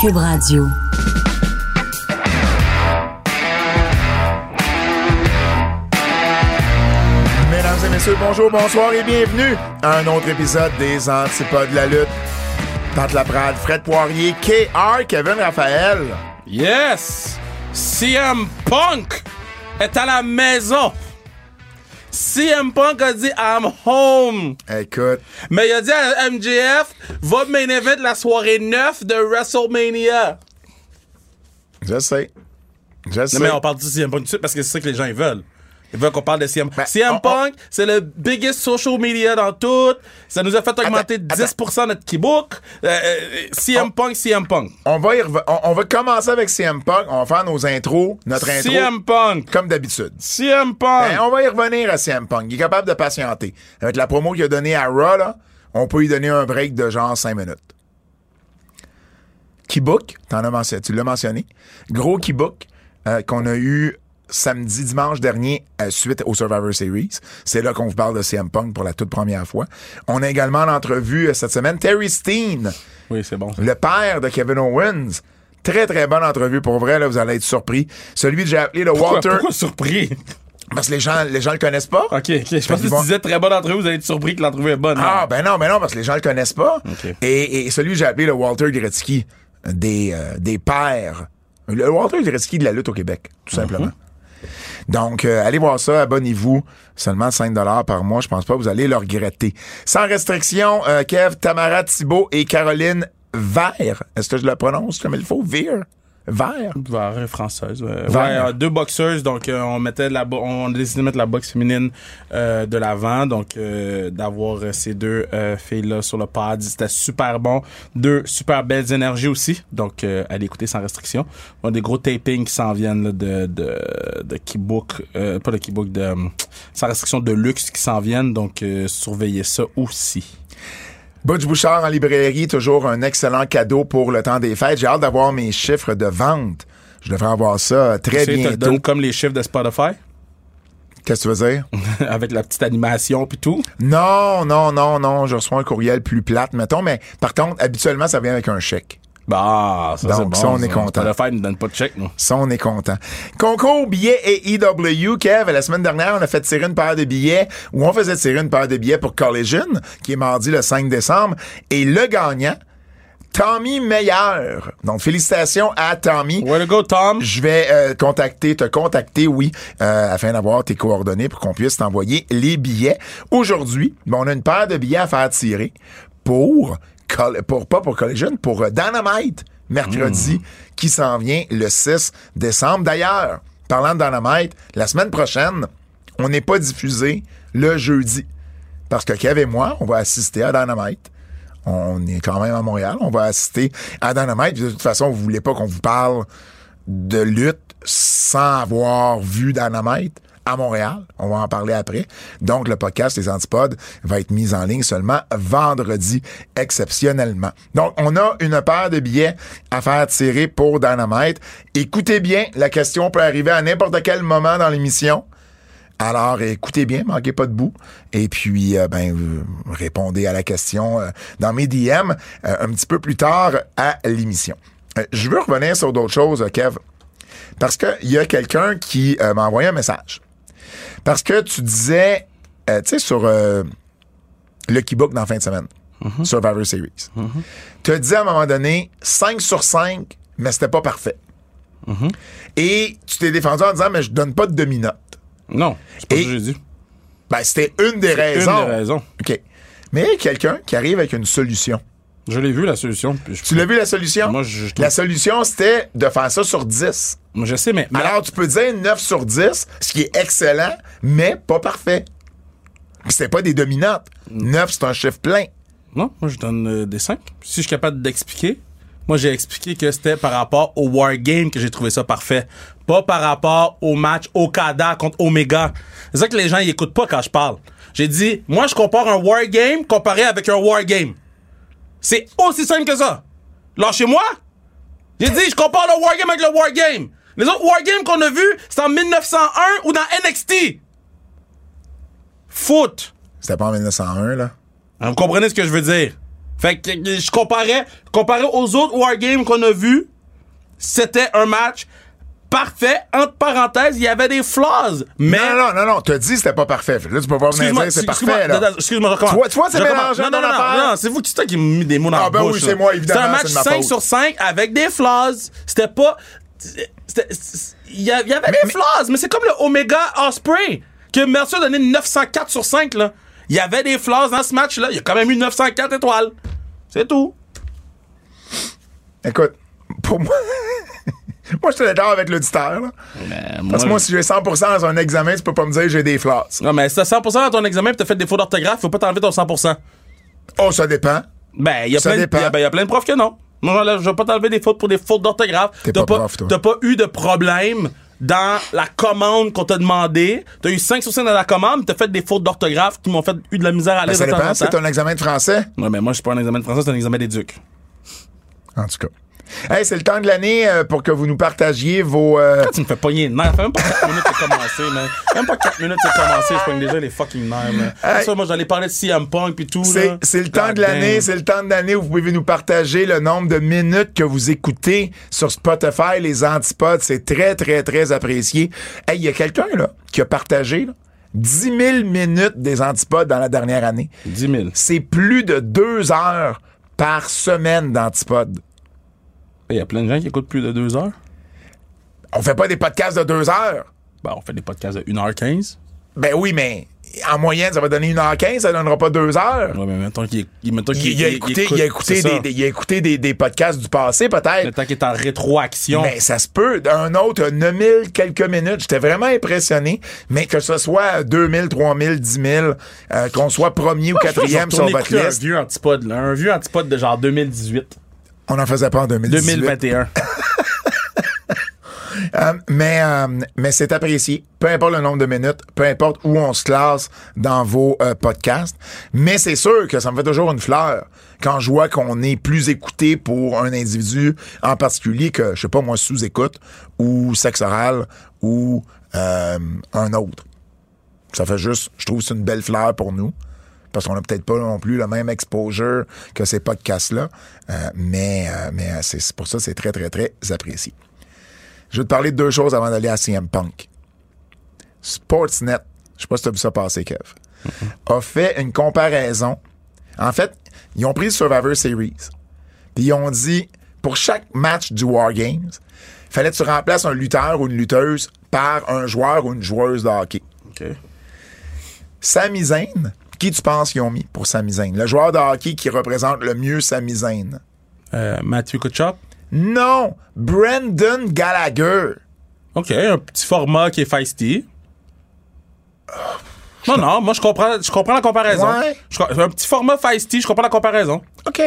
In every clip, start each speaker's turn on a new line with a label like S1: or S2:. S1: Cube Radio.
S2: Mesdames et messieurs, bonjour, bonsoir et bienvenue à un autre épisode des Antipodes de la lutte. Tante Laprade, Fred Poirier, KR, Kevin Raphaël.
S3: Yes! CM Punk est à la maison. CM Punk a dit I'm home.
S2: Écoute,
S3: Mais il a dit à MJF, va main event la soirée 9 de WrestleMania.
S2: je sais. Je sais.
S3: Non, mais on parle du CM Punk tout de suite parce que c'est ça que les gens ils veulent. Ils veulent qu'on parle de CM Punk.
S2: Ben,
S3: CM
S2: on- on-
S3: Punk, c'est le biggest social media dans tout. Ça nous a fait augmenter
S2: Attends, Oh.
S3: 10% notre keybook. Euh, euh, CM Punk, CM Punk.
S2: On va, y reve- on, on va commencer avec CM Punk. On va faire nos intros, notre intro,
S3: CM Punk.
S2: comme d'habitude.
S3: CM Punk.
S2: Ben, on va y revenir à CM Punk. Il est capable de patienter. Avec la promo qu'il a donnée à Raw, là, on peut lui donner un break de genre 5 minutes. Keybook, t'en as mentionné, tu l'as mentionné. Gros Keybook euh, qu'on a eu samedi, dimanche dernier, euh, suite au Survivor Series. C'est là qu'on vous parle de CM Punk pour la toute première fois. On a également en entrevue euh, cette semaine Terry Steen,
S3: Oui, c'est bon.
S2: le père de Kevin Owens. Très, très bonne entrevue. Pour vrai, là, vous allez être surpris. Celui que j'ai appelé le
S3: Pourquoi,
S2: Walter,
S3: pourquoi surpris?
S2: parce que les gens, les gens le connaissent pas.
S3: Ok, ok. Je pense que
S2: qu'ils
S3: si
S2: vont-
S3: tu disais très bonne entrevue, vous allez être surpris que l'entrevue est bonne. hein.
S2: Ah, ben non, ben non, parce que les gens le connaissent pas.
S3: Ok.
S2: Et, et celui que j'ai appelé le Walter Gretzky des, euh, des pères. Le Walter Gretzky de la lutte au Québec,
S3: Mhm.
S2: tout simplement. Donc, euh, allez voir ça, abonnez-vous. Seulement 5 par mois, je pense pas, vous allez le regretter. Sans restriction, euh, Kev, Tamara Thibault et Caroline Vert. Est-ce que je le prononce comme il faut? Vire? Vert?
S3: Var euh, française. ouais.
S2: Var.
S3: Ouais, euh, deux boxeuses, donc euh, on mettait de la bo- on décidait de mettre la boxe féminine euh, de l'avant, donc euh, d'avoir euh, ces deux euh, filles-là sur le pad, c'était super bon. Deux super belles énergies aussi, donc euh, allez écouter sans restriction. On a des gros tapings qui s'en viennent là, de de de Keybook, euh, pas de Keybook, de hum, sans restriction de luxe qui s'en viennent, donc euh, surveillez ça aussi.
S2: Butch Bouchard en librairie, toujours un excellent cadeau pour le temps des fêtes. J'ai hâte d'avoir mes chiffres de vente. Je devrais avoir ça très
S3: Tu sais, te
S2: bientôt.
S3: le donne comme les chiffres de Spotify
S2: Qu'est-ce que tu veux dire?
S3: avec la petite animation puis tout.
S2: Non, non, non, non, je reçois un courriel plus plate, mettons, mais par contre, habituellement, ça vient avec un chèque.
S3: Bah, ça
S2: Donc,
S3: c'est bon.
S2: ça, on est content.
S3: Le faire, ne donne pas de chèque, non.
S2: Ça, on est content. Concours billets et EW, Kev. La semaine dernière, on a fait tirer une paire de billets, ou on faisait tirer une paire de billets pour Collision, qui est mardi le 5 décembre. Et le gagnant, Tommy Meyer. Donc, félicitations à Tommy.
S3: Way to go, Tom.
S2: Je vais euh, contacter, te contacter, oui, euh, afin d'avoir tes coordonnées pour qu'on puisse t'envoyer les billets. Aujourd'hui, ben, on a une paire de billets à faire tirer pour, Col- pour pas pour Collision, pour euh, Dynamite, mercredi, qui s'en vient le 6 décembre. D'ailleurs, parlant de Dynamite, la semaine prochaine, on n'est pas diffusé le jeudi. Parce que Kev et moi, on va assister à Dynamite. On est quand même à Montréal. On va assister à Dynamite. Puis De toute façon, vous voulez pas qu'on vous parle de lutte sans avoir vu Dynamite à Montréal. On va en parler après. Donc, le podcast Les Antipodes va être mis en ligne seulement vendredi, exceptionnellement. Donc, on a une paire de billets à faire tirer pour Dynamite. Écoutez bien, la question peut arriver à n'importe quel moment dans l'émission. Alors, écoutez bien, manquez pas de bout. Et puis, euh, ben, euh, répondez à la question euh, dans mes DM euh, un petit peu plus tard à l'émission. Euh, je veux revenir sur d'autres choses, euh, Kev, parce qu'il y a quelqu'un qui euh, m'a envoyé un message. Parce que tu disais, euh, tu sais, sur euh, le Keybook dans la fin de semaine, Survivor Series, tu as dit à un moment donné 5 sur 5, mais c'était pas parfait. Et tu t'es défendu en disant, mais je donne pas de demi-note.
S3: Non, c'est pas
S2: Et-
S3: ce que j'ai dit.
S2: Ben, c'était une des raisons.
S3: Une des raisons.
S2: OK. Mais il y a quelqu'un qui arrive avec une solution.
S3: Je l'ai vu, la solution. puis je-
S2: Tu l'as vu, la solution?
S3: Moi, je- je trouve-
S2: La solution, c'était de faire ça sur 10.
S3: Moi, je sais, mais. mais-
S2: Alors, tu peux dire 9 sur 10, ce qui est excellent, mais pas parfait. Puis c'est pas des dominantes.
S3: Mm.
S2: 9, c'est un chiffre plein.
S3: non, moi, je donne euh, des 5. Si je suis capable d'expliquer, moi, j'ai expliqué que c'était par rapport au War Game que j'ai trouvé ça parfait. Pas par rapport au match Okada contre Omega. C'est ça que les gens, ils écoutent pas quand je parle. J'ai dit, moi, je compare un War Game comparé avec un War Game. C'est aussi simple que ça. Lâchez-moi! J'ai dit, je compare le Wargame avec le Wargame. Les autres Wargames qu'on a vus, c'est en 1901 ou dans NXT. Foot.
S2: C'était pas en 1901, là.
S3: Hein, Vous comprenez ce que je veux dire? Fait que euh, je comparais, comparé aux autres Wargames qu'on a vus, c'était un match parfait. Entre parenthèses, il y avait des flaws. Mais.
S2: Non, non, non, non, t'as dit que c'était pas parfait. Là, tu peux pas venir
S3: Excuse-moi,
S2: dire c'est
S3: excuse-moi,
S2: parfait,
S3: attends,
S2: là.
S3: excuse-moi, je recommence.
S2: Tu vois- tu vois, c'est
S3: Je recommence.
S2: mélangé
S3: Non,
S2: dans
S3: non, non,
S2: l'affaire.
S3: non, non, c'est vous qui, c'est toi qui me mis des mots dans
S2: Ah,
S3: la
S2: ben oui,
S3: bouche,
S2: c'est
S3: là.
S2: moi, évidemment,
S3: C'était un match
S2: c'est de ma
S3: 5
S2: faute.
S3: sur 5 avec des flaws. C'était pas. c'était- c'est- Il y, a- il y avait des flaws, mais c'est comme le Omega Osprey que Mercer a donné 904 sur 5, là. Il y avait des flaws dans ce match-là. Il y a quand même eu 904 étoiles. C'est tout.
S2: Écoute, pour moi. Moi, je suis d'accord avec l'auditeur. là. Parce que moi, si j'ai 100 dans un examen, tu peux pas me dire que j'ai des flasses.
S3: Non, mais c'est à 100% dans ton examen pis t'as fait des fautes d'orthographe, faut pas t'enlever ton 100%.
S2: Oh, ça dépend.
S3: Ben, il y a
S2: Ça
S3: plein de-
S2: dépend.
S3: il y a- ben, il y a plein de profs que non. Moi, j'enlève- je vais pas t'enlever des fautes pour des fautes d'orthographe.
S2: T'es
S3: T'as
S2: pas prof, toi.
S3: T'as pas eu de problème dans la commande qu'on t'a demandé. T'as eu 5 sur 5 dans la commande, t'as fait des fautes d'orthographe qui m'ont fait eu de la misère à
S2: Ben,
S3: l'aise.
S2: ça dépend. C'est un examen de français.
S3: Ouais, mais moi, je suis pas un examen de français, c'est un examen d'éduc.
S2: En tout cas. Hey, c'est le temps de l'année euh, pour que vous nous partagiez vos. euh,
S3: Tu me fais pogner les nerfs. Fait même pas 4 minutes de commencer, man. Même pas 4 minutes de commencer, je pogne déjà les fucking nerfs, man.
S2: Hey.
S3: Ça, moi, j'allais parler de CM Punk pis tout,
S2: C'est
S3: là.
S2: c'est le temps
S3: God
S2: de l'année,
S3: damn.
S2: c'est le temps de l'année où vous pouvez nous partager le nombre de minutes que vous écoutez sur Spotify, les antipodes. C'est très, très, très apprécié. Hey, il y a quelqu'un, là, qui a partagé, là, 10 000 minutes des antipodes dans la dernière année.
S3: 10 000.
S2: C'est plus de deux heures par semaine d'antipodes.
S3: Il y a plein de gens qui écoutent plus de 2 heures.
S2: On fait pas des podcasts de deux heures.
S3: Ben, on fait des podcasts de 1h15.
S2: Ben oui, mais en moyenne, ça va donner une heure quinze, ça donnera pas deux heures.
S3: Ouais, mais mettons qu'il mettons
S2: Il,
S3: qu'il-
S2: il a écouté, il a écouté
S3: c'est
S2: des,
S3: ça.
S2: des- il a écouté des- des podcasts du passé, peut-être.
S3: Le temps qu'il est en rétroaction.
S2: Mais ça se peut. Un autre, a 9000 quelques minutes. J'étais vraiment impressionné. Mais que ce soit 2000, 3000, 10 000, euh, qu'on soit premier ou quatrième sur votre
S3: un
S2: liste,
S3: vieux antipode, là. Un vieux antipode de genre 2018,
S2: on n'en faisait pas en 2018.
S3: 2021.
S2: Euh, mais euh, mais c'est apprécié. Peu importe le nombre de minutes, peu importe où on se classe dans vos euh, podcasts. Mais c'est sûr que ça me fait toujours une fleur quand je vois qu'on est plus écouté pour un individu en particulier que, je sais pas moi, sous-écoute ou sexe oral ou euh, un autre. Ça fait juste, je trouve que c'est une belle fleur pour nous. Parce qu'on n'a peut-être pas non plus le même exposure que ces podcasts-là. Euh, mais euh, mais euh, c'est c'est pour ça que c'est très, très, très apprécié. Je vais te parler de deux choses avant d'aller à CM Punk. Sportsnet, je sais pas si tu as vu ça passer, Kev, a fait une comparaison. En fait, ils ont pris le Survivor Series. Puis ils ont dit, pour chaque match du War Games, fallait que tu remplaces un lutteur ou une lutteuse par un joueur ou une joueuse de hockey.
S3: OK.
S2: Sami Zayn, qui tu penses qu'ils ont mis pour Sami Zayn? Le joueur de hockey qui représente le mieux Sami Zayn.
S3: Euh, Mathieu Kutchop.
S2: Non! Brandon Gallagher!
S3: OK, un petit format qui est feisty. Non, non, moi, je comprends, je comprends la comparaison.
S2: Ouais.
S3: Je co- un petit format feisty, je comprends la comparaison.
S2: OK.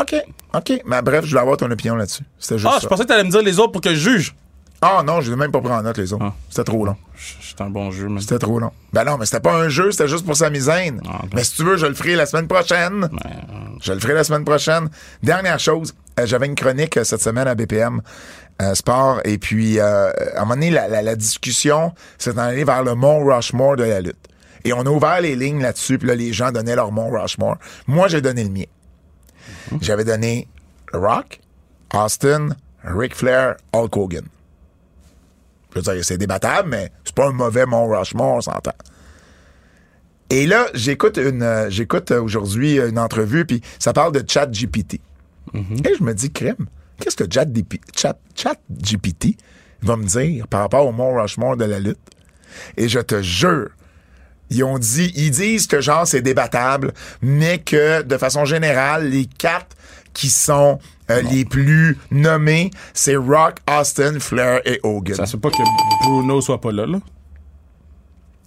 S2: OK. OK. Mais bref, je voulais avoir ton opinion là-dessus. C'était juste
S3: Ah,
S2: ça.
S3: je pensais que t'allais me dire les autres pour que je juge.
S2: Ah non, je ne même pas prendre en note les autres.
S3: Ah.
S2: C'était trop long.
S3: C'est un bon jeu, mais...
S2: C'était trop long. Ben non, mais c'était pas un jeu, c'était juste pour sa misaine.
S3: Ah, ok.
S2: mais si tu veux, je le ferai la semaine prochaine.
S3: euh,
S2: Je le ferai la semaine prochaine. Dernière chose, euh, j'avais une chronique euh, cette semaine à BPM euh, Sport. Et puis, euh, à un moment donné, la, la- la discussion s'est en allée vers le Mont Rushmore de la lutte. Et on a ouvert les lignes là-dessus. Puis là, les gens donnaient leur Mont Rushmore. Moi, j'ai donné le mien. J'avais donné The Rock, Austin, Ric Flair, Hulk Hogan. Je veux dire, c'est débattable, mais c'est pas un mauvais Mont Rushmore, on s'entend. Et là, j'écoute une, euh, j'écoute euh, aujourd'hui euh, une entrevue, puis ça parle de ChatGPT. Et je me dis, crème, qu'est-ce que ChatGPT Chat, ChatGPT va me dire par rapport au Mont Rushmore de la lutte? Et je te jure, ils ont dit, ils disent que genre c'est débattable, mais que de façon générale, les quatre qui sont euh, les plus nommés, c'est Rock, Austin, Flair et Hogan.
S3: Ça se peut pas que Bruno soit pas là, là.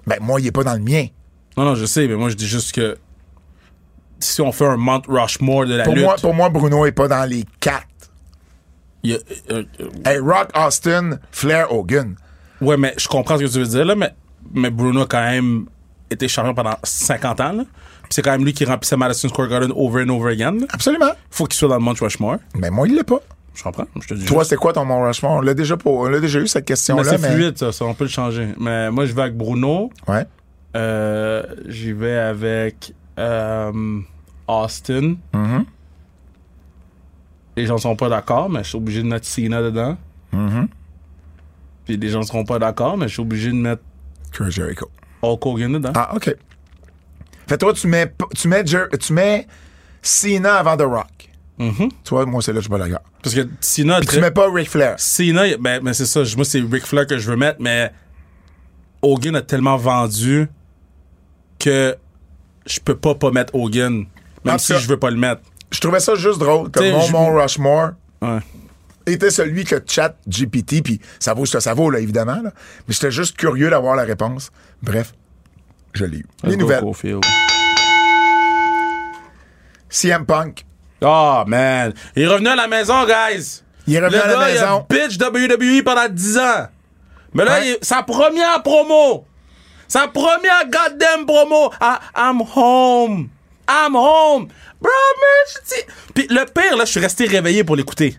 S2: Ben, moi, il est pas dans le mien.
S3: Non, non, je sais, mais moi, je dis juste que... Si on fait un Mount Rushmore de la
S2: Pour
S3: lutte...
S2: moi, pour moi, Bruno est pas dans les quatre.
S3: il y a- euh, euh,
S2: Hey, Rock, Austin, Flair, Hogan.
S3: Ouais, mais je comprends ce que tu veux dire, là, mais, mais Bruno a quand même été champion pendant 50 ans, là. Puis c'est quand même lui qui remplissait Madison Square Garden over and over again, là.
S2: Absolument.
S3: Faut qu'il soit dans le Mount Rushmore.
S2: Mais Ben, moi, il l'est pas.
S3: Je comprends, je te dis.
S2: Toi,
S3: juste.
S2: c'est quoi ton Mont Rushmore? On l'a déjà, pas- on l'a déjà eu, cette
S3: Mais
S2: question-là.
S3: c'est
S2: Mais
S3: fluide, ça, ça, on peut le changer. Mais moi, je vais avec Bruno.
S2: Ouais.
S3: Euh, J'y vais avec euh, Austin.
S2: Mm-hmm.
S3: Les gens sont pas d'accord, mais je suis obligé de mettre Cena dedans.
S2: Mm-hmm.
S3: Puis les gens seront pas d'accord, mais je suis obligé de mettre
S2: Chris Jericho.
S3: Hulk Hogan dedans.
S2: Ah, OK. Fait toi, tu mets, p- tu mets, Jer- tu mets Cena avant The Rock.
S3: Mm-hmm.
S2: Tu vois, moi, c'est là que je suis pas d'accord.
S3: Parce que Cena.
S2: Puis tu mets pas Ric Flair.
S3: Cena, y a- ben, ben, c'est ça. je- Moi, c'est Ric Flair que je veux mettre, mais Hogan a tellement vendu que je peux pas pas mettre Hogan, même
S2: En
S3: si
S2: tout cas-
S3: je veux pas le mettre.
S2: Je trouvais ça juste drôle. que
S3: T'sais,
S2: mon
S3: je-
S2: Mont Rushmore
S3: Ouais.
S2: était celui que chat GPT, puis ça vaut ce que ça vaut, là, évidemment. là. Mais j'étais juste curieux d'avoir la réponse. Bref, je l'ai eu. Les nouvelles. CM Punk.
S3: Oh, man. Il est revenu à la maison, guys.
S2: Il est revenu
S3: Le
S2: à la
S3: gars,
S2: maison.
S3: Il a bitch WWE pendant 10 ans. Mais là,
S2: Ouais.
S3: il- sa première promo. Sa première goddamn promo. I- I'm home. I'm home. Bro, man, je dis- Puis le pire, là, je suis resté réveillé pour l'écouter.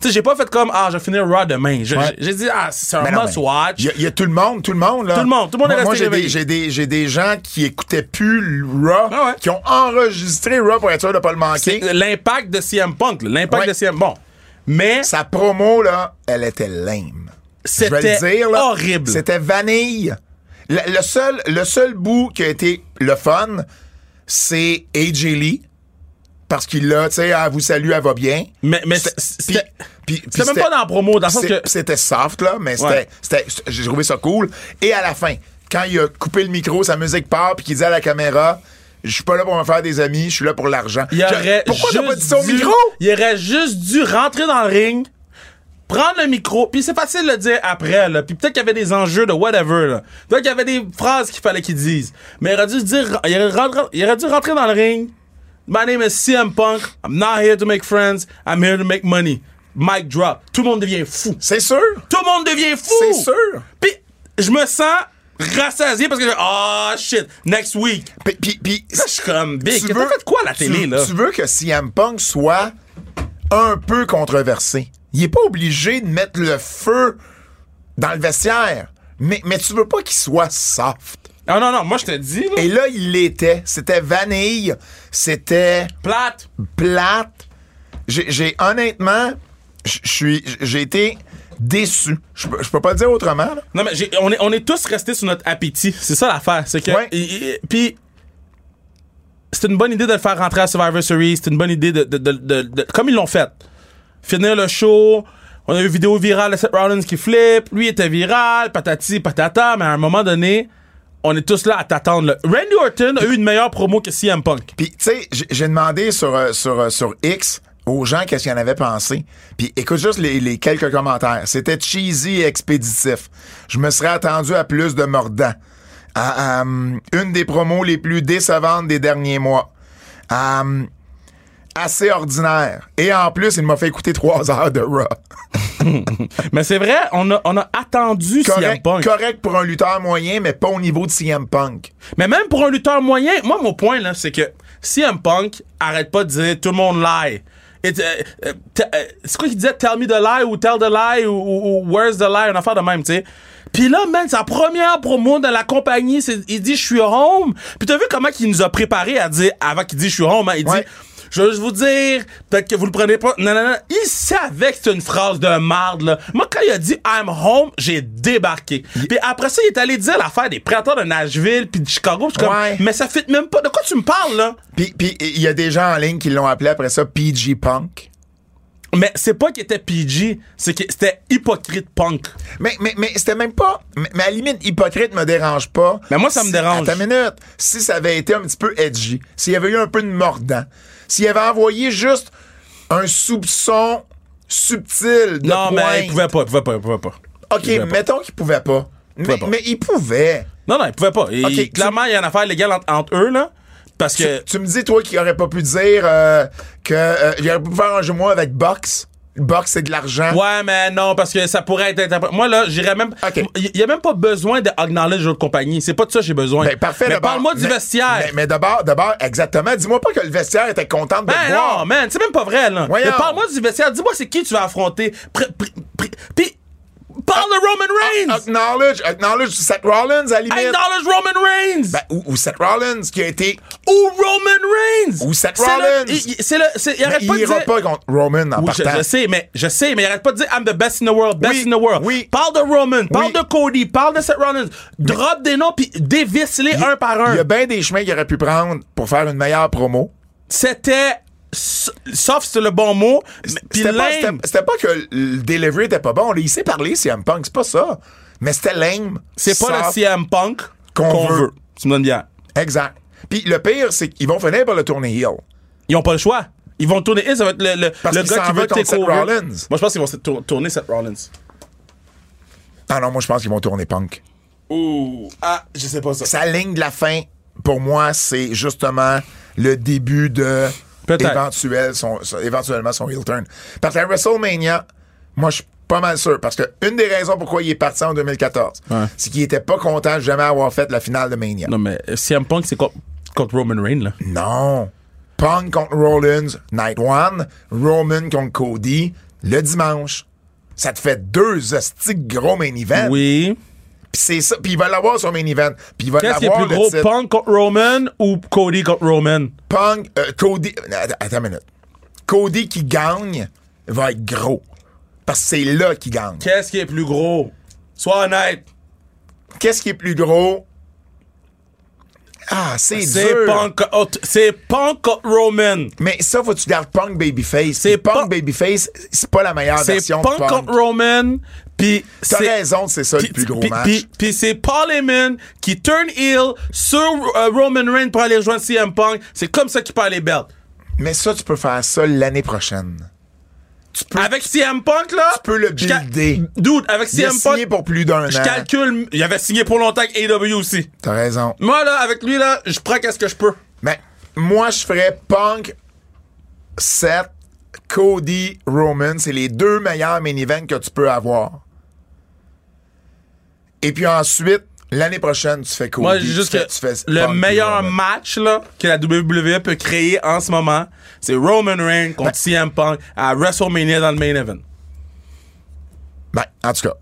S3: Tu sais, j'ai pas fait comme, ah, je vais finir Raw demain. Je-
S2: Ouais.
S3: J'ai dit, ah, c'est un
S2: Ben non,
S3: must
S2: mais
S3: watch.
S2: Il y a- il y, a tout le monde, tout le monde. Là.
S3: Tout le monde, tout le monde est
S2: Moi, moi,
S3: resté
S2: j'ai des,
S3: réveillé.
S2: j'ai des, j'ai des gens qui écoutaient plus le Raw,
S3: Ah ouais.
S2: qui ont enregistré Raw pour être sûr de pas le manquer.
S3: C'est L'impact de CM Punk, là, l'impact
S2: Ouais.
S3: de CM. Bon. Mais
S2: Sa promo, là, elle était lame. Je vais le
S3: c'était
S2: dire, là,
S3: horrible.
S2: C'était vanille. Le, le seul, le seul bout qui a été le fun, c'est AJ Lee. Parce qu'il l'a, tu sais, ah, vous salue, elle va bien.
S3: Mais- mais
S2: C'était-
S3: c'est-
S2: puis-
S3: c'était-
S2: puis- puis
S3: C'était même pas dans la promo, dans le sens
S2: c'est-
S3: que.
S2: C'était soft, là, mais
S3: Ouais.
S2: c'était, c'était- j'ai trouvé ça cool. Et à la fin, quand il a coupé le micro, sa musique part, puis qu'il dit à la caméra, je suis pas là pour me faire des amis, je suis là pour l'argent.
S3: Il
S2: Je-
S3: aurait
S2: Pourquoi t'as pas
S3: juste
S2: dit ça au
S3: dû-
S2: micro?
S3: Il aurait juste dû rentrer dans le ring, prendre le micro, puis c'est facile de le dire après, là. Puis peut-être qu'il y avait des enjeux de whatever, là. Peut-être qu'il y avait des phrases qu'il fallait qu'il dise. Mais il aurait dû dire, il aurait, rentre- il aurait dû rentrer dans le ring. My name is CM Punk. I'm not here to make friends. I'm here to make money. Mic drop. Tout le monde devient fou.
S2: C'est sûr.
S3: Tout le monde devient fou.
S2: C'est sûr.
S3: Puis je me sens rassasié parce que je- ah shit, next week.
S2: Puis- puis- puis-
S3: Là, je suis comme big.
S2: tu
S3: T'as
S2: veux-
S3: fait quoi à la
S2: tu-
S3: télé, là?
S2: Tu veux que CM Punk soit un peu controversé. Il est pas obligé de mettre le feu dans le vestiaire. Mais, mais tu veux pas qu'il soit soft.
S3: Ah non, non, moi je te dis, là,
S2: Et là, il l'était. C'était vanille. C'était
S3: plate.
S2: plate. J'ai j'ai- honnêtement, je je suis, j'ai été déçu. Je peux je peux pas le dire autrement. là.
S3: Non, mais j'ai- on, est, on est tous restés sur notre appétit. C'est ça l'affaire. C'est que.
S2: Ouais.
S3: et- et- Puis. C'est une bonne idée de le faire rentrer à Survivor Series. C'est une bonne idée de. de- de- de- de- comme ils l'ont fait. Finir le show. On a eu une vidéo virale de Seth Rollins qui flippe. Lui était viral. Patati, patata. Mais à un moment donné, on est tous là à t'attendre. là. Randy Orton a eu une meilleure promo que CM Punk.
S2: Puis, tu sais, j'ai- j'ai demandé sur, euh, sur, euh, sur X aux gens qu'est-ce qu'ils en avaient pensé. Puis, écoute juste les, les quelques commentaires. C'était cheesy et expéditif. Je me serais attendu à plus de mordants. À, euh, une des promos les plus décevantes des derniers mois. Euh, assez ordinaire. Et en plus, il m'a fait écouter trois heures de Raw.
S3: Mais c'est vrai, on a, on a attendu CM
S2: Correct,
S3: Punk.
S2: correct pour un lutteur moyen, mais pas au niveau de CM Punk.
S3: Mais même pour un lutteur moyen, moi, mon point, là, c'est que CM Punk arrête pas de dire tout le monde lie. Et, euh, euh, t- euh, c'est quoi qu'il disait? Tell me the lie ou tell the lie ou, ou- ou where's the lie? Une affaire de même, tu sais. Puis là, man, sa première promo dans la compagnie, c'est, il dit je suis home. Puis t'as vu comment il nous a préparé à dire, avant qu'il dise je suis home, hein, il
S2: Ouais.
S3: dit je veux juste vous dire, peut-être que vous le prenez pas. Non, non, non. Il savait que c'était une phrase de marde, là. Moi, quand il a dit I'm home, j'ai débarqué. Puis après ça, il est allé dire l'affaire des prédateurs de Nashville puis de Chicago. Je suis comme,
S2: Ouais.
S3: mais ça fit même pas. De quoi tu me parles, là?
S2: Puis, puis, il y a des gens en ligne qui l'ont appelé après ça PG Punk.
S3: Mais c'est pas qu'il était PG, c'est que c'était hypocrite punk.
S2: Mais, mais, mais c'était même pas. Mais, mais à la limite, hypocrite me dérange pas.
S3: Mais moi, ça me
S2: Si-
S3: dérange.
S2: Attends une minute. Si ça avait été un petit peu edgy, s'il y avait eu un peu de mordant, s'il avait envoyé juste un soupçon subtil de
S3: non, mais
S2: pointe.
S3: il pouvait pas, il pouvait pas, il pouvait pas.
S2: OK,
S3: il pouvait pas.
S2: mettons qu'il pouvait pas. Mais,
S3: pas.
S2: mais il pouvait.
S3: Non, non, il pouvait pas. Et
S2: Ok, tu-
S3: clairement, il y a une affaire légale entre, entre eux, là. Parce que.
S2: Tu me dis, toi, qu'il aurait pas pu dire euh, qu'il aurait pu faire un jeu moi avec Box. Box, c'est de l'argent.
S3: Ouais, mais non, parce que ça pourrait être interprété. Moi, là, j'irais même.
S2: Ok.
S3: Il y a même pas besoin d'acknowledge l'autre compagnie. C'est pas de ça que j'ai besoin.
S2: Ben, parfait,
S3: Mais
S2: d'abord.
S3: parle-moi du
S2: Mais-
S3: vestiaire.
S2: Mais, mais d'abord, d'abord, exactement. Dis-moi pas que le vestiaire était content de
S3: Ben
S2: te voir.
S3: non, man, c'est même pas vrai, là.
S2: Voyons.
S3: Mais parle-moi du vestiaire. Dis-moi c'est qui tu vas affronter. Pr- pr- pr- Puis, Parle de
S2: Ah,
S3: Roman Reigns!
S2: Acknowledge, acknowledge Seth Rollins à la limite.
S3: Acknowledge Roman Reigns!
S2: ah, Ben, ou, ou Seth Rollins qui a été.
S3: ou Roman Reigns!
S2: Ou Seth
S3: C'est le-
S2: Rollins.
S3: il- il- C'est le. c'est- Il
S2: Mais
S3: arrête
S2: Ben, il
S3: pas de
S2: ira
S3: dire.
S2: pas contre Roman en
S3: Oui, je,
S2: partant.
S3: je sais, mais je sais, mais il arrête pas de dire I'm the best in the world, best
S2: Oui,
S3: in the world.
S2: oui.
S3: Parle de Roman, parle
S2: Oui.
S3: de Cody, parle de Seth Rollins. Drop des noms puis dévisse-les un par
S2: Il y a
S3: un.
S2: bien des chemins qu'il aurait pu prendre pour faire une meilleure promo.
S3: C'était s- soft, c'est le bon mot. mais- Puis
S2: C'était pas,
S3: lame.
S2: c'était- c'était pas que le delivery était pas bon. Il sait parler, CM Punk, c'est pas ça. Mais c'était lame.
S3: C'est pas le
S2: Soft.
S3: CM Punk
S2: Qu'on
S3: qu'on
S2: veut.
S3: veut. Tu me donnes bien.
S2: Exact. Puis le pire, c'est qu'ils vont finir par le tourner heel.
S3: Ils ont pas le choix. Ils vont tourner et ça va être le, le,
S2: Parce
S3: le
S2: qu'ils
S3: gars
S2: s'en
S3: qui
S2: veulent
S3: va
S2: contre
S3: take
S2: Seth
S3: over.
S2: Rollins.
S3: Moi, je pense qu'ils vont se tour- tourner Seth Rollins.
S2: Ah non, moi, je pense qu'ils vont tourner Punk.
S3: Ouh. Ah, je sais pas ça.
S2: Sa ligne de la fin, pour moi, c'est justement le début de
S3: Peut-être.
S2: éventuel son, son- éventuellement son heel turn. Parce qu'à WrestleMania, moi, je suis pas mal sûr. Parce que une des raisons pourquoi il est parti en 2014,
S3: Ouais.
S2: c'est qu'il était pas content de jamais avoir fait la finale de Mania.
S3: Non, mais CM Punk, c'est contre, contre Roman Reigns, là.
S2: Non. Punk contre Rollins, Night One. Roman contre Cody, le dimanche. Ça te fait deux hosties de gros main event.
S3: Oui.
S2: Puis c'est ça. Puis il va l'avoir son main event. Puis il va
S3: Qu'est-ce qui est
S2: l'avoir
S3: plus
S2: le
S3: gros,
S2: titre.
S3: Punk contre Roman ou Cody contre Roman?
S2: Punk, euh, Cody. euh, Attends, attends une minute. Cody qui gagne va être gros. Parce que c'est là qu'il gagne.
S3: Qu'est-ce qui est plus gros? Sois honnête.
S2: Qu'est-ce qui est plus gros? Ah, c'est
S3: C'est
S2: dur.
S3: Punk, contre- c'est Punk contre Roman.
S2: Mais ça, faut que tu gardes Punk Babyface.
S3: C'est
S2: Puis Punk
S3: pas-
S2: Babyface, c'est pas la meilleure
S3: C'est
S2: version de
S3: Punk contre Roman. Puis
S2: T'as
S3: c'est
S2: raison, c'est ça
S3: Puis-
S2: le plus gros
S3: puis-
S2: match.
S3: Puis, puis c'est Paul Heyman qui turn heel sur euh, Roman Reigns pour aller rejoindre CM Punk. C'est comme ça qu'il perd les belts.
S2: Mais ça, tu peux faire ça l'année prochaine.
S3: Avec CM Punk, là.
S2: Tu peux le
S3: je ca-
S2: builder.
S3: Dude, avec
S2: Il a
S3: CM
S2: signé
S3: Punk,
S2: pour plus d'un
S3: je
S2: an.
S3: calcule. Il avait signé pour longtemps avec AW aussi.
S2: T'as raison.
S3: Moi, là, avec lui, là, je prends qu'est-ce que je peux.
S2: Mais moi, je ferais Punk, Seth, Cody, Roman. C'est les deux meilleurs main events que tu peux avoir. Et puis ensuite, l'année prochaine, tu fais Cody.
S3: Moi,
S2: tu
S3: juste
S2: fais-
S3: que
S2: tu fais
S3: le
S2: Punk et
S3: meilleur
S2: Roman.
S3: match là, que la WWE peut créer en ce moment, c'est Roman Reigns contre CM Punk à WrestleMania dans le main event.
S2: Ben, en tout cas,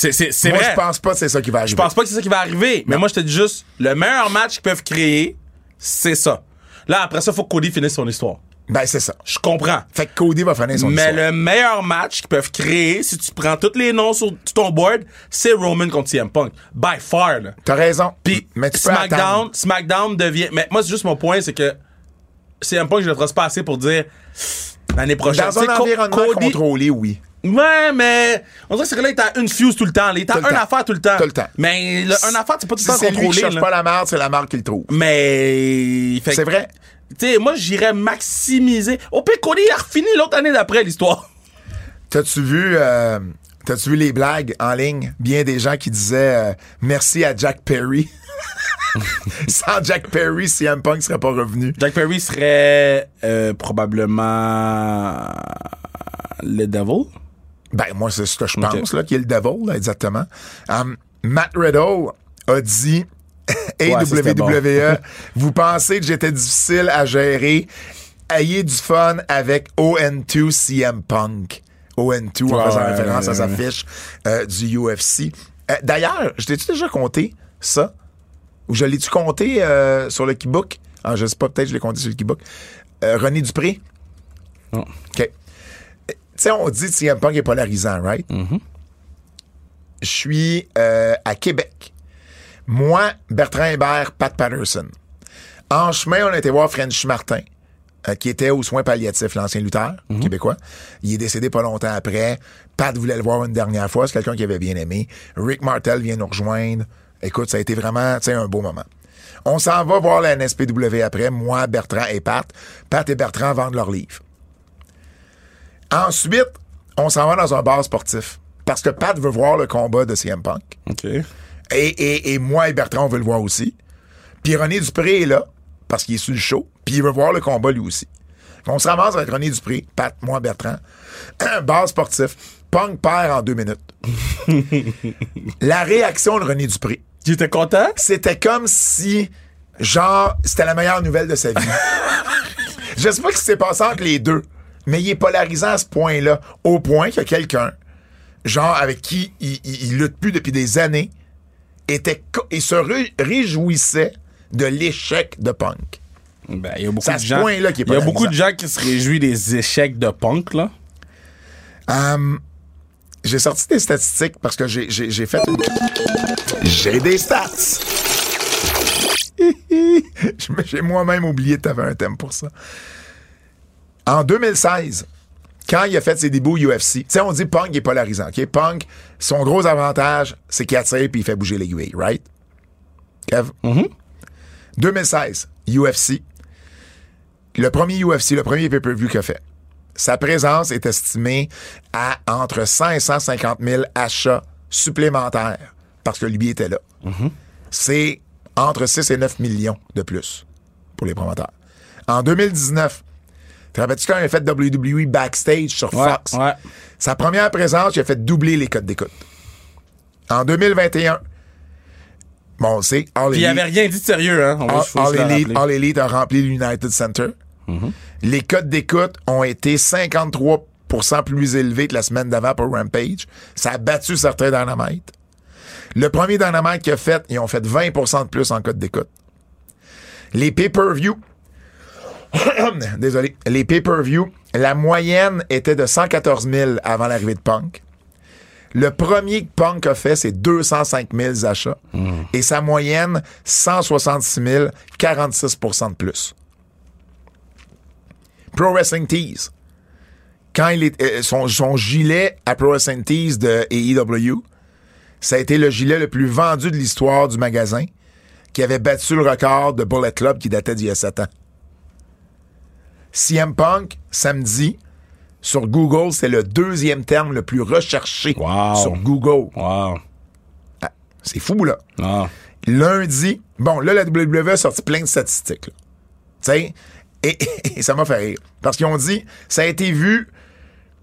S3: C'est, c'est, c'est
S2: moi,
S3: vrai.
S2: je pense pas que c'est ça qui va arriver.
S3: Je pense pas que c'est ça qui va arriver. Mais moi, je te dis juste, le meilleur match qu'ils peuvent créer, c'est ça. Là, après ça, faut que Cody finisse son histoire.
S2: Ben, c'est ça.
S3: Je comprends.
S2: Fait que Cody va finir son
S3: Mais
S2: histoire.
S3: le meilleur match qu'ils peuvent créer, si tu prends tous les noms sur ton board, c'est Roman contre CM Punk. By far, là.
S2: T'as raison.
S3: Puis
S2: mais tu peux
S3: SmackDown,
S2: attendre.
S3: SmackDown devient. Mais moi, c'est juste mon point, c'est que CM Punk, je le trace pas assez pour dire l'année prochaine.
S2: Dans
S3: Tu sais,
S2: un
S3: Co-
S2: environnement
S3: Cody-
S2: contrôlé, oui.
S3: Ouais, mais on dirait que c'est que là, il a une fuse tout le temps. là. Il
S2: Tout
S3: t'a
S2: le
S3: une
S2: temps.
S3: affaire tout le temps.
S2: Tout le temps.
S3: Mais le- un affaire, c'est pas tout
S2: Si
S3: le temps
S2: c'est lui qui
S3: contrôlé.
S2: cherche
S3: là.
S2: pas la marde, c'est la marde qui le trouve.
S3: Mais. fait que-
S2: C'est vrai.
S3: Tu sais, moi, j'irais maximiser. Au pire, Cody, il a refini l'autre année d'après l'histoire.
S2: T'as-tu vu, euh, t'as-tu vu les blagues en ligne? Bien des gens qui disaient euh, merci à Jack Perry. Sans Jack Perry, CM Punk serait pas revenu.
S3: Jack Perry serait euh, probablement. Le Devil.
S2: Ben, moi, c'est ce que je pense, là, qui est le devil, là, exactement. Um, Matt Riddle a dit Hey,
S3: Ouais, ça, c'était bon.
S2: WWE, E, vous pensez que j'étais difficile à gérer? Ayez du fun avec ON2 CM Punk. ON2, en
S3: Ouais,
S2: faisant
S3: ouais,
S2: référence
S3: ouais,
S2: à sa
S3: ouais.
S2: fiche euh, du UFC. Euh, D'ailleurs, je t'ai-tu déjà compté ça? Ou je l'ai-tu compté euh, sur le Keybook? Ah, je sais pas, peut-être que je l'ai compté sur le Keybook. Euh, René Dupré?
S3: Non.
S2: OK. Euh, Tu sais, on dit que CM Punk est polarisant, right?
S3: Mm-hmm.
S2: Je suis euh, à Québec. Moi, Bertrand Hébert, Pat Patterson. En chemin, on a été voir French Martin, euh, qui était aux soins palliatifs, l'ancien lutteur québécois. Il est décédé pas longtemps après. Pat voulait le voir une dernière fois. C'est quelqu'un qui avait bien aimé. Rick Martel vient nous rejoindre. Écoute, ça a été vraiment tu sais, un beau moment. On s'en va voir la NSPW après. Moi, Bertrand et Pat. Pat et Bertrand vendent leurs livres. Ensuite, on s'en va dans un bar sportif. Parce que Pat veut voir le combat de CM Punk.
S3: OK.
S2: Et, et- et moi et Bertrand, on veut le voir aussi. Puis René Dupré est là, parce qu'il est sur le show, puis il veut voir le combat lui aussi. On se ramasse avec René Dupré, Pat, moi, Bertrand. bar sportif. Punk perd en deux minutes. la réaction de René Dupré,
S3: J'étais content.
S2: c'était comme si, genre, c'était la meilleure nouvelle de sa vie. Je sais pas ce qui s'est passé entre les deux, mais il est polarisant à ce point-là, au point que quelqu'un genre avec qui il, il- il lutte plus depuis des années, était co- et se ré- réjouissait de l'échec de Punk.
S3: Ben, il y a beaucoup
S2: C'est à
S3: de
S2: ce
S3: gens.
S2: point-là qu'il est
S3: Il y a
S2: polarisant.
S3: beaucoup de gens qui se réjouissent des échecs de punk, là.
S2: Hum, j'ai sorti des statistiques parce que j'ai- j'ai j'ai fait une... J'ai des stats! Je me- j'ai moi-même oublié que t'avais un thème pour ça. En 2016, quand il a fait ses débuts au UFC, tu sais, on dit Punk est polarisant, OK? Punk, son gros avantage, c'est qu'il attire puis il fait bouger l'aiguille, right? Kev?
S3: Mm-hmm.
S2: 2016, UFC. Le premier UFC, le premier pay-per-view qu'il a fait. Sa présence est estimée à entre 100 et 150 000 achats supplémentaires parce que lui était là.
S3: Mm-hmm.
S2: C'est entre 6 et 9 millions de plus pour les promoteurs. En 2019, te rappelles-tu quand il a fait WWE Backstage sur
S3: Ouais,
S2: Fox?
S3: ouais.
S2: Sa première présence, il a fait doubler les codes d'écoute. En 2021, bon, on le sait, All
S3: Puis il avait
S2: Elite-
S3: rien dit de sérieux, hein. On va
S2: All,
S3: faut se le
S2: All Elite,
S3: rappeler.
S2: All Elite a rempli l'United Center. Les codes d'écoute ont été 53 plus élevés que la semaine d'avant pour Rampage. Ça a battu certains Dynamite. Le premier Dynamite qu'il a fait, ils ont fait 20 de plus en code d'écoute. Les pay-per-view, désolé, les pay-per-view, la moyenne était de 114 000 avant l'arrivée de Punk. Le premier que Punk a fait, c'est 205 000 achats. Et sa moyenne, 166 000, 46 de plus. Pro Wrestling Tees. Quand il est, euh, son, son gilet à Pro Wrestling Tees de AEW, ça a été le gilet le plus vendu de l'histoire du magasin, qui avait battu le record de Bullet Club qui datait d'il y a 7 ans. CM Punk, samedi, sur Google, c'est le deuxième terme le plus recherché
S3: Wow.
S2: sur Google.
S3: Wow.
S2: C'est fou, là.
S3: Ah.
S2: Lundi, bon, là, la WWE a sorti plein de statistiques. là. Tu sais, et, et ça m'a fait rire. Parce qu'ils ont dit, ça a été vu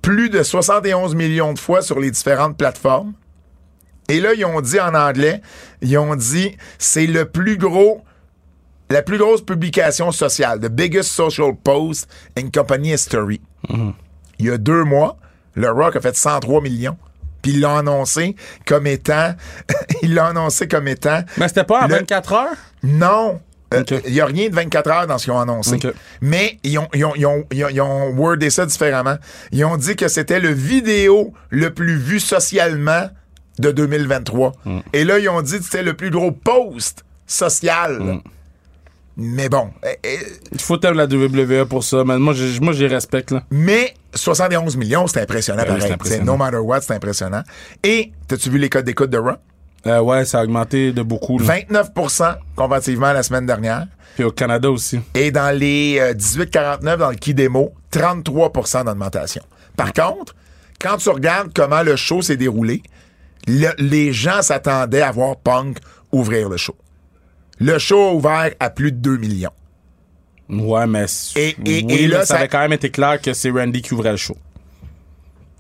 S2: plus de 71 millions de fois sur les différentes plateformes. Et là, ils ont dit en anglais, ils ont dit, c'est le plus gros, la plus grosse publication sociale, the biggest social post in company history. Il y a deux mois, le Rock a fait 103 millions. Puis il l'a annoncé comme étant, il l'a annoncé comme étant
S3: Mais c'était pas à
S2: Le-
S3: 24 heures?
S2: non. Euh,
S3: Ok.
S2: Il n'y a rien de 24 heures dans ce qu'ils ont annoncé.
S3: Ok.
S2: Mais ils ont, ils, ont, ils, ont, ils ont- ils ont wordé ça différemment. Ils ont dit que c'était le vidéo le plus vu socialement de 2023.
S3: Mm.
S2: Et là, ils ont dit que c'était le plus gros post social.
S3: Mm.
S2: Mais bon. euh, euh,
S3: Il faut t'aimer la WWE pour ça, mais moi, je, moi, je les respecte, là.
S2: Mais 71 millions, c'est impressionnant.
S3: Ben oui,
S2: pareil.
S3: c'est impressionnant.
S2: C'est No matter what, c'est impressionnant. Et, t'as-tu vu les codes d'écoute de Raw?
S3: Euh, ouais, ça a augmenté de beaucoup, là.
S2: 29 comparativement à la semaine dernière.
S3: Puis au Canada aussi.
S2: Et dans les euh, 18-49, dans le qui démo, 33 d'augmentation. Par contre, quand tu regardes comment le show s'est déroulé, le- les gens s'attendaient à voir Punk ouvrir le show. Le show a ouvert à plus de 2 millions.
S3: Ouais, mais.
S2: Et- et-
S3: oui,
S2: et là,
S3: mais ça
S2: ça-
S3: avait quand même été clair que c'est Randy qui ouvrait le show.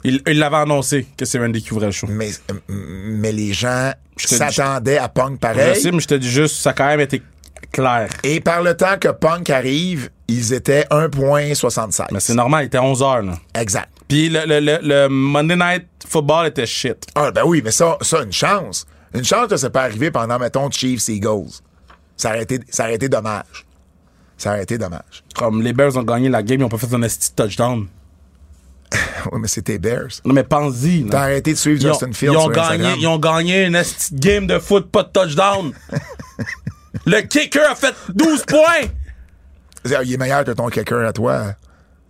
S3: Il il l'avait annoncé que c'est Randy qui ouvrait le show.
S2: Mais, euh, mais les gens
S3: te dis-
S2: s'attendaient à Punk
S3: Je
S2: pareil.
S3: sais, mais je te dis juste, ça a quand même été clair.
S2: Et par le temps que Punk arrive, ils étaient
S3: Mais c'est
S2: 1.76.
S3: normal, il était 11 heures, là.
S2: Exact.
S3: Puis le, le, le, le Monday Night Football était shit.
S2: Ah, ben oui, mais ça, ça une chance. Une chance que ça peut arriver pendant, mettons, Chiefs Eagles. Ça aurait été, ça aurait été dommage. Ça aurait été dommage.
S3: Comme les Bears ont gagné la game, ils ont pas fait un esti de touchdown.
S2: Oui, mais c'était Bears.
S3: Non, mais pense-y, là.
S2: T'as arrêté de suivre
S3: Ils ont,
S2: Justin Fields
S3: ils ont
S2: sur
S3: gagné,
S2: Instagram.
S3: ils ont gagné une esti de game de foot, pas de touchdown. le kicker a fait 12 points.
S2: C'est-à-dire, Il est meilleur que ton kicker à toi, euh,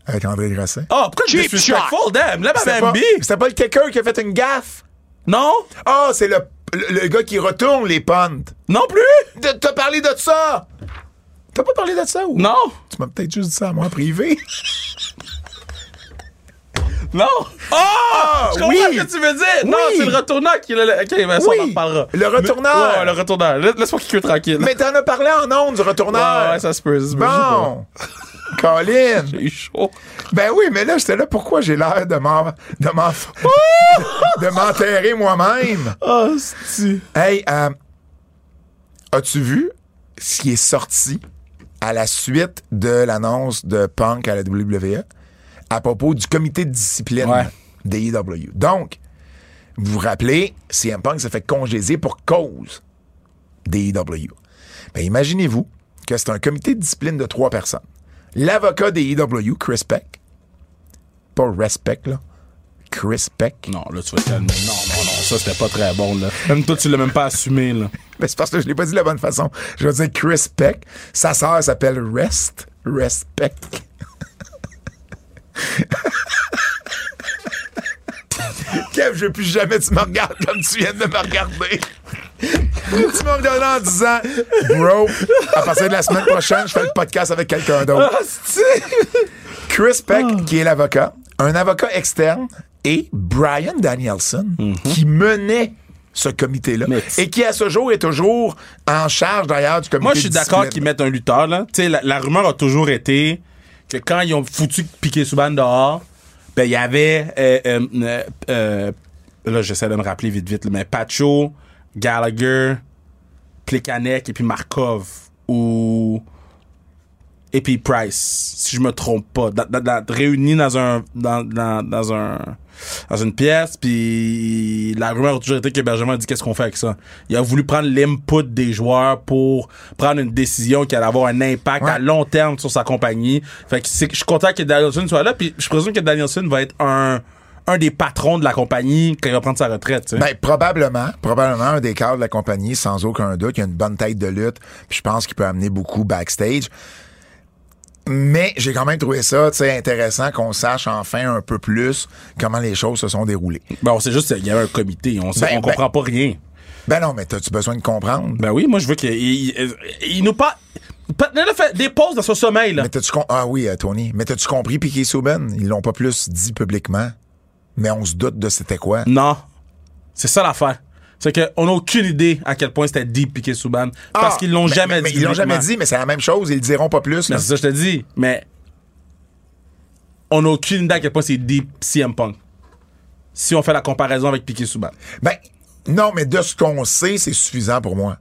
S2: avec André Grasset.
S3: Oh, pourquoi je
S4: Cheap
S3: disrespectful, damn? Là,
S2: C'était pas,
S3: ma B.
S2: c'était pas le kicker qui a fait une gaffe.
S3: Non?
S2: Ah, c'est le, le, le gars qui retourne les punts.
S3: Non plus?
S2: De- T'as parlé de ça! T'as pas parlé de ça ou?
S3: Non?
S2: Tu m'as peut-être juste dit ça à moi en privé.
S3: Non? Ah! je comprends
S2: oui.
S3: ce que tu veux dire. Non,
S2: Oui.
S3: c'est le retournant qui l'a... le- OK, ben ça,
S2: Oui.
S3: on en reparlera.
S2: Le retourneur.
S3: Mais- ouais, le retournant. Laisse- Laisse-moi qu'il tranquille.
S2: Mais t'en as parlé en ondes du retourneur.
S3: Ouais, ouais, ça se peut. ça se peut,
S2: Bon! Colin!
S3: je sais pas. J'ai eu chaud.
S2: Ben oui, mais là, j'étais là, pourquoi j'ai l'air de m'en, de m'en- de m'enterrer moi-même?
S3: Ah, c'est...
S2: Hey, euh, as-tu vu ce qui est sorti à la suite de l'annonce de Punk à la E WWE à propos du comité de discipline
S3: Ouais.
S2: des IW? Donc, Vous vous rappelez, CM Punk s'est fait congéser pour cause des IW. Ben, imaginez-vous que c'est un comité de discipline de trois personnes. L'avocat des IW, Chris Peck. Pas Respect, là. Chris Peck.
S3: Non, là, tu vas te calmer. Non, non, non, ça, c'était pas très bon, là. Même toi, tu l'as même pas assumé, là.
S2: Mais c'est parce que je l'ai pas dit de la bonne façon. Je veux dire Chris Peck. Sa sœur s'appelle Rest. Respect. Kev, je veux plus jamais que tu me regardes comme tu viens de me regarder. tu m'as regardé en disant, bro, à partir de la semaine prochaine, je fais le podcast avec quelqu'un d'autre.
S3: Ah,
S2: Chris Peck, qui est l'avocat, un avocat externe, et Brian Danielson, qui menait ce comité-là,
S3: Mhm. Mais-
S2: et qui à ce jour est toujours en charge d'ailleurs du comité.
S3: Moi, je suis
S2: de
S3: d'accord qu'ils
S2: discipline.
S3: mettent un lutteur, là. Tu sais, la, la rumeur a toujours été que quand ils ont foutu Piqué Souban dehors, ben, il y avait, euh, euh, euh, euh, là, j'essaie de me rappeler vite, vite, là, mais Pacho, Gallagher, Plekanec et puis Markov ou, et puis Price, si je me trompe pas, dans- dans- dans- réunis dans un, dans, dans, dans un, dans une pièce, puis la rumeur a toujours été que Benjamin a dit qu'est-ce qu'on fait avec ça. Il a voulu prendre l'input des joueurs pour prendre une décision qui allait avoir un impact
S2: Ouais.
S3: à long terme sur sa compagnie. Fait que c'est- je suis content que Danielson soit là, puis je présume que Danielson va être un, un des patrons de la compagnie quand il va prendre sa retraite. tu sais.
S2: Ben, probablement, probablement un des cadres de la compagnie, sans aucun doute, qui a une bonne tête de lutte, puis je pense qu'il peut amener beaucoup backstage. Mais j'ai quand même trouvé ça, tu sais, intéressant qu'on sache enfin un peu plus comment les choses se sont déroulées.
S3: Ben, on sait juste qu'il y a un comité, on, sait,
S2: Ben,
S3: on comprend pas rien.
S2: Ben non, mais t'as-tu besoin de comprendre?
S3: Ben oui, moi je veux qu'il il, il- il nous pas. Patnella fait des pauses dans son sommeil là.
S2: Mais t'as-tu com- Ah oui, euh, Tony. Mais t'as-tu compris Piqué Souben? Ils l'ont pas plus dit publiquement. Mais on se doute de c'était quoi.
S3: Non. C'est ça l'affaire. C'est qu'on n'a aucune idée à quel point c'était deep piqué Souban. Parce
S2: Ah,
S3: qu'ils l'ont
S2: mais-
S3: jamais
S2: mais
S3: dit.
S2: Ils l'ont jamais
S3: publiquement.
S2: dit, mais c'est la même chose. Ils le diront pas plus.
S3: Mais
S2: là.
S3: c'est ça que je te dis. Mais on n'a aucune idée à quel point c'est deep CM Punk. Si on fait la comparaison avec Piqué Souban.
S2: Ben, non, mais de ce qu'on sait, c'est suffisant pour moi.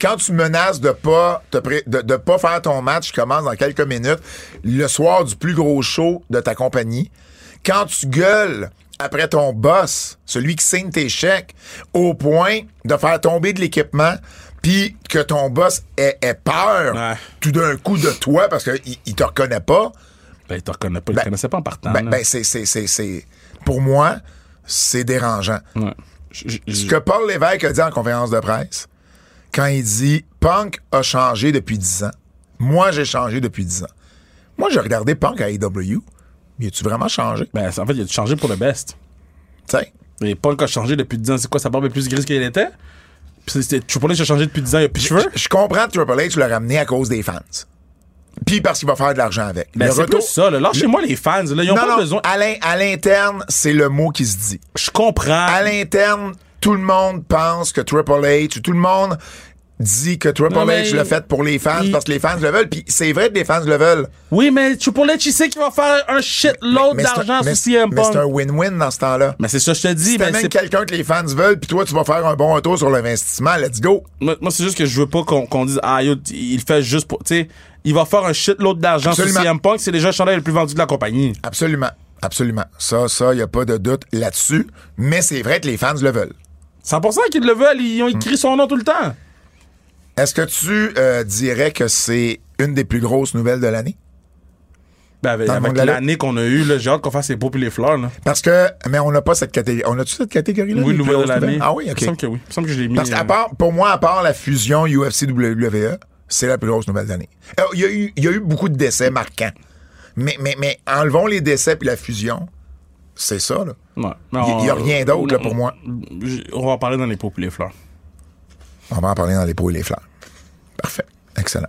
S2: Quand tu menaces de pas te pré- de, de pas faire ton match qui commence dans quelques minutes, le soir du plus gros show de ta compagnie, quand tu gueules après ton boss, celui qui signe tes chèques, au point de faire tomber de l'équipement, puis que ton boss ait, ait peur
S3: Ouais.
S2: tout d'un coup de toi parce qu'il il te reconnaît pas,
S3: Ben, il te reconnaît pas. Il
S2: Ben,
S3: te connaissait pas en partant.
S2: ben,
S3: là.
S2: ben c'est, c'est, c'est, c'est- pour moi, c'est dérangeant.
S3: Ouais. Je- je- je-
S2: Ce que Paul Lévesque a dit en conférence de presse, quand il dit Punk a changé depuis 10 ans. Moi, j'ai changé depuis 10 ans. Moi, j'ai regardé Punk à AEW. Mais tu vraiment changé?
S3: ben, en fait, il a dû changer pour le best.
S2: Tu sais,
S3: Mais Punk a changé depuis 10 ans. C'est quoi, sa barbe est plus grise qu'elle était? Puis c'était Triple H a changé depuis 10 ans, il a plus de cheveux?
S2: je comprends que Triple H l'a ramené à cause des fans. Puis parce qu'il va faire de l'argent avec.
S3: Ben,
S2: Le
S3: c'est
S2: retour-
S3: plus ça, là. Lâchez-moi les fans, là. Ils ont
S2: Non,
S3: pas
S2: non,
S3: besoin. Ah,
S2: à l'in- à l'interne, c'est le mot qui se dit.
S3: Je comprends.
S2: à l'interne, tout le monde pense que Triple H, tout le monde dit que Triple
S3: Non, mais
S2: H l'a fait pour les fans
S3: il-
S2: parce que les fans le veulent. Puis c'est vrai que les fans le veulent.
S3: Oui, mais Triple H, il sait qu'il va faire un shitload
S2: Mais c'est un-
S3: d'argent
S2: mais-
S3: sur CM
S2: Mais c'est un
S3: Punk.
S2: win-win dans ce temps-là.
S3: Mais c'est ça, je te dis.
S2: T'as
S3: Mais
S2: même
S3: c'est-
S2: quelqu'un que les fans veulent, puis toi, tu vas faire un bon retour sur l'investissement. Let's go.
S3: moi, moi, c'est juste que je veux pas qu'on qu'on dise, ah, yo, il le fait juste pour. Tu sais, il va faire un shitload d'argent sur
S2: Absolument.
S3: CM Punk. C'est déjà le chandail le plus vendu de la compagnie.
S2: Absolument. Absolument. Ça, ça, il n'y a pas de doute là-dessus. Mais c'est vrai que les fans le veulent.
S3: 100% qu'ils le veulent. Ils ont
S2: Hmm.
S3: écrit son nom tout le temps.
S2: Est-ce que tu euh, dirais que c'est une des plus grosses nouvelles de l'année?
S3: Ben, avec
S2: Dans le
S3: avec
S2: monde de la
S3: l'année qu'on a eue, là, j'ai hâte qu'on fasse les pots puis les fleurs, là.
S2: Parce que, mais on n'a pas cette catégorie. On a-tu cette catégorie-là?
S3: Oui,
S2: des plus
S3: nouvelle de
S2: grosses
S3: l'année.
S2: nouvelles? Ah oui,
S3: Il me semble
S2: OK.
S3: que oui. Il me semble que je l'ai mis.
S2: Parce qu'à
S3: euh,
S2: part, pour moi, à part la fusion UFC-WWE, E, c'est la plus grosse nouvelle de l'année. Alors, Il y, a eu- il y a eu beaucoup de décès marquants. Mais, mais, mais enlevons les décès puis la fusion. C'est ça, là.
S3: Ouais.
S2: Il y a
S3: Non,
S2: rien d'autre, là,
S3: non,
S2: pour moi.
S3: j- On va en parler dans les pots puis les fleurs.
S2: On va en parler dans les pots et les fleurs. Parfait. Excellent.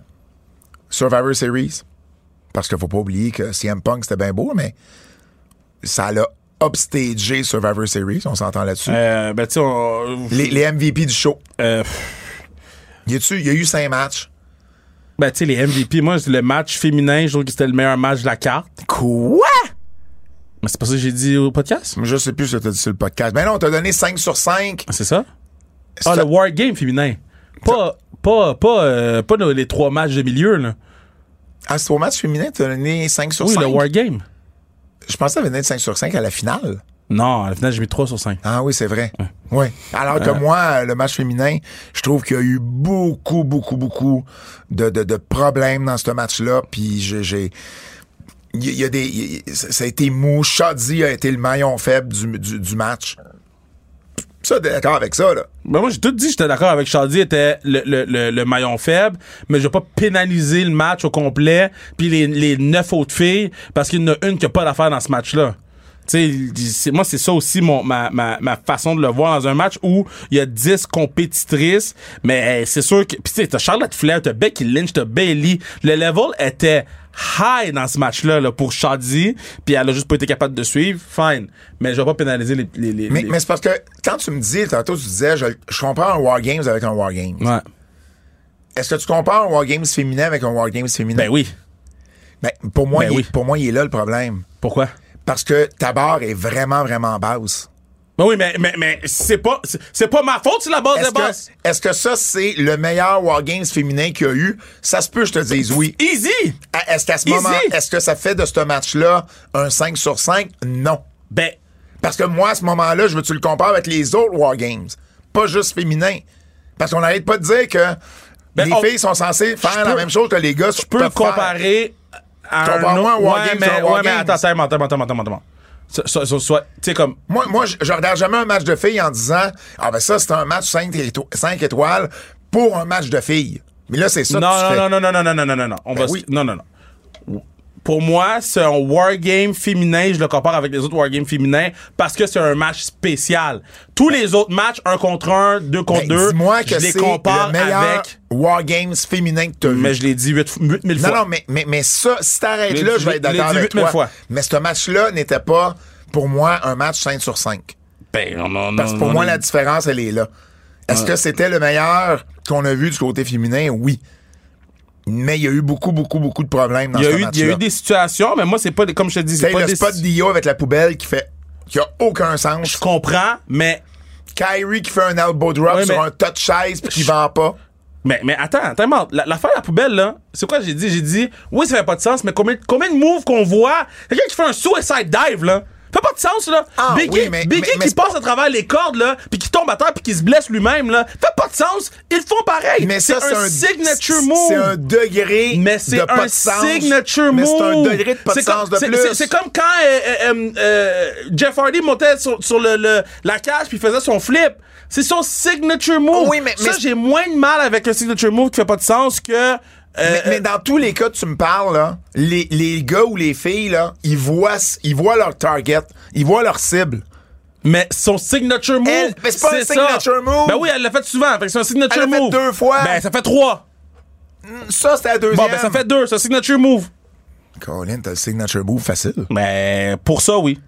S2: Survivor Series. Parce qu'il faut pas oublier que CM Punk, c'était bien beau, mais ça l'a upstagé Survivor Series. On s'entend là-dessus.
S3: Euh, ben, tu sais, on-
S2: Les, les MVP du show.
S3: euh,
S2: Il y, a-tu- il y a eu cinq matchs.
S3: ben, tu sais, les MVP, moi, c'est le match féminin, je trouve que c'était le meilleur match de la carte.
S2: Quoi?
S3: Mais c'est pas ça que j'ai dit au podcast?
S2: Je sais plus ce que t'as dit sur le podcast. Mais non, t'as donné 5 sur 5.
S3: Ah, C'est ça? Ah, le War Game féminin. Pas, pas, pas, euh, pas nos- les trois matchs de milieu, là.
S2: Ah, c'est au match féminin, t'as donné 5 sur
S3: Oui,
S2: 5.
S3: le War Game.
S2: Je pensais que ça venait de 5 sur 5 à la finale.
S3: Non, à la finale, j'ai mis 3 sur 5.
S2: Ah oui, c'est vrai. Oui. Alors que moi, le match féminin, je trouve qu'il y a eu beaucoup, beaucoup, beaucoup de, de, de problèmes dans ce match-là. Puis j'ai- j'ai. Il y il y a des. il- il- ça ça a été mou. Shadi a été le maillon faible du, du, du match. Ça, t'es d'accord avec ça, là.
S3: Ben moi, j'ai tout dit, j'étais d'accord avec Chardy, était le, le, le, le maillon faible, mais je vais pas pénaliser le match au complet, puis les, les neuf autres filles, parce qu'il y en a une qui a pas d'affaire dans ce match-là. Tu sais, il- c'est- moi, c'est ça aussi mon, ma, ma, ma façon de le voir dans un match où il y a 10 compétitrices, mais hey, c'est sûr que... Puis tu sais, t'as Charlotte Flair, t'as Becky Lynch, t'as Bailey. Le level était high dans ce match-là là, pour Shadi, puis elle a juste pas été capable de suivre, fine. Mais je vais pas pénaliser les... les, les-
S2: Mais,
S3: les-
S2: mais c'est parce que quand tu me dis, tantôt, tu disais, je, je compare un Wargames avec un Wargames.
S3: Ouais.
S2: Est-ce que tu compares un Wargames féminin avec un Wargames féminin?
S3: Ben oui.
S2: Ben, pour, moi,
S3: Ben
S2: il,
S3: oui.
S2: pour moi, il est là le problème.
S3: Pourquoi?
S2: Parce que ta barre est vraiment, vraiment basse.
S3: Ben oui, mais, mais, mais c'est pas, c'est- c'est pas ma faute si la base
S2: Est-ce
S3: est basse.
S2: que, est-ce que ça, c'est le meilleur Wargames féminin qu'il y a eu? Ça se peut, je te dise oui.
S3: Easy!
S2: À- Est-ce qu'à ce
S3: Easy.
S2: moment, est-ce que ça fait de ce match-là un 5 sur 5? Non.
S3: Ben,
S2: Parce que moi, à ce moment-là, je veux que tu le compares avec les autres Wargames. Pas juste féminin. Parce qu'on n'arrête pas de dire que
S3: Ben,
S2: les
S3: on-
S2: filles sont censées faire
S3: je
S2: la
S3: peux-
S2: même chose que les gars.
S3: je peux le comparer à un
S2: Compare-moi à
S3: autre.
S2: Wargames,
S3: Ouais, mais,
S2: à
S3: ouais,
S2: Wargames.
S3: mais attends, attends, attends, attends, attends, attends. Soit, soit, soit, soit- tu sais, comme,
S2: Moi, moi je, je regarde jamais un match de filles en disant Ah ben ça, c'est un match 5, étoiles pour un match de filles. Mais là, c'est ça
S3: non,
S2: que tu fais. Ben
S3: non, non, non, non, non, non, non, non, non, on va,
S2: oui.
S3: non, non, non. Pour moi, c'est un wargame féminin, je le compare avec les autres wargames féminins, parce que c'est un match spécial. Tous les autres matchs, un contre un, deux contre
S2: Ben,
S3: deux,
S2: Dis-moi
S3: je
S2: que
S3: les
S2: c'est
S3: compare
S2: le meilleur
S3: avec,
S2: Wargames féminin que tu as vu.
S3: mais je l'ai dit 8 000 fois.
S2: Non, non, mais, mais, mais ça, si t'arrêtes
S3: Les
S2: là,
S3: dix-
S2: je vais être
S3: les
S2: d'accord
S3: 18
S2: avec
S3: 000
S2: toi.
S3: fois.
S2: Mais ce match-là n'était pas, pour moi, un match 5 sur 5.
S3: Ben, non, non,
S2: Parce que
S3: non,
S2: pour
S3: non,
S2: moi,
S3: non.
S2: la différence, elle est là. Est-ce que c'était le meilleur qu'on a vu du côté féminin? Oui. Mais il y a eu beaucoup, beaucoup, beaucoup de problèmes dans
S3: Il y, a
S2: ce
S3: eu, il y
S2: match-là.
S3: a eu des situations, mais moi, c'est pas, des- comme je te dis, c'est
S2: T'sais,
S3: pas
S2: le
S3: des...
S2: spot d'Io avec la poubelle qui fait qui a aucun
S3: Je
S2: sens.
S3: comprends, mais,
S2: Kyrie qui fait un elbow drop
S3: Ouais,
S2: sur
S3: mais-
S2: un touch chaise puis qui vend pas.
S3: mais, mais attends, attends, Marc, la- l'affaire de la poubelle, là, c'est quoi j'ai dit? J'ai dit, oui, ça fait pas de sens, mais combien, combien de moves qu'on voit? Quelqu'un qui fait un suicide dive, là. Ça fait pas de sens, là.
S2: Ah,
S3: Biggie,
S2: oui, mais-
S3: Biggie
S2: mais- mais
S3: qui
S2: c'est
S3: passe à travers les cordes, là, puis qui tombe à terre, puis qui se blesse lui-même, là. Ça fait pas de sens. Ils font pareil.
S2: Mais ça, c'est un,
S3: signature
S2: c'est-
S3: move.
S2: C'est un degré
S3: Mais
S2: de
S3: c'est
S2: pas
S3: un
S2: de sens.
S3: signature
S2: Mais
S3: move.
S2: c'est un degré de pas de
S3: C'est comme-
S2: sens de
S3: c'est-
S2: plus.
S3: c'est- C'est comme quand euh, euh, euh, euh, Jeff Hardy montait sur, sur le, le- la cage puis faisait son flip. C'est son signature move.
S2: Oui, mais-
S3: ça,
S2: mais-
S3: j'ai moins de mal avec le signature move qui fait pas de sens que. euh,
S2: mais, mais dans tous les cas, tu me parles, là, les, les gars ou les filles, là, ils voient, ils voient leur target, ils voient leur cible.
S3: mais son signature move.
S2: Elle- mais c'est pas un
S3: ça.
S2: signature move.
S3: Ben oui, elle l'a fait souvent. Fait que c'est un signature
S2: Elle l'a fait
S3: move.
S2: deux fois.
S3: Ben ça fait trois.
S2: Ça, c'est la deuxième.
S3: Bon, ben ça fait deux. C'est un signature move.
S2: Colin, t'as le signature move facile.
S3: Ben pour ça, oui.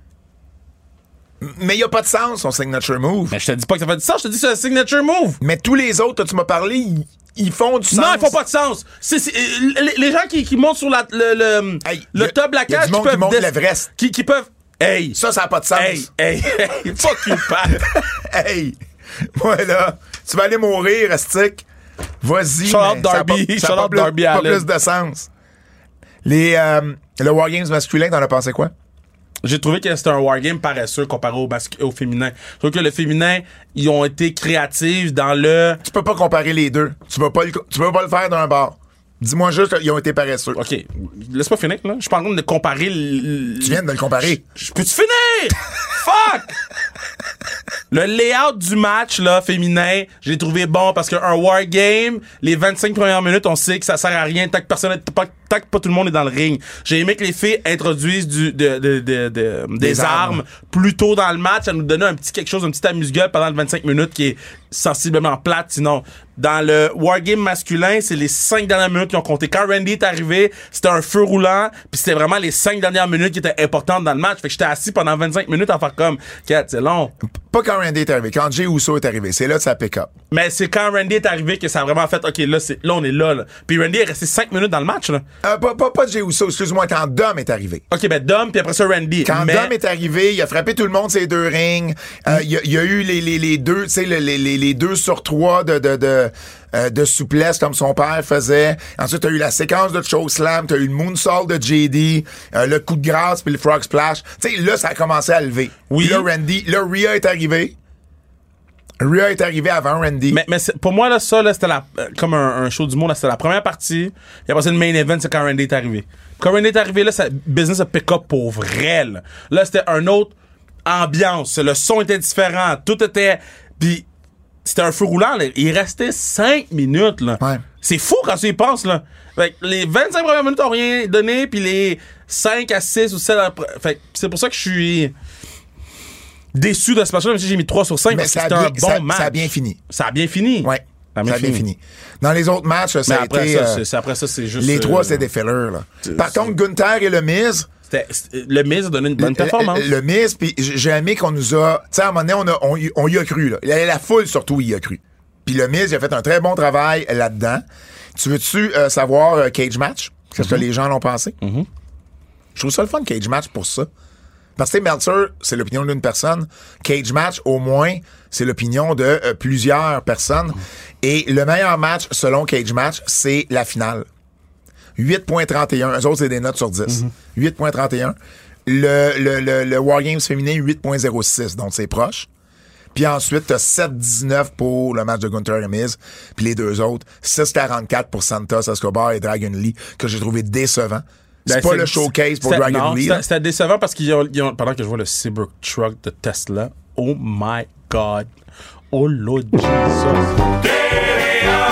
S2: Mais il a pas de sens, son signature move.
S3: Mais je te dis pas que ça fait du sens. Je te dis que c'est un signature move.
S2: Mais tous les autres, que tu m'as parlé, ils, ils font du sens.
S3: Non, ils font pas de sens. C'est- c'est- euh, les- les gens qui, qui montent sur la, le, le,
S2: Hey,
S3: le
S2: y a-
S3: top de la
S2: y a du
S3: cage, qui
S2: monde qui
S3: peuvent.
S2: monte
S3: des-
S2: l'Everest.
S3: Qui, qui peuvent. Hey!
S2: Ça, ça n'a pas de sens.
S3: hey! Hey! Hey! Fuck you, Pat!
S2: Hey! Moi, là, tu vas aller mourir, Astic. Vas-y.
S3: Shout out
S2: mais ça a pas-
S3: Darby.
S2: ça a
S3: Shout
S2: pas
S3: out
S2: plus-
S3: Darby
S2: Pas
S3: Allin.
S2: plus de sens. Les, euh, le Wargames masculin, t'en as pensé quoi?
S3: J'ai trouvé que c'était un wargame paresseux comparé au, basque- au féminin. Je trouve que le féminin, ils ont été créatifs dans le.
S2: Tu peux pas comparer les deux. Tu vas pas le, tu peux pas le faire d'un bord. Dis-moi juste qu'ils ont été paresseux.
S3: OK, laisse-moi finir, là. Je suis pas en train de comparer. l-
S2: Tu viens de le comparer.
S3: Je peux-tu finir? Fuck! Le layout du match, là, féminin, je l'ai trouvé bon parce qu'un war game, les 25 premières minutes, on sait que ça sert à rien tant que personne, est- pas- tant que pas tout le monde est dans le ring. J'ai aimé que les filles introduisent du, de, de- de- de- des,
S2: armes.
S3: armes plus tôt dans le match. Ça nous donnait un petit quelque chose, un petit amuse-gueule pendant le 25 minutes qui est sensiblement plate, sinon. Dans le wargame masculin, c'est les cinq dernières minutes qui ont compté. Quand Randy est arrivé, c'était un feu roulant, puis c'était vraiment les cinq dernières minutes qui étaient importantes dans le match. Fait que j'étais assis pendant 25 minutes à faire comme, Kat, c'est long.
S2: Pas quand Randy est arrivé, quand Jay Uso est arrivé. C'est là que ça pick up.
S3: Mais c'est quand Randy est arrivé que ça a vraiment fait, OK, là, c'est, là, on est là, là. Puis Randy est resté 5 minutes dans le match, là.
S2: Euh, pas, pas, pas Jay Uso, excuse-moi, quand Dom est arrivé.
S3: OK, ben Dom, puis après ça, Randy.
S2: Quand
S3: Mais-
S2: Dom est arrivé, il a frappé tout le monde ces deux rings. Euh, il, y a, il y a eu les, les, les deux, tu sais, le- les, les, les, les deux sur trois de, de, de, euh, de souplesse comme son père faisait. Ensuite, t'as eu la séquence de Choke Slam, t'as eu le Moonsault de JD, euh, le coup de grâce puis le Frog Splash. Tu sais, là, ça a commencé à lever.
S3: Oui.
S2: Puis là, Randy, là, Rhea est arrivée. Rhea est arrivée avant Randy.
S3: Mais, mais c'est- pour moi, là, ça, là, c'était la, euh, comme un, un show du monde. là, C'était la première partie. Et après, ça, le main event, c'est quand Randy est arrivé. Quand Randy est arrivé, là, ça, business a pick-up pour vrai. Là, Là, c'était un autre ambiance. Le son était différent. Tout était. Puis, c'était un feu roulant. là. Il restait 5 minutes. Là.
S2: Ouais.
S3: C'est fou quand tu y penses. Là. Fait que les 25 premières minutes n'ont rien donné. Puis les 5 à 6 ou 7 après. Fait que c'est pour ça que je suis. Déçu de ce match-là, même si j'ai mis 3 sur 5,
S2: Mais
S3: parce que
S2: ça a
S3: c'était un
S2: bien-
S3: bon
S2: ça-
S3: match.
S2: ça a bien fini.
S3: Ça a bien fini.
S2: Ouais. Ça a bien fini. Dans les autres matchs,
S3: Mais
S2: ça a
S3: après,
S2: été.
S3: ça,
S2: euh,
S3: c'est- c'est- après ça, c'est juste.
S2: les trois,
S3: euh,
S2: c'est des fillers, là. Par contre, Gunther et le Miz.
S3: c'était- c'était- Le Miz a donné une bonne performance.
S2: Le, le Miz, puis j- j'ai aimé qu'on nous a. Tu sais, à un moment donné, on, a- on y- on y a cru, là. La, la foule, surtout, y a cru. Puis le Miz, il a fait un très bon travail là-dedans. Tu veux-tu euh, savoir euh, Cage Match? Qu'est-ce
S3: Mm-hmm.
S2: que les gens l'ont pensé? Je trouve ça le fun, Cage Match, pour ça. Parce que tu sais, Meltzer, c'est l'opinion d'une personne. Cage Match, au moins, c'est l'opinion de euh, plusieurs personnes. Et le meilleur match, selon Cage Match, c'est la finale. 8.31. Eux autres, c'est des notes sur 10.
S3: Mm-hmm.
S2: 8.31. Le, le, le, le Wargames féminin, 8.06. Donc, c'est proche. Puis ensuite, t'as 7.19 pour le match de Gunther et Miz. Puis les deux autres, 6.44 pour Santos Escobar et Dragon Lee, que j'ai trouvé décevant. C'est
S3: Ben,
S2: pas le showcase pour
S3: c'était-
S2: Dragon
S3: non,
S2: Lee.
S3: c'était-
S2: là.
S3: C'était décevant parce qu'ils ont, ils ont- Pendant que je vois le Cyber Truck de Tesla, oh my god. Oh Lord Jesus.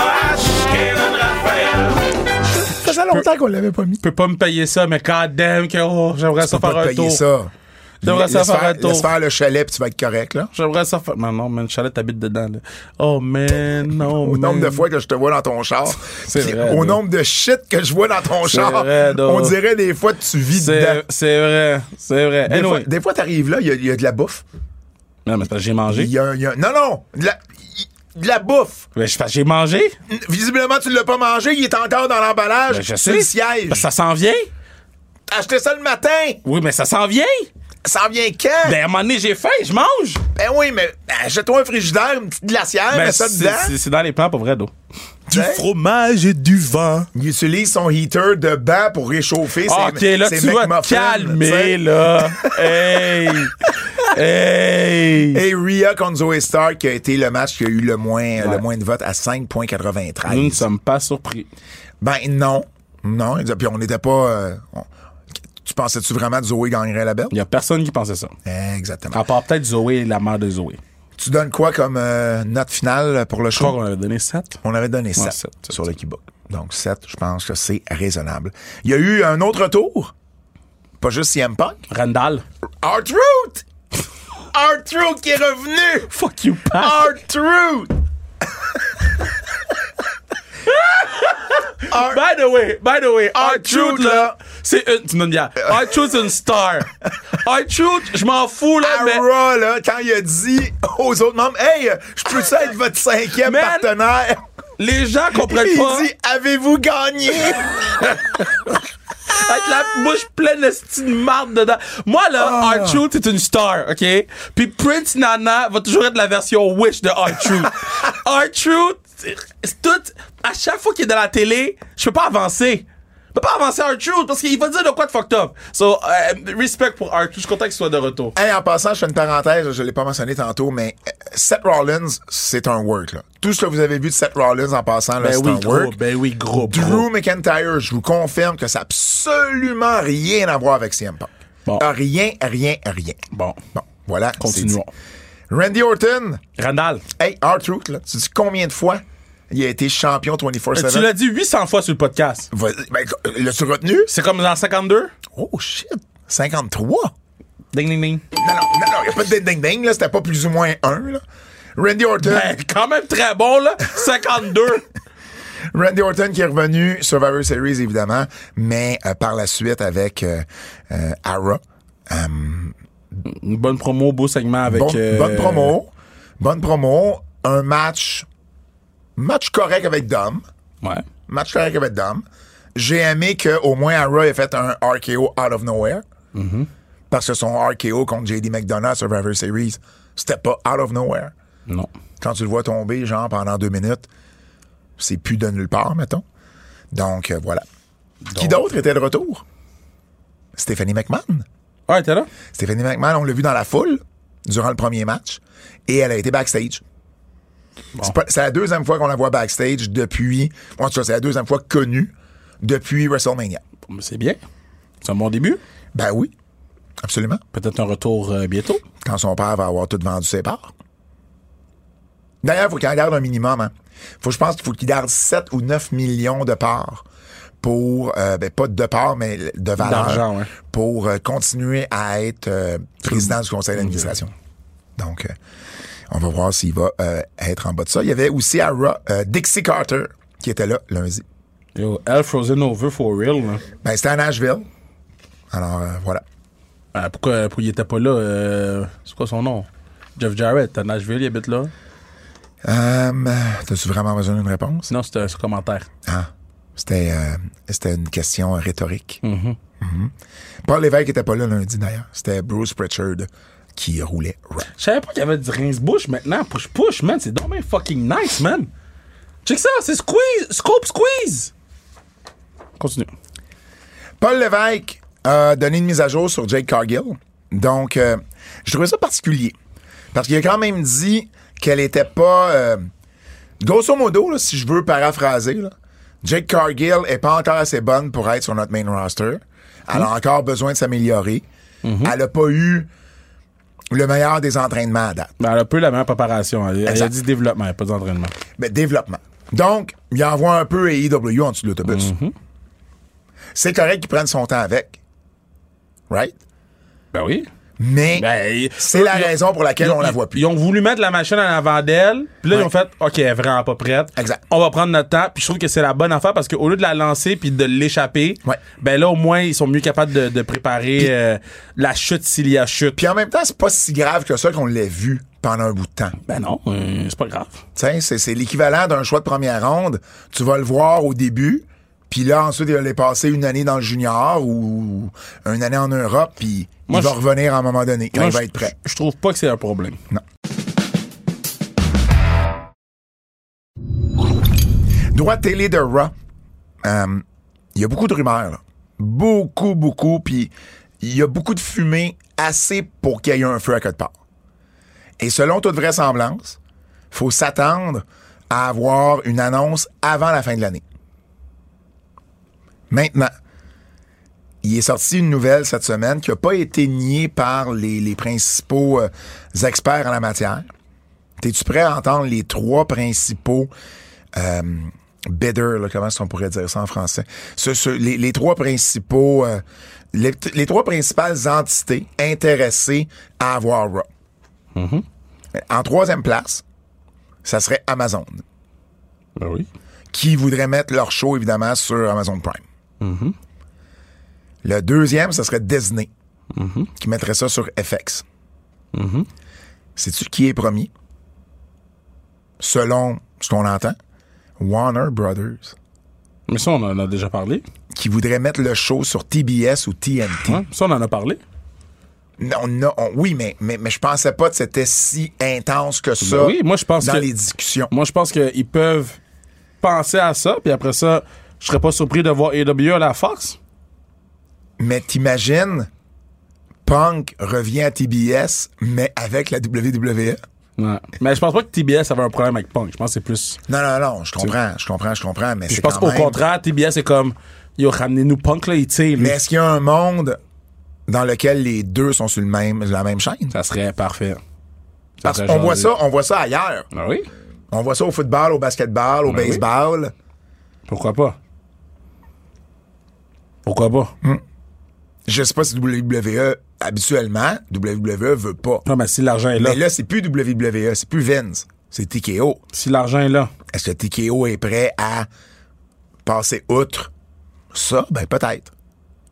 S2: Ça faisait longtemps qu'on l'avait pas mis.
S3: Je peux pas me payer ça, mais god damn que oh, j'aimerais ça
S2: Faut
S3: faire
S2: pas te
S3: un
S2: payer
S3: tour.
S2: ça.
S3: J'aimerais ça
S2: Laisse
S3: faire un
S2: faire, laisse
S3: tour.
S2: faire le chalet, puis tu vas être correct, là.
S3: J'aimerais ça faire. Non, non, man, Charlotte t'habites dedans. Là. Oh man, non,
S2: Au
S3: man.
S2: nombre de fois que je te vois dans ton char,
S3: C'est
S2: puis
S3: vrai,
S2: au
S3: là.
S2: nombre de shit que je vois dans ton
S3: C'est
S2: char,
S3: vrai, là.
S2: on dirait des fois que tu vis dedans.
S3: C'est eh c'est vrai, c'est vrai.
S2: Des
S3: Anyway.
S2: fois- Des fois, t'arrives là, il y, a- il y a de la bouffe.
S3: Non, mais c'est parce que j'ai
S2: Il
S3: mangé.
S2: y a, il y a- non, non, de la, il- de la bouffe.
S3: Mais c'est parce que j'ai mangé.
S2: N- Visiblement, tu l'as pas mangé, il est encore dans l'emballage,
S3: Ben, je
S2: sur
S3: sais.
S2: le siège.
S3: Parce que ça s'en vient.
S2: Achetez ça le matin,
S3: Oui, mais ça s'en vient.
S2: ça en vient quand? Ben,
S3: Ben, à un moment donné, j'ai faim, je mange.
S2: oui, mais achète-toi un frigidaire, une petite glacière,
S3: Ben,
S2: mets ça
S3: c'est-
S2: dedans.
S3: c'est- c'est dans les plans pour vrai, d'eau. Ben? Du
S2: Hein?
S3: fromage et du vin.
S2: Il utilise son heater de bain pour réchauffer ses
S3: Ah, Ok, là,
S2: ses
S3: tu vas te
S2: McMuffins, tu
S3: calmer,
S2: sais.
S3: là. hey! Hey!
S2: Et Rhea contre Zoe Stark qui a été le match qui a eu le moins, le moins de votes à
S3: Nous ne
S2: 5.93.
S3: sommes pas surpris.
S2: Ben non. Non. Puis on n'était pas. euh, on- Tu pensais-tu vraiment que Zoé gagnerait la belle?
S3: Il y a personne qui pensait ça.
S2: Exactement.
S3: À part peut-être Zoé, la mère de Zoé.
S2: Tu donnes quoi comme euh, note finale pour le
S3: Je crois
S2: show?
S3: qu'on avait donné 7.
S2: On avait donné 7,
S3: sept, sept,
S2: sur le Keybook. Donc 7, je pense que c'est raisonnable. Il y a eu un autre tour. Pas juste CM Punk.
S3: Randall.
S2: Art Root! Art Root qui est revenu!
S3: Fuck you, Pat.
S2: Art Root!
S3: By the way, by the way,
S2: Our
S3: our truth
S2: Truth, là.
S3: là, c'est une, tu me donnes bien. Our truth c'est une star. Our truth, je m'en fous là, mais
S2: Ara, là, quand il a dit aux autres membres, Hey, euh, je peux ça être votre cinquième
S3: Man,
S2: partenaire?
S3: les gens comprennent pas.
S2: Il dit, avez-vous gagné?
S3: avec la bouche pleine de style marde dedans. Moi, là,
S2: Ah.
S3: Art Truth est une star, OK? Puis Prince Nana va toujours être la version Wish de Art Truth. Art Truth, c'est- c'est tout. À chaque fois qu'il est dans la télé, je peux pas avancer. Je peux pas avancer Art Truth parce qu'il va dire de quoi de fucked up. So, euh, respect pour Art Truth. Je suis content qu'il soit de retour.
S2: hey, en passant, je fais une parenthèse, je l'ai pas mentionné tantôt, mais euh, Seth Rollins, c'est un work, là. Tout ce que vous avez vu de Seth Rollins en passant, là, c'est un work.
S3: ben oui, gros,
S2: Drew McIntyre, je vous confirme que ça n'a absolument rien à voir avec CM Punk.
S3: Bon.
S2: Ah, Rien, rien, rien.
S3: Bon.
S2: Bon, voilà. c'est
S3: Continuons.
S2: dit. Randy Orton,
S3: Randall,
S2: hey, R-Truth, là, tu dis combien de fois il a été champion 24-7?
S3: Euh, tu l'as dit 800 fois sur le podcast.
S2: Vas- Ben, euh, l'as-tu retenu?
S3: C'est comme dans 52?
S2: Oh shit! 53? Non,
S3: Ding, ding, ding.
S2: non, non, non, y a pas de ding ding ding, là, c'était pas plus ou moins un, là. Randy Orton,
S3: Ben, quand même très bon, là. 52.
S2: Randy Orton qui est revenu, Survivor Series évidemment, mais euh, par la suite avec euh, euh, Ara.
S3: Une bonne promo, beau segment avec.
S2: Bon-
S3: euh,
S2: Bonne promo, bonne promo, un match, match correct avec Dom,
S3: Ouais.
S2: match correct avec Dom. J'ai aimé qu'au moins Ara ait fait un RKO out of nowhere. Parce que son RKO contre JD McDonough à Survivor Series, c'était pas out of nowhere.
S3: Non.
S2: Quand tu le vois tomber, genre, pendant deux minutes, c'est plus de nulle part, mettons. Donc, euh, voilà. Qui d'autre était de retour? Stéphanie McMahon.
S3: Ah, t'es là?
S2: Stéphanie McMahon, on l'a vu dans la foule durant le premier match et elle a été backstage. C'est pas- C'est la deuxième fois qu'on la voit backstage depuis. En tout cas, c'est la deuxième fois connue depuis WrestleMania.
S3: Mais C'est bien. C'est un bon début.
S2: Ben oui, absolument.
S3: Peut-être un retour euh, bientôt.
S2: Quand son père va avoir tout vendu ses parts. D'ailleurs, il faut qu'il en garde un minimum. hein. Faut, je pense qu'il faut qu'il garde 7 ou 9 millions de parts pour, euh, ben, pas de parts, mais de valeur,
S3: D'argent, ouais.
S2: pour euh, continuer à être euh, président du conseil d'administration. Donc, euh, on va voir s'il va euh, être en bas de ça. Il y avait aussi à Raw, euh, Dixie Carter qui était là lundi.
S3: Yo, Elle Frozen Over for real. là.
S2: Ben, c'était à Nashville. Alors, euh, voilà.
S3: Ah, pourquoi, pourquoi il était pas là? euh, c'est quoi son nom? Jeff Jarrett, à Nashville, il habite là.
S2: Euh, T'as-tu vraiment besoin d'une réponse?
S3: Sinon, c'était un son commentaire.
S2: Ah, c'était, euh, c'était une question euh, rhétorique. Mhm. Paul Lévesque était pas là lundi d'ailleurs. C'était Bruce Pritchard qui roulait Raw.
S3: Je savais pas qu'il y avait du rince-bouche maintenant. Push-push, man. C'est dommage fucking nice, man. Check ça, c'est squeeze. Scope squeeze. Continue.
S2: Paul Lévesque a donné une mise à jour sur Jake Cargill. Donc, euh, je trouvais ça particulier. Parce qu'il a quand même dit qu'elle était pas. euh, grosso modo, là, si je veux paraphraser, là, Jake Cargill est pas encore assez bonne pour être sur notre main roster. Elle a encore besoin de s'améliorer. Elle a pas eu le meilleur des entraînements à date.
S3: Ben, elle a peu la meilleure préparation. Elle, elle a
S2: Exact.
S3: dit développement, pas d'entraînement.
S2: mais Ben, développement. Donc, il envoie un peu AEW en dessous de l'autobus.
S3: Mhm.
S2: C'est correct qu'ils prennent son temps avec. Right?
S3: Ben oui.
S2: Mais
S3: Ben,
S2: c'est
S3: eux,
S2: la
S3: ils ont-
S2: raison pour laquelle
S3: ils-
S2: on la
S3: ils-
S2: voit plus.
S3: Ils ont voulu mettre la machine en avant d'elle, puis là,
S2: Ouais.
S3: ils ont fait OK, elle est vraiment pas prête.
S2: Exact.
S3: On va prendre notre temps, puis je trouve que c'est la bonne affaire parce qu'au lieu de la lancer puis de l'échapper,
S2: Ouais.
S3: ben là, au moins, ils sont mieux capables de, de préparer euh, la chute s'il y a chute.
S2: Puis en même temps, c'est pas si grave que ça qu'on l'ait vu pendant un bout de temps.
S3: Ben non, euh, c'est pas grave.
S2: Tu sais, C'est c'est l'équivalent d'un choix de première ronde. Tu vas le voir au début, puis là, ensuite, il va aller passer une année dans le junior ou une année en Europe, puis
S3: Moi,
S2: il va
S3: je-
S2: revenir à un moment donné quand
S3: Moi,
S2: il va
S3: je-
S2: être prêt.
S3: Je, je trouve pas que c'est un problème.
S2: Droit télé de Raw. Euh, Il y a beaucoup de rumeurs, là. Beaucoup, beaucoup. Puis il y a beaucoup de fumée assez pour qu'il y ait un feu à quelque part. Et selon toute vraisemblance, faut s'attendre à avoir une annonce avant la fin de l'année. Maintenant, il est sorti une nouvelle cette semaine qui n'a pas été niée par les, les principaux euh, experts en la matière. T'es-tu prêt à entendre les trois principaux euh, bidders, là, comment est-ce qu'on pourrait dire ça en français? Ce- ce- les, les trois principaux, euh, les, les trois principales entités intéressées à avoir Raw. Mm-hmm. En troisième place, ça serait Amazon,
S3: Ben oui.
S2: qui voudrait mettre leur show, évidemment, sur Amazon Prime. Mm-hmm. Le deuxième, ça serait Disney, qui mettrait ça sur FX. Sais-tu qui est premier? Selon ce qu'on entend, Warner Brothers,
S3: Mais ça, on en a déjà parlé.
S2: qui voudrait mettre le show sur TBS ou TNT.
S3: Hein? Ça, on en a parlé.
S2: Non, non, on- oui, mais, mais, mais je pensais pas que c'était si intense que ça
S3: Ben oui, moi, je pense
S2: dans
S3: que-
S2: les discussions.
S3: Moi, je pense qu'ils peuvent penser à ça, puis après ça, je serais pas surpris de voir AW à la Fox.
S2: Mais t'imagines, Punk revient à TBS, mais avec la E? WWE?
S3: Ouais. Mais je pense pas que TBS avait un problème avec Punk. Je pense que c'est plus.
S2: Non, non, non, je comprends, je comprends, je comprends, mais
S3: Je
S2: c'est
S3: pense
S2: quand
S3: qu'au
S2: même-
S3: contraire, TBS est comme. Yo, ramenez-nous Punk, là, il tire. lui.
S2: Mais est-ce qu'il y a un monde dans lequel les deux sont sur le même, la même chaîne?
S3: Ça serait parfait. Ça
S2: Parce
S3: serait
S2: qu'on voit
S3: genre-
S2: ça, on voit ça ailleurs.
S3: Ah oui?
S2: On voit ça au football, au basketball, au
S3: Ben oui.
S2: baseball.
S3: Pourquoi pas? Pourquoi pas?
S2: Hmm. Je sais pas si WWE, habituellement, WWE veut pas.
S3: Non, mais si l'argent est là.
S2: Mais là, c'est plus WWE, c'est plus Vince, c'est TKO.
S3: Si l'argent est là.
S2: Est-ce que TKO est prêt à passer outre ça? Ben, peut-être.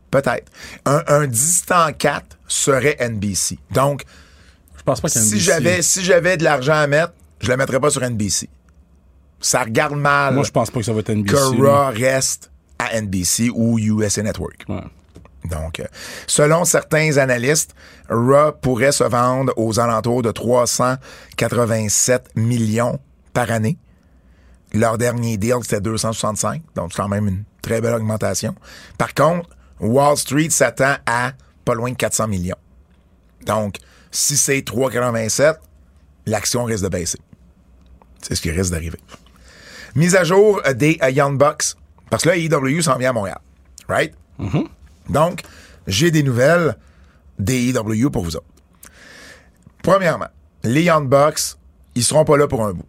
S2: Peut-être. Un, un distant 4 serait NBC. Donc,
S3: Je pense pas qu'il y a une
S2: si
S3: DC.
S2: j'avais, si j'avais de l'argent à mettre, je le mettrais pas sur NBC. Ça regarde mal
S3: Moi, je pense pas que ça va être NBC.
S2: que
S3: là.
S2: Raw reste à NBC ou USA Network.
S3: Ouais.
S2: Donc, euh, selon certains analystes, Raw pourrait se vendre aux alentours de 387 millions par année. Leur dernier deal, c'était 265, donc c'est quand même une très belle augmentation. Par contre, Wall Street s'attend à pas loin de 400 millions. Donc, si c'est 3,87, l'action risque de baisser. C'est ce qui risque d'arriver. Mise à jour euh, des euh, Young Bucks, parce que là, IW s'en vient à Montréal. Right? Donc, j'ai des nouvelles des IW pour vous autres. Premièrement, les Young Bucks, ils seront pas là pour un bout.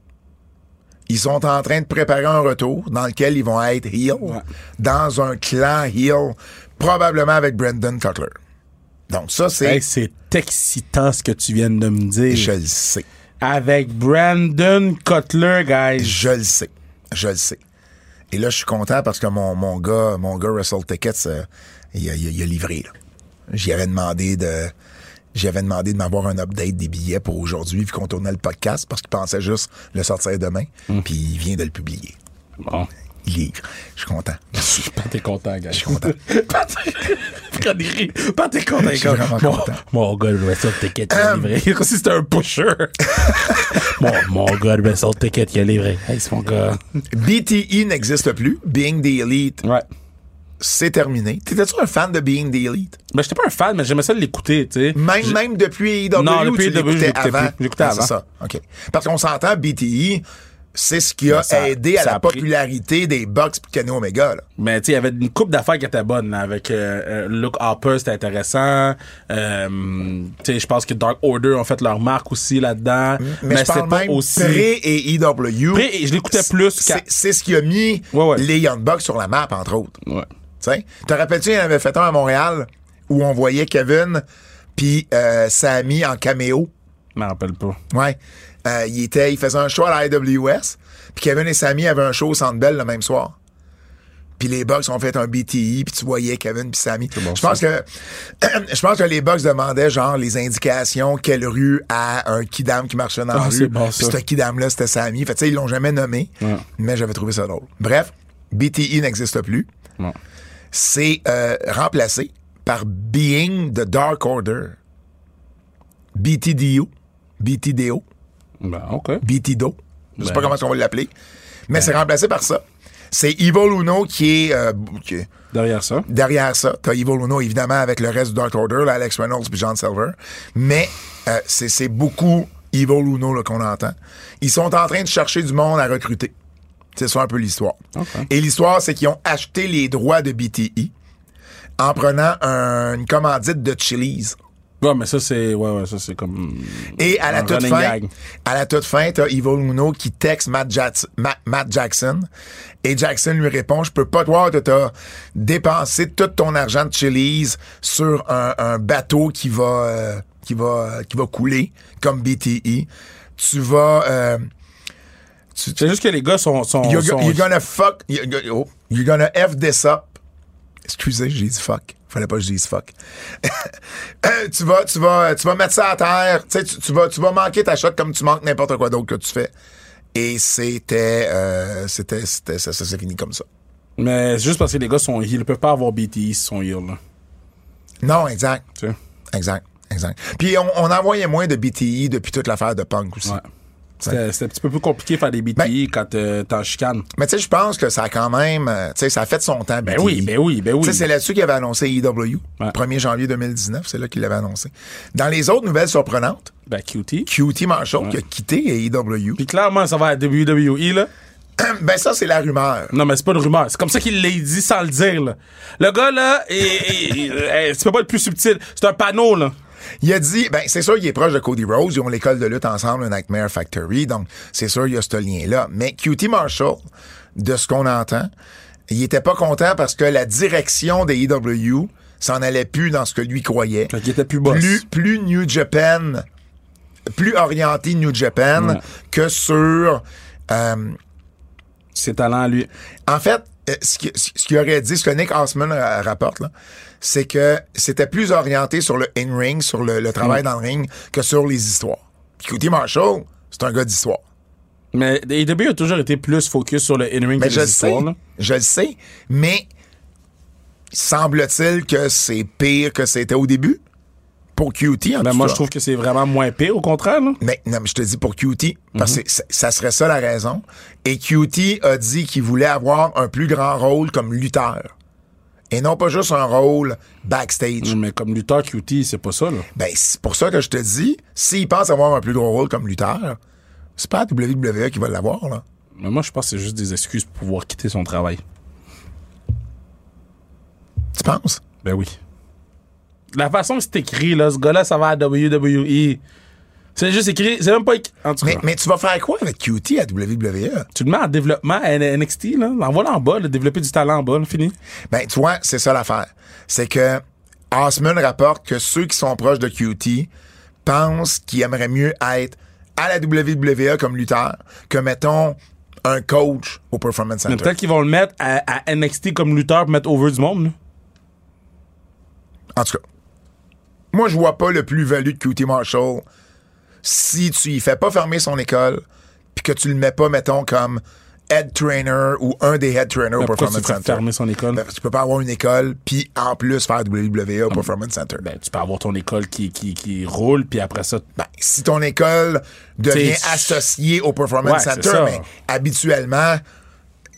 S2: Ils sont en train de préparer un retour dans lequel ils vont être heel, dans un clan heel, probablement avec Brendan Cutler. Donc ça, c'est...
S3: Hey, c'est excitant ce que tu viens de me dire.
S2: je le sais.
S3: Avec Brandon Cutler, guys.
S2: Je le sais. Je le sais. Et là, je suis content parce que mon, mon gars, mon gars Russell Tickets, euh, il, a, il a- il a livré. là. J'y avais demandé de. J'avais demandé de m'avoir un update des billets pour aujourd'hui, vu qu'on tournait le podcast, parce qu'il pensait juste le sortir demain. Puis il vient de le publier.
S3: Bon.
S2: Il livre. Je suis content. Merci.
S3: Pat est content, gars. Je suis
S2: content.
S3: Pat, Fred, il rit. Pat est content,
S2: Je suis
S3: gars.
S2: vraiment
S3: mon,
S2: content.
S3: mon gars, le wrestle ticket, il a livré. Comme si c'était un pusher. mon, mon gars, le wrestle ticket, il a livré. Hey, c'est mon gars.
S2: BTE E n'existe plus. Being the Elite,
S3: Ouais.
S2: c'est terminé. T'étais-tu un fan de Being the Elite?
S3: Ben, j'étais pas un fan, mais j'aimais ça l'écouter, tu sais.
S2: Même, même depuis AEW,
S3: Non,
S2: tu
S3: depuis AEW, je
S2: l'écoutais
S3: l'écoutais
S2: avant.
S3: plus. Je l'écoutais
S2: Ah, c'est
S3: avant.
S2: ça. OK. Parce qu'on s'entend, BTE, c'est ce qui a
S3: ça-
S2: aidé à
S3: ça
S2: la
S3: a pris.
S2: popularité des Bucks et Kenny Omega. là.
S3: Mais tu sais, il y avait une coupe d'affaires qui était bonne là, avec euh, euh, Luke Harper, c'était intéressant. Euh, tu sais, je pense que Dark Order ont fait leur marque aussi là-dedans.
S2: Mais, je
S3: c'était
S2: parle même
S3: aussi.
S2: pré et EW.
S3: Pré- et je l'écoutais plus qu'à-
S2: C'est c'est ce qui a mis
S3: Ouais, ouais.
S2: les Young Bucks sur la map, entre autres.
S3: Ouais.
S2: Tu sais, te rappelles-tu, il y en avait fait un à Montréal où on voyait Kevin puis euh, Sammy en caméo.
S3: Je m'en rappelle pas.
S2: Ouais. Euh, il, était, il faisait un show à la AWS. Puis Kevin et Sammy avaient un show au Centre Bell le même soir. Puis les Bucks ont fait un BTI, puis tu voyais Kevin puis Sammy. je pense que je pense que les Bucks demandaient genre les indications quelle rue à un kidam qui marchait dans la
S3: Ah,
S2: rue.
S3: c'est bon,
S2: Puis
S3: ça.
S2: ce kidam là, c'était Sammy. Fait que, tu sais, ils l'ont jamais nommé, mais j'avais trouvé ça drôle. Bref, BTI n'existe plus.
S3: Non.
S2: C'est euh, remplacé par Being the Dark Order. BTDO, BTDO.
S3: Ben, OK.
S2: BTDO. Je sais pas
S3: Ben.
S2: comment on va l'appeler. Mais c'est remplacé par ça. C'est Evil Uno qui est, euh, qui est
S3: Derrière ça.
S2: derrière ça. T'as Evil Uno, évidemment, avec le reste du Dark Order, là, Alex Reynolds puis John Silver. Mais euh, c'est c'est beaucoup Evil Uno là, qu'on entend. Ils sont en train de chercher du monde à recruter. C'est ça un peu l'histoire. Et l'histoire, c'est qu'ils ont acheté les droits de BTI en prenant un- une commandite de Chili's.
S3: Ouais, mais ça, c'est. Ouais, ouais, ça, c'est comme.
S2: Et à la
S3: Un
S2: toute
S3: running
S2: fin,
S3: gag.
S2: à la toute fin, t'as Ivo Luno qui texte Matt, Jats- Ma- Matt Jackson. Et Jackson lui répond, je peux pas te voir que t'as dépensé tout ton argent de Chili's sur un, un bateau qui va, euh, qui va, qui va couler comme BTI. Tu vas, euh,
S3: C'est juste que les gars sont. sont,
S2: you're,
S3: sont-
S2: go- you're gonna fuck, you're, go- oh, you're gonna F this up. Excusez, j'ai dit fuck. Fallait pas que je dise fuck. Euh, tu vas, tu vas, tu vas mettre ça à terre. Tu, sais, tu, tu vas, tu vas manquer ta shot comme tu manques n'importe quoi d'autre que tu fais. Et c'était, euh, c'était, c'était, ça, ça s'est fini comme ça.
S3: Mais c'est juste parce que les gars sont heal. Ils peuvent pas avoir BTI s'ils sont heal, là.
S2: Non, exact,
S3: Tu sais.
S2: exact, exact. Puis on, on envoyait moins de BTI depuis toute l'affaire de punk aussi.
S3: Ouais. C'était c'était un petit peu plus compliqué de faire des
S2: Ben-
S3: BTI quand euh, t'es en chicane.
S2: Mais tu sais, je pense que ça a quand même, euh, tu sais, ça a fait son temps.
S3: Ben oui, ben oui, ben oui.
S2: Tu sais, c'est là-dessus qu'il avait annoncé EW,
S3: Ouais.
S2: 1er janvier 2019, c'est là qu'il l'avait annoncé. Dans les autres nouvelles surprenantes,
S3: Ben, cutie.
S2: QT Marshall qui a quitté E EW.
S3: Puis clairement, ça va à WWE, E, là.
S2: ben ça, c'est la rumeur.
S3: Non, mais c'est pas une rumeur. C'est comme ça qu'il l'a dit sans le dire, là. Le gars, là, est- est- est- est- tu peux pas être plus subtil. C'est un panneau, là.
S2: Il a dit, ben c'est sûr qu'il est proche de Cody Rose, ils ont l'école de lutte ensemble, le Nightmare Factory, donc c'est sûr il y a ce lien-là. Mais QT Marshall, de ce qu'on entend, il était pas content parce que la direction des EW s'en allait plus dans ce que lui croyait.
S3: Fait qu'il était plus boss.
S2: Plus, plus New Japan, plus orienté New Japan
S3: Ouais.
S2: que sur... euh,
S3: C'est talent, lui.
S2: En fait, euh, ce qui- ce ce qu'il aurait dit, ce que Nick Osman ra- rapporte, là, c'est que c'était plus orienté sur le in-ring, sur le, le travail
S3: Mm.
S2: dans le ring, que sur les histoires. Puis Cody Marshall, c'est un gars d'histoire.
S3: Mais E AEW a toujours été plus focus sur le in-ring
S2: Mais Ben,
S3: que
S2: je le
S3: les
S2: sais,
S3: histoires, là.
S2: je le sais, mais Semble-t-il que c'est pire que c'était au début? Pour QT, en
S3: Ben,
S2: tout
S3: moi,
S2: cas.
S3: je trouve que c'est vraiment moins pire, au contraire, là.
S2: Mais non, mais je te dis pour QT, parce que c'est- ça serait ça la raison. Et QT a dit qu'il voulait avoir un plus grand rôle comme lutteur. Et non pas juste un rôle backstage.
S3: Mais comme Luther Cutie, c'est pas ça, là.
S2: Ben, c'est pour ça que je te dis, s'il pense avoir un plus gros rôle comme lutteur, c'est pas la WWE E qui va l'avoir, là.
S3: Mais moi, je pense que c'est juste des excuses pour pouvoir quitter son travail.
S2: Tu penses?
S3: Ben oui. La façon que c'est écrit, là, ce gars-là, ça va à WWE. C'est juste écrit, c'est même pas écrit. En tout cas,
S2: Mais, mais tu vas faire quoi avec QT à E? WWE?
S3: tu le mets en développement à NXT, là. L'envoie en bas, là, développer du talent en bas, là, fini.
S2: Ben, tu vois, c'est ça l'affaire. C'est que Osman rapporte que ceux qui sont proches de QT pensent qu'ils aimeraient mieux être à la WWE comme lutteur que, mettons, un coach au Performance
S3: Mais
S2: Center.
S3: peut-être qu'ils vont le mettre à, à NXT comme lutteur pour mettre over du monde, là.
S2: En tout cas, moi, je vois pas le plus-value de QT Marshall si tu y fais pas fermer son école puis que tu le mets pas, mettons, comme head trainer ou un des head trainers au
S3: Mais pourquoi
S2: Performance
S3: tu ferais
S2: Center.
S3: fermer son école?
S2: Ben, tu peux pas avoir une école puis en plus faire WWE au Performance Center.
S3: Ben, tu peux avoir ton école qui, qui, qui roule, puis après ça,
S2: Ben, si ton école devient
S3: T'sais,
S2: associée au Performance
S3: Ouais, c'est
S2: Center,
S3: ça.
S2: mais habituellement,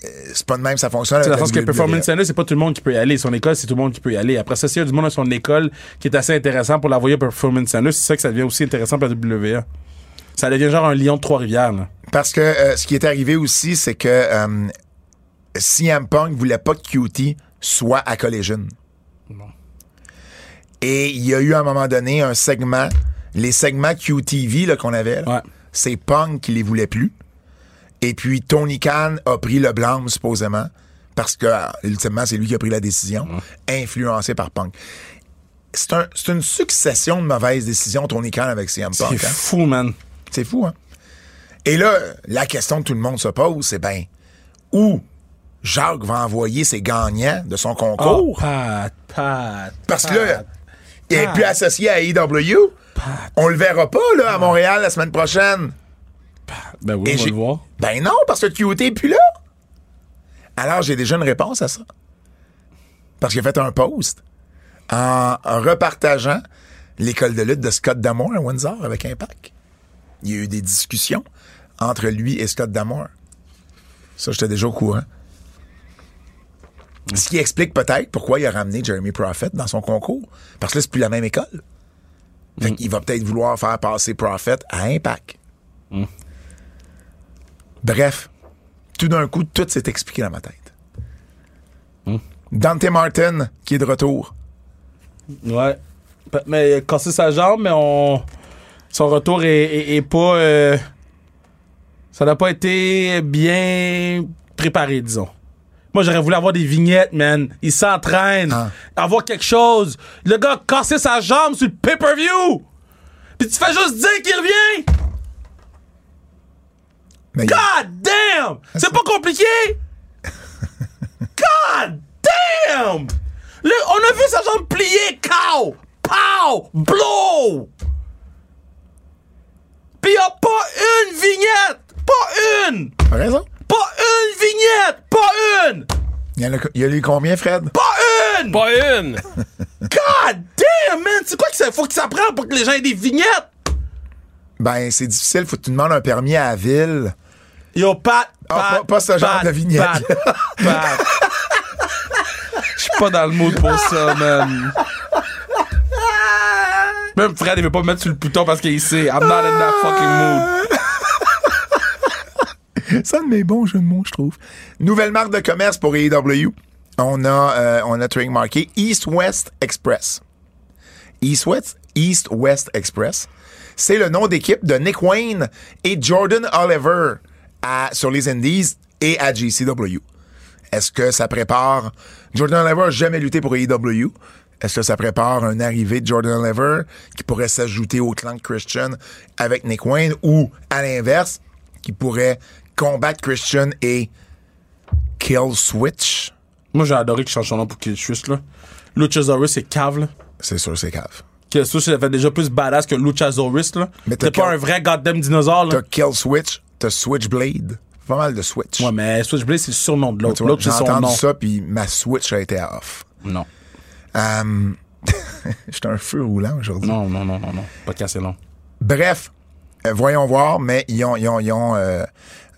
S2: euh, c'est pas de même que ça fonctionne.
S3: C'est la
S2: avec
S3: façon que
S2: WWE.
S3: Performance Center, c'est pas tout le monde qui peut y aller. Son école, c'est tout le monde qui peut y aller. Après ça, s'il y a du monde à son école qui est assez intéressant pour l'envoyer au Performance Center, c'est ça que ça devient aussi intéressant pour la WA. Ça devient genre un lion de Trois-Rivières, là.
S2: Parce que euh, ce qui est arrivé aussi, c'est que euh, CM Punk voulait pas que QT soit à Collision. Et il y a eu à un moment donné un segment, les segments QTV là, qu'on avait, là,
S3: Ouais.
S2: c'est Punk qui les voulait plus. Et puis Tony Khan a pris le blâme, supposément, parce que, euh, ultimement, c'est lui qui a pris la décision, influencé par Punk. C'est, un- c'est une succession de mauvaises décisions, Tony Khan avec CM Punk.
S3: C'est
S2: hein.
S3: fou, man.
S2: C'est fou, hein? Et là, la question que tout le monde se pose, c'est ben, où Jacques va envoyer ses gagnants de son
S3: Oh,
S2: concours?
S3: pat, pat.
S2: Parce que
S3: pat.
S2: là, il est
S3: Ah.
S2: plus associé à IW. On le verra pas, là, à Montréal la semaine prochaine.
S3: Ben oui, on va
S2: j'ai-
S3: le voir.
S2: Ben non, parce que QT est plus là. Alors, j'ai déjà une réponse à ça. Parce qu'il a fait un post en repartageant l'école de lutte de Scott Damore à Windsor avec Impact. Il y a eu des discussions entre lui et Scott Damore. Ça, j'étais déjà au courant. Ce qui explique peut-être pourquoi il a ramené Jeremy Prophet dans son concours. Parce que là, c'est plus la même école. Fait
S3: Mm.
S2: qu'il va peut-être vouloir faire passer Prophet à Impact. Bref, tout d'un coup, tout s'est expliqué dans ma tête. Dante Martin, qui est de retour.
S3: Ouais. Pa- Mais il a cassé sa jambe, mais on. Son retour est, est- est pas. euh, Ça n'a pas été bien préparé, disons. Moi, j'aurais voulu avoir des vignettes, man. Il s'entraîne.
S2: Ah.
S3: Avoir quelque chose. Le gars a cassé sa jambe sur le pay-per-view. Puis tu fais juste dire qu'il revient.
S2: Mais il-
S3: God damn! C'est pas compliqué! God damn! Le- on a vu sa jambe plier, cow! Pow! Blow! Pis y'a pas une vignette! Pas une!
S2: t'as raison.
S3: Pas une vignette! Pas une!
S2: Il y en a, il y en a eu combien, Fred?
S3: Pas une!
S4: Pas une!
S3: God damn, man! C'est quoi que ça, faut que ça prenne pour que les gens aient des vignettes?
S2: Ben, c'est difficile. Faut que tu demandes un permis à la ville.
S3: Yo, Pat,
S2: Ah,
S3: Pat,
S2: pas- pas ce genre
S3: Pat,
S2: de vignette.
S3: Pat, Pat. Je suis pas dans le mood pour ça, man. Même Fred, il veut pas me mettre sur le bouton parce qu'il sait. I'm not in that fucking mood.
S2: Ça de mes bons jeux de mots, je trouve. Nouvelle marque de commerce pour AEW. On a, euh, on a trademarké East West Express. East West, East West Express. C'est le nom d'équipe de Nick Wayne et Jordan Oliver à- sur les Indies et à GCW. Est-ce que ça prépare. Jordan Oliver n'a jamais lutté pour AEW. Est-ce que ça prépare un arrivée de Jordan Oliver qui pourrait s'ajouter au clan de Christian avec Nick Wayne ou, à l'inverse, qui pourrait combattre Christian et Kill Switch?
S3: Moi, j'ai adoré qu'il change son nom pour qu'il suisse, là. Luchasaurus, c'est cave, là.
S2: C'est sûr, c'est cave.
S3: Que ça, ça fait déjà plus badass que Luchasaurus, là.
S2: Mais t'as
S3: T'es pas
S2: quel-
S3: un vrai goddamn dinosaure, là.
S2: T'as Kill Switch, t'as Switchblade. Pas mal de Switch.
S3: Ah, Ouais, mais Switchblade, c'est le surnom de l'autre.
S2: Tu vois,
S3: L'autre,
S2: J'ai
S3: c'est son
S2: entendu
S3: nom.
S2: ça, puis ma Switch a été à off.
S3: Non.
S2: Euh, J'étais un feu roulant aujourd'hui.
S3: Non, non, non, non, non. Podcast est long.
S2: Bref, euh, voyons voir, mais ils ont, ils ont, ils ont, euh,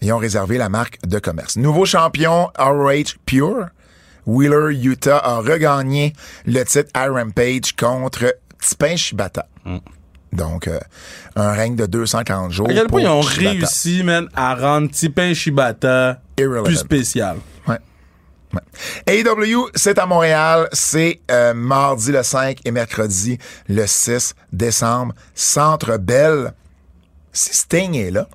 S2: ils ont réservé la marque de commerce. Nouveau champion ROH Pure, Wheeler Utah a regagné le titre à Rampage contre Tipin Shibata.
S3: Mm.
S2: Donc, euh, un règne de 240 jours.
S3: À quel
S2: pour
S3: point ils ont
S2: Shibata.
S3: réussi, man, à rendre Tipin Shibata
S2: Irrelevant.
S3: plus spécial.
S2: Ouais. Ouais. AEW, E c'est à Montréal. C'est euh, mardi le 5 et mercredi le 6 décembre. Centre Bell. Si Sting est là,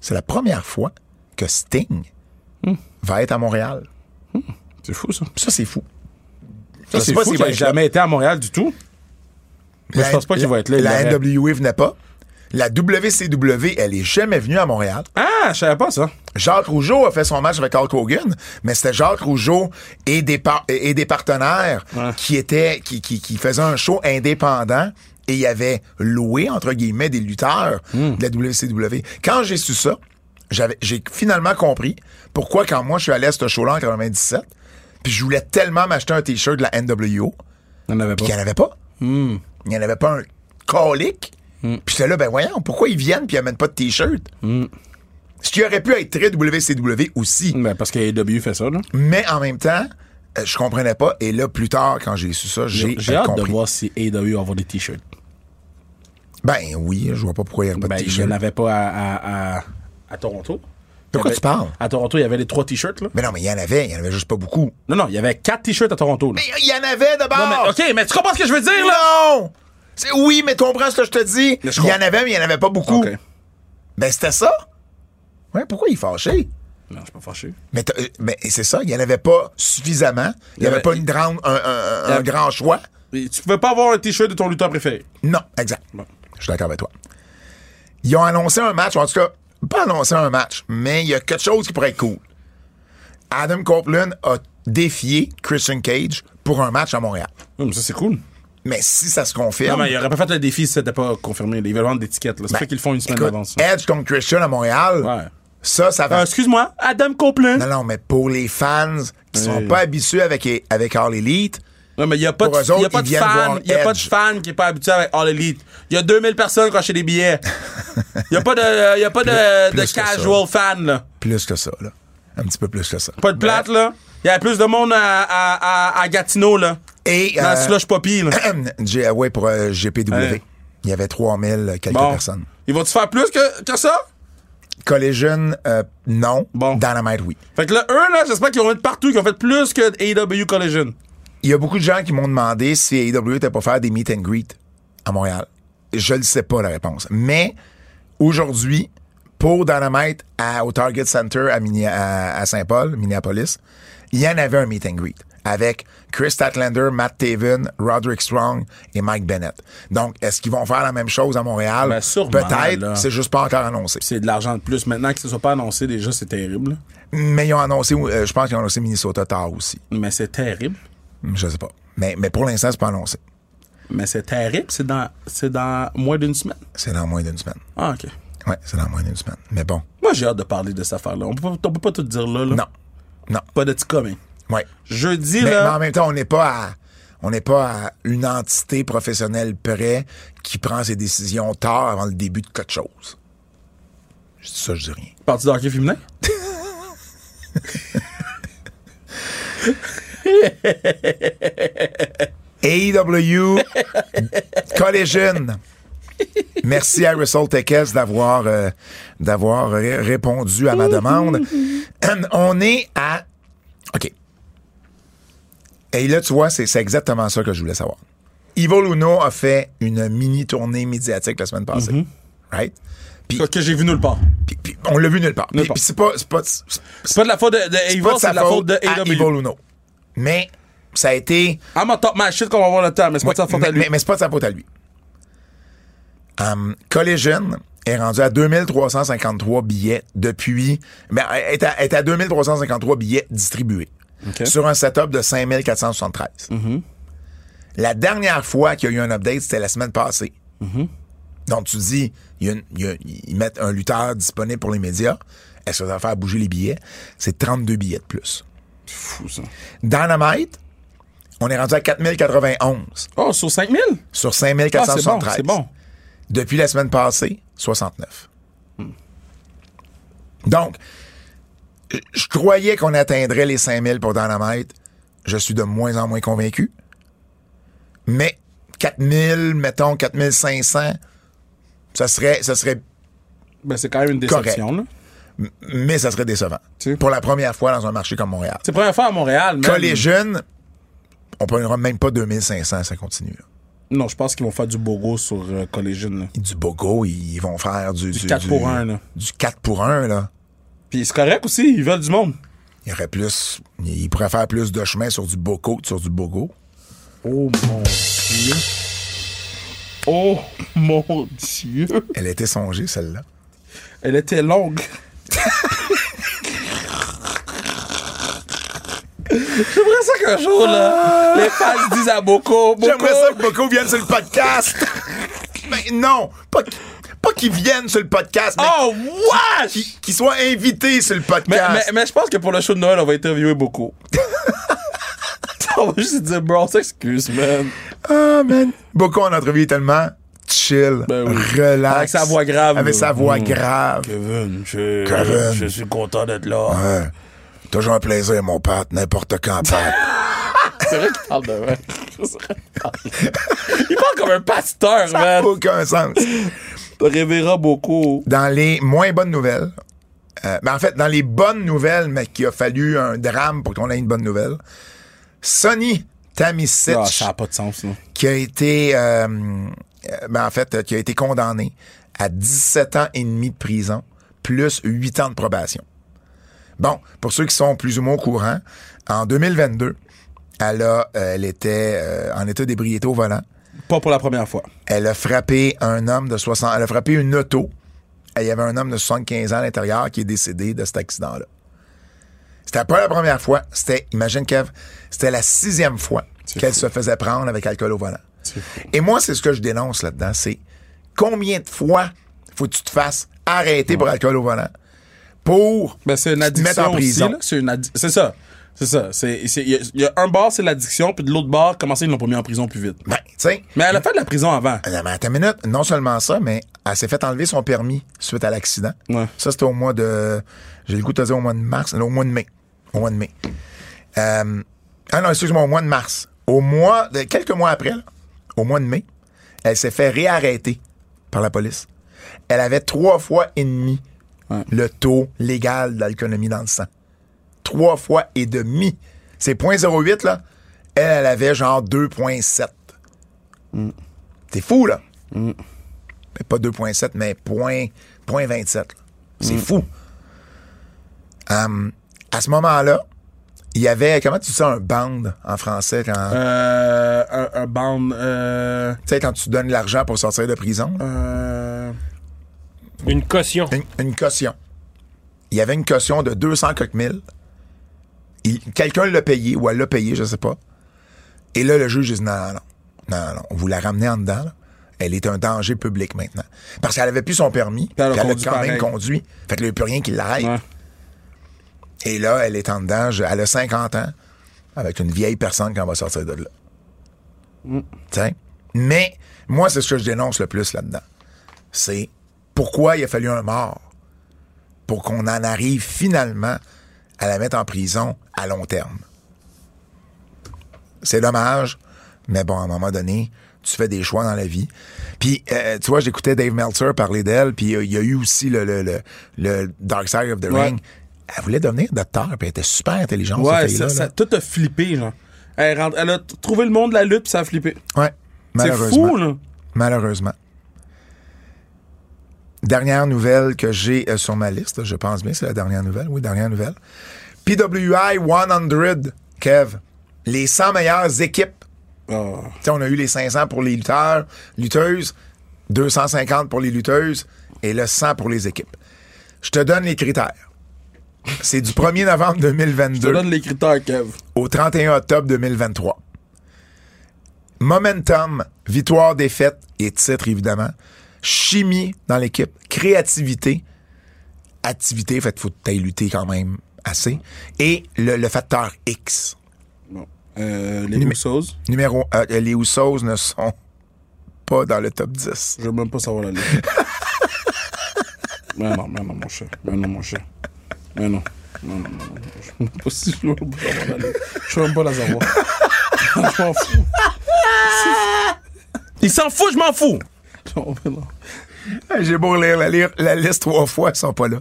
S2: c'est la première fois que Sting
S3: Hmm.
S2: va être à Montréal.
S3: C'est fou, ça.
S2: Ça, c'est fou. Je
S3: Ça,
S2: sais
S3: c'est
S2: pas
S3: fou
S2: s'il
S3: qu'il
S2: va
S3: ait
S2: être là.
S3: jamais été à Montréal du tout. Mais je pense pas qu'il va être là. il
S2: La
S3: l'aurait.
S2: NWA venait pas. La WCW, elle est jamais venue à Montréal.
S3: Ah, je savais pas ça.
S2: Jacques Rougeau a fait son match avec Hulk Hogan, mais c'était Jacques Rougeau et des, par- et des partenaires
S3: Ouais.
S2: qui étaient qui, qui, qui faisaient un show indépendant et il y avait loué entre guillemets des lutteurs de la WCW. Quand j'ai su ça, j'avais j'ai finalement compris pourquoi quand moi je suis allé à ce show-là en 97, puis je voulais tellement m'acheter un t-shirt de la NWO,
S3: Il n'y en avait pas.
S2: puis il n'y en avait pas.
S3: Hmm.
S2: Il n'y en avait pas un colique. Puis j'étais là, ben voyons, pourquoi ils viennent puis ils amènent pas de t-shirt?
S3: Hmm.
S2: Ce qui aurait pu être très WCW aussi.
S3: Ben, parce que AEW fait ça, là.
S2: Mais en même temps, euh, je comprenais pas. Et là, plus tard, quand j'ai su ça, j'ai
S3: J'ai
S2: euh,
S3: hâte
S2: compris.
S3: de voir si AEW va avoir des t-shirts.
S2: Ben oui, je vois pas pourquoi il n'y aurait pas
S3: Ben,
S2: de
S3: il n'y
S2: t-shirt.
S3: en avait pas à, à, à, à Toronto.
S2: De quoi
S3: Il y avait-
S2: tu parles?
S3: À Toronto, il y avait les trois t-shirts, là.
S2: Mais non, mais il y en avait, il y en avait juste pas beaucoup.
S3: Non, non, il y avait quatre t-shirts à Toronto, là.
S2: Mais il y en avait d'abord!
S3: Non, mais, OK, mais tu comprends ce que je veux dire, là?
S2: Non! C'est- Oui, mais tu comprends ce que je te dis?
S3: Mais je
S2: Il y en
S3: comprends.
S2: avait, mais il n'y en avait pas beaucoup.
S3: OK.
S2: Ben c'était ça. Ouais, pourquoi il est fâché?
S3: Non, je suis pas fâché.
S2: Mais, t'as- euh, mais c'est ça, il n'y en avait pas suffisamment. Il n'y avait
S3: avait-
S2: pas une grande, un, un- un
S3: avait-
S2: grand choix.
S3: Et Tu pouvais pas avoir un t-shirt de ton lutteur préféré.
S2: Non, exact.
S3: Bon.
S2: Je suis d'accord avec toi. Ils ont annoncé un match, ou en tout cas, pas annoncé un match, mais il y a quelque chose qui pourrait être cool. Adam Copeland a défié Christian Cage pour un match à Montréal.
S3: Oui, mais ça, c'est cool.
S2: Mais si ça se confirme.
S3: Non, mais il aurait pas fait le défi si c'était pas confirmé. Ils veulent vendre des tickets, là. C'est
S2: ben,
S3: ça qu'ils le font une semaine
S2: écoute,
S3: d'avance.
S2: Edge contre Christian à Montréal,
S3: Ouais.
S2: ça, ça va.
S3: Euh, Excuse-moi, Adam Copeland.
S2: non, non, mais pour les fans qui sont
S3: Oui.
S2: pas habitués avec, avec All Elite,
S3: Non, mais il n'y a pas de,
S2: Pour eux autres,
S3: y a pas
S2: ils
S3: de
S2: viennent voir
S3: fan. Il a pas de
S2: Edge.
S3: fan qui est pas habitué avec All Elite. Il y a 2000 personnes qui ont acheté des billets. Il n'y a pas de, y a pas de,
S2: Plus-
S3: de
S2: plus que
S3: casual fan, là.
S2: plus que ça, là. Un petit peu plus que ça.
S3: Pas de plate, là. Il y a plus de monde à, à, à, à Gatineau, là.
S2: Et
S3: Dans
S2: euh,
S3: ce slush poppy, là.
S2: J- ouais, pour euh, GPW.
S3: Ouais.
S2: Il y avait 3000 quelques
S3: Bon.
S2: personnes.
S3: Ils vont-tu faire plus que, que ça?
S2: Collision, euh, non.
S3: Bon.
S2: Dynamite, oui.
S3: Fait que là, eux, là, j'espère qu'ils vont être partout, qu'ils ont fait plus que AW Collision.
S2: Il y a beaucoup de gens qui m'ont demandé si AEW était pour faire des meet and greet à Montréal. Je ne sais pas la réponse. Mais aujourd'hui, pour Dynamite à- au Target Center à, Minne- à- à Saint-Paul, Minneapolis, il y en avait un meet and greet avec Chris Statlander, Matt Taven, Roderick Strong et Mike Bennett. Donc, est-ce qu'ils vont faire la même chose à Montréal?
S3: Ben, sûrement, là.
S2: Peut-être, c'est juste pas encore annoncé.
S3: C'est de l'argent de plus. Maintenant que ce soit pas annoncé, déjà, c'est terrible.
S2: Mais ils ont annoncé, euh, je pense qu'ils ont annoncé Minnesota tard aussi.
S3: Mais c'est terrible.
S2: Je sais pas. Mais, mais pour l'instant, c'est pas annoncé.
S3: Mais c'est terrible. C'est dans, c'est dans moins d'une semaine.
S2: C'est dans moins d'une semaine.
S3: Ah, OK.
S2: Ouais, c'est dans moins d'une semaine. Mais bon,
S3: Moi, j'ai hâte de parler de cette affaire-là. On peut, pas- on peut pas tout dire là, là.
S2: non. Non.
S3: Pas de petit coming.
S2: Ouais.
S3: Jeudi,
S2: Mais, mais
S3: là.
S2: en même temps, on n'est pas à. On n'est pas à une entité professionnelle près qui prend ses décisions tard avant le début de quelque chose. Je dis ça, je dis rien.
S3: Parti de hockey féminin?
S2: AEW E Collision. Merci à Russell Tekes d'avoir euh, d'avoir ré- répondu à ma
S3: Mm-hmm.
S2: demande. Hum, On est à OK. Et là, tu vois, c'est c'est exactement ça que je voulais savoir. Ivo Luno a fait une mini tournée médiatique la semaine passée.
S3: Mm-hmm.
S2: Right? Puis,
S3: Que j'ai vu nulle part.
S2: puis- puis on l'a vu nulle part.
S3: Nulle
S2: Puis-
S3: part.
S2: Puis c'est pas, c'est pas, c'est
S3: C'est pas de la faute de, de
S2: pas
S3: Evil,
S2: de
S3: c'est
S2: sa
S3: de la faute de E
S2: à Ivo
S3: AW.
S2: Luno. Mais ça a été.
S3: I'm gonna top my shit qu'on va avoir le temps, mais c'est pas de sa
S2: Oui,
S3: faute à
S2: mais,
S3: lui.
S2: mais- mais c'est pas de sa faute à lui. Um, Collision est rendu à 2353 billets depuis. Mais est à, est à 2353 billets distribués
S3: Ok.
S2: sur un setup de 5473. La dernière fois qu'il y a eu un update, c'était la semaine passée. Donc, tu dis, il y a une- il y a- ils mettent un lutteur disponible pour les médias. Est-ce que ça va faire bouger les billets? C'est 32 billets de plus.
S3: Fou, ça.
S2: Dynamite, On est rendu à 4091
S3: Oh, sur 5000?
S2: sur
S3: Ah, c'est
S2: 5473.
S3: bon, c'est bon.
S2: Depuis la semaine passée, 69. Donc, je- je croyais qu'on atteindrait les 5000 pour Dynamite. Je suis de moins en moins convaincu. Mais 4000, mettons 4500, ça serait, ça serait,
S3: Ben, c'est quand même une
S2: Correct.
S3: déception, là.
S2: mais ça serait décevant.
S3: Tu-
S2: Pour la première fois dans un marché comme Montréal.
S3: C'est la première fois à Montréal, même.
S2: Collégienne, on ne même pas 2500, ça continue. là.
S3: Non, je pense qu'ils vont faire du bogo sur euh, Collegian, là.
S2: Du bogo, ils vont faire du, du,
S3: 4 pour 1, là.
S2: Du 4 pour 1, là.
S3: Puis c'est correct aussi, ils veulent du monde.
S2: Il y aurait plus. Il pourrait faire plus de chemin sur du Boco que sur du Bogo.
S3: Oh mon dieu. Oh mon dieu.
S2: Elle était songée, celle-là.
S3: Elle était longue. J'aimerais ça qu'un jour, là, les fans se disent à Boko, Boko.
S2: J'aimerais ça que Boco vienne sur le podcast! mais non! Pas, qu'- pas qu'il vienne sur le podcast, mais
S3: Oh, wesh!
S2: qu'il- qu'il soit invité sur le
S3: Mais,
S2: podcast!
S3: mais, mais je pense que pour le show de Noël, on va interviewer Boko. on va juste dire, bro, on s'excuse, man.
S2: Ah, man! Boco en entrevue est tellement chill,
S3: Ben oui.
S2: relax.
S3: Avec sa voix grave,
S2: Avec
S3: là.
S2: sa voix
S3: Mm.
S2: grave.
S3: Kevin, je,
S2: Kevin. je
S3: suis content d'être là.
S2: Ouais. Toujours un plaisir, mon pote, n'importe quand, Pat.
S3: C'est vrai qu'il parle de vrai. Il parle comme un pasteur, man.
S2: Aucun sens.
S3: Révéra Boko.
S2: dans les moins bonnes nouvelles, euh, ben en fait, dans les bonnes nouvelles, mais qu'il a fallu un drame pour qu'on ait une bonne nouvelle, Sonny Tamisic,
S3: Ah, ça n'a pas de sens, non.
S2: qui a été, euh, euh, ben en fait, euh, qui a été condamné à 17 ans et demi de prison, plus 8 ans de probation. Bon, pour ceux qui sont plus ou moins au courant, en 2022, elle, a, euh, elle était euh, en état d'ébriété au volant.
S3: Pas pour la première fois.
S2: Elle a frappé un homme de 60... Elle a frappé une auto. Et Il y avait un homme de 75 ans à l'intérieur qui est décédé de cet accident-là. C'était pas la première fois. C'était, imagine Kev, c'était la sixième fois qu'elle se faisait prendre avec alcool au volant. Et moi, c'est ce que je dénonce là-dedans. C'est combien de fois faut que tu te fasses arrêter pour alcool au volant pour
S3: Ben, c'est une
S2: que tu te mettes
S3: addiction
S2: en prison.
S3: aussi, là. C'est une addi- C'est ça. C'est ça. C'est- c'est- Il y, a- il y a un bar, c'est l'addiction, puis de l'autre bar, comment ça, ils l'ont pas mis en prison plus vite.
S2: Ben, tu sais,
S3: Mais elle a fait de la prison avant.
S2: Non, mais attends une minute. Non seulement ça, mais elle s'est fait enlever son permis suite à l'accident.
S3: Ouais.
S2: Ça, c'était au mois de. J'ai le goût de te dire au mois de mars. Non, au mois de mai. Au mois de mai. Euh, ah non, excuse-moi, au mois de mars. Au mois. de- quelques mois après, là, au mois de mai, elle s'est fait réarrêter par la police. Elle avait trois fois et demi
S3: Ouais.
S2: le taux légal d'alcoolémie dans le sang. Trois fois et demi. C'est 0.08, là. Elle, elle avait genre 2.7. T'es fou, là. Mais pas 2.7, mais point, point 27. C'est fou. Hum, à ce moment-là, il y avait, comment tu dis ça, un band en français quand,
S3: Euh, un, un band, euh,
S2: tu sais, quand tu donnes l'argent pour sortir de prison? là?
S3: euh,
S4: Une caution.
S2: Une, une caution. Il y avait une caution de 200 quelques mille. Il- Quelqu'un l'a payé ou elle l'a payé, je sais pas. Et là, le juge dit non, non, non. Non, non, non. Vous la ramenez en dedans, là. Elle est un danger public maintenant. Parce qu'elle avait plus son permis. puis
S3: elle a
S2: Elle, a
S3: conduit
S2: quand même
S3: pareil.
S2: conduit. Fait qu'il n'y a eu plus rien qui l'arrête.
S3: ouais.
S2: Et là, elle est en dedans, je- elle a 50 ans, avec une vieille personne quand elle va sortir de là.
S3: Mm.
S2: T'sais? Mais, moi, c'est ce que je dénonce le plus là-dedans. C'est pourquoi il a fallu un mort pour qu'on en arrive finalement à la mettre en prison à long terme. C'est dommage, mais bon, à un moment donné, tu fais des choix dans la vie. Puis, euh, tu vois, j'écoutais Dave Meltzer parler d'elle, puis euh, il y a eu aussi le, le, le, le Dark Side of the
S3: Ouais.
S2: Ring. Elle voulait devenir docteur, puis elle était super intelligente,
S3: Ouais,
S2: Oh, cette fille-là.
S3: ça, ça-
S2: là.
S3: tout a flippé, genre. Elle, rentre- elle a t- trouvé le monde de la lutte, puis ça a flippé.
S2: Ouais,
S3: C'est
S2: malheureusement.
S3: fou, là.
S2: Malheureusement. Dernière nouvelle que j'ai euh, sur ma liste, je pense bien, c'est la dernière nouvelle. Oui, dernière nouvelle. PWI 100, Kev. Les 100 meilleures équipes.
S3: Oh.
S2: Tu sais, on a eu les 500 pour les lutteurs, lutteuses, 250 pour les lutteuses et le 100 pour les équipes. Je te donne les critères. C'est du 1er novembre
S3: Je
S2: 2022
S3: te donne les critères, Kev.
S2: au 31 octobre 2023. Momentum, victoire, défaite et titre, évidemment. Chimie dans l'équipe, créativité, activité, fait faut que t'ailles lutter quand même assez. Et le, le facteur X.
S3: Bon. euh, les
S2: Numé-
S3: Usos.
S2: Numéro un, euh, les Usos ne sont pas dans le top 10.
S3: Je veux même pas savoir la liste. mais non, mais non, mon cher. Mais non, mon cher. Mais non. Non, non, non, non. Je veux même pas si je veux même pas savoir la liste. Je veux même pas la savoir. je m'en fous. Il s'en fout, je m'en fous. Non, mais non.
S2: Hey, J'ai beau lire la, lire la liste trois fois, ils sont pas là.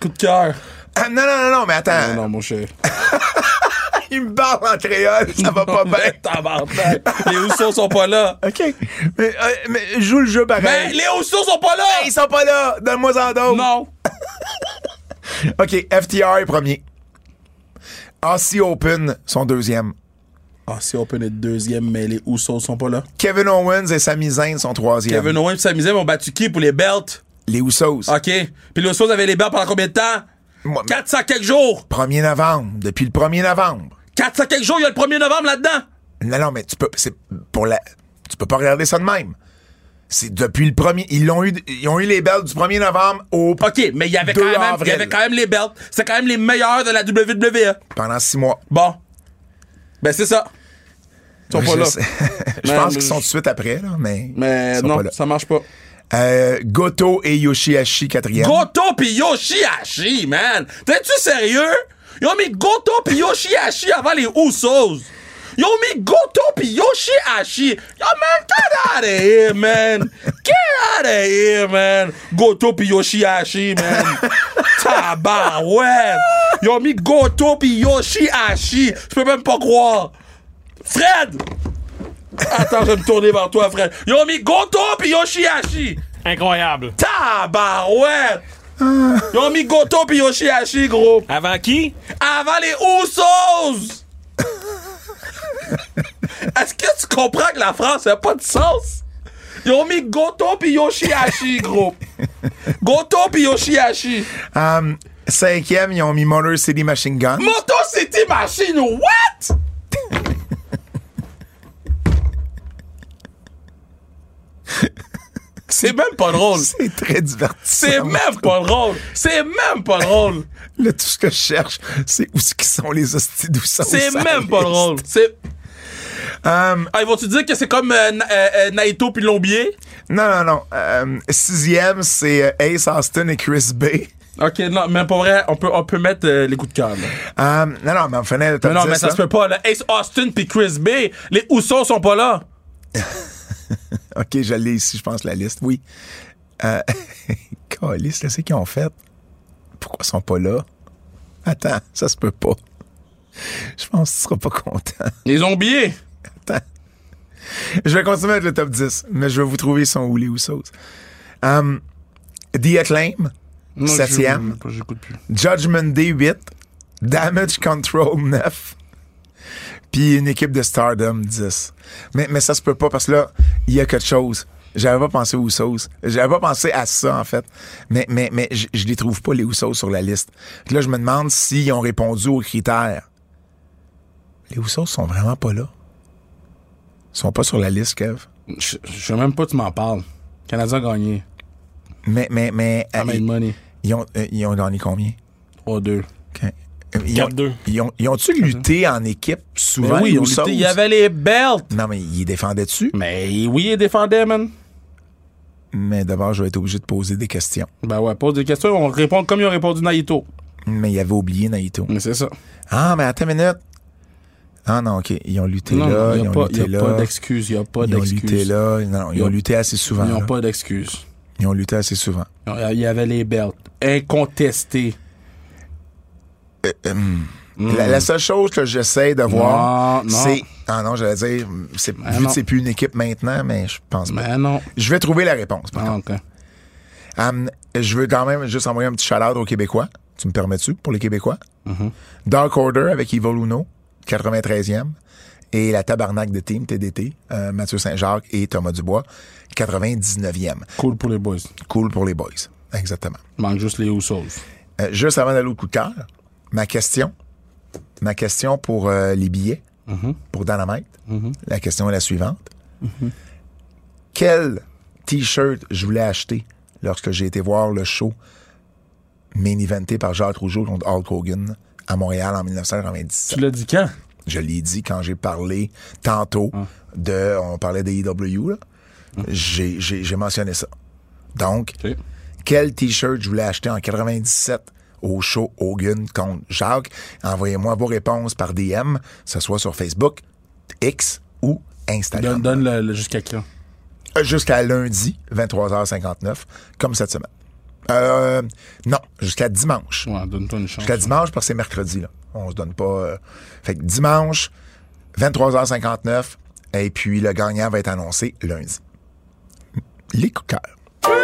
S3: Coup de cœur. Ah,
S2: Ah, non, non, non, non, mais attends.
S3: Non, non, mon cher.
S2: Il me parle en créole, ça va pas bien.
S3: Tabarnak. ben, Les Usos sont pas là.
S2: OK. Mais, euh, mais joue le jeu
S3: Mais
S2: pareil.
S3: les Usos sont pas là.
S2: Ben, Ils sont pas là. Donne-moi ça d'autres.
S3: Non.
S2: OK, FTR est premier. Aussie Open sont deuxième.
S3: Ah, si on peut être deuxième, mais les Usos sont pas là.
S2: Kevin Owens et Sami Zayn sont troisième.
S3: Kevin Ah, Owens et Sami Zayn ont battu qui pour les belts?
S2: Les Usos.
S3: OK. Puis les Usos avaient les belts pendant combien de temps?
S2: Moi-
S3: 400 quelques jours.
S2: 1er novembre. Depuis le 1er novembre.
S3: 400 quelques jours, il y a le 1er novembre là-dedans.
S2: Non, non, mais tu peux, c'est pour la, tu peux pas regarder ça de même. C'est depuis le premier, ils l'ont eu, ils ont eu les belts du 1er novembre au,
S3: OK, mais il y avait quand
S2: 2
S3: même, il y
S2: avril.
S3: avait quand même les belts. C'était quand même les meilleurs de la WWE.
S2: pendant six mois.
S3: Bon. Ben, c'est ça. Ils sont
S2: Ben, Je
S3: pas là.
S2: sais- je
S3: Mais-
S2: pense
S3: mais-
S2: qu'ils sont tout de suite après, là, mais, ils
S3: Mais
S2: sont pas
S3: non,
S2: là.
S3: ça marche pas.
S2: Euh, Goto et Yoshihashi quatrième.
S3: Goto pis Yoshihashi, man. T'es-tu sérieux? Ils ont mis Goto pis Yoshihashi avant les Usos. Ils ont mis Goto pis Yoshihashi. Yo, man, get out of here, man. Get out of here, man. Goto pis Yoshihashi, man. Tabarouette. Ils ont mis Goto pis Yoshihashi. Je peux même pas croire. Fred! Attends, je vais me tourner vers toi, Fred. Ils ont mis Goto pis Yoshihashi.
S4: Incroyable.
S3: Tabarouette! Ils ont mis Goto pis Yoshihashi, gros.
S4: Avant qui?
S3: Avant les Usos! Est-ce que tu comprends que la France n'a pas de sens? Ils ont mis Goto pis Yoshihashi, gros. Goto pis Yoshihashi.
S2: Euh, cinquième, ils ont mis Motor City Machine Gun.
S3: Moto City Machine, what? C'est même pas drôle.
S2: C'est très divertissant.
S3: C'est même pas drôle. C'est même pas drôle.
S2: Là, tout ce que je cherche, c'est où ce qui sont les hosties d'où ça
S3: C'est
S2: ça
S3: même pas
S2: liste.
S3: drôle. C'est.
S2: Euh,
S3: Ah, ils vont-tu dire que c'est comme euh, Na- euh, euh, Naito puis Lombier?
S2: non, non, non. Euh, sixième, c'est euh, Ace Austin et Chris Bay.
S3: Ok, non, mais pour vrai, on peut, on peut mettre euh, les coups de cœur. là.
S2: Euh, non, non, mais on finit le top
S3: Mais non,
S2: 10,
S3: mais ça
S2: là.
S3: se peut pas. là. Ace Austin puis Chris Bay, les Usos sont pas là.
S2: OK, je l'ai ici, je pense, la liste, oui. Euh, Calice, qu'est-ce qu'ils ont fait? Pourquoi ils sont pas là? Attends, ça se peut pas. Je pense que tu seras pas content.
S3: Les Zombiers.
S2: Attends. Je vais continuer avec le top 10, mais je vais vous trouver son ou les ou sauce. Um, The Acclaim, septième.
S3: J'écoute plus.
S2: Judgment Day 8, Damage Control 9, puis une équipe de Stardom 10. Mais, mais ça se peut pas parce que là, il y a quelque chose. J'avais pas pensé aux Usos. J'avais pas pensé à ça, en fait. Mais, mais, mais je je les trouve pas, les Usos, sur la liste. Fait que Là, je me demande s'ils ont répondu aux critères. Les Usos sont vraiment pas là. Ils sont pas sur la liste, Kev.
S3: Je je sais même pas, tu m'en parles. Canadien a gagné.
S2: Mais, mais, mais, euh,
S3: I made
S2: ils,
S3: money.
S2: ils ont, euh, ils ont gagné combien?
S3: 3-2.
S2: OK. Euh, Ils ont,
S4: 4-2.
S2: ils ont, ils ont-tu lutté en équipe
S3: Mais
S2: souvent?
S3: Ben oui,
S2: les
S3: ils ont
S2: Usos?
S3: lutté. il y avait les belts.
S2: Non, mais ils défendaient-tu?
S3: Mais oui, ils défendaient, man.
S2: Mais d'abord, je vais être obligé de poser des questions.
S3: Ben ouais, pose des questions, on répond comme ils ont répondu Naito.
S2: Mais il avait oublié Naito.
S3: Mais c'est ça.
S2: Ah, mais attends une minute. Ah non, OK. Ils ont lutté
S3: Non,
S2: là,
S3: il
S2: ils
S3: n'y
S2: ont
S3: a pas, y
S2: lutté
S3: a pas
S2: là.
S3: d'excuses. Il n'y a pas
S2: Ils ont lutté
S3: d'excuses.
S2: là. hein. Non, non, ils
S3: Ils
S2: ont
S3: ont-
S2: lutté assez souvent.
S3: Ils n'ont
S2: là.
S3: pas d'excuses.
S2: Ils ont lutté assez souvent.
S3: Il y avait les belts. Incontestés.
S2: La, la seule chose que j'essaie de voir,
S3: Hmm. Non, non.
S2: c'est... Ah non, j'allais dire, c'est, vu
S3: non.
S2: que c'est plus une équipe maintenant, mais je pense pas.
S3: Mais non.
S2: Je vais trouver la réponse, par
S3: Ah, ok.
S2: Hum, je veux quand même juste envoyer un petit shout-out aux Québécois. Tu me permets-tu pour les Québécois? Dark Order avec Yves Luno, 93e. Et la tabarnak de team TDT, euh, Mathieu Saint-Jacques et Thomas Dubois, 99e.
S3: Cool pour les boys.
S2: Cool pour les boys. Exactement.
S3: Il manque juste les Usos.
S2: Euh, juste avant d'aller au coup de cœur, ma question. Ma question pour euh, les billets, pour Dynamite. La question est la suivante. Quel T-shirt je voulais acheter lorsque j'ai été voir le show main eventé par Jacques Rougeau contre Hulk Hogan à Montréal en 1997?
S3: Tu l'as dit quand?
S2: je l'ai dit quand j'ai parlé tantôt de. On parlait des EW, là. J'ai- J'ai j'ai mentionné ça. Donc,
S3: Ok.
S2: quel T-shirt je voulais acheter en 97 au show Hogan contre Jacques? Envoyez-moi vos réponses par DM, que ce soit sur Facebook, X ou Instagram.
S3: Donne, donne le, le- jusqu'à quand?
S2: Euh, Jusqu'à lundi, 23h59, comme cette semaine. Euh, non, jusqu'à dimanche.
S3: Ouais, donne-toi une chance.
S2: Jusqu'à dimanche, parce que c'est mercredi, là. On se donne pas. euh, Fait que dimanche, 23h59, et puis le gagnant va être annoncé lundi. Les coups de cœur.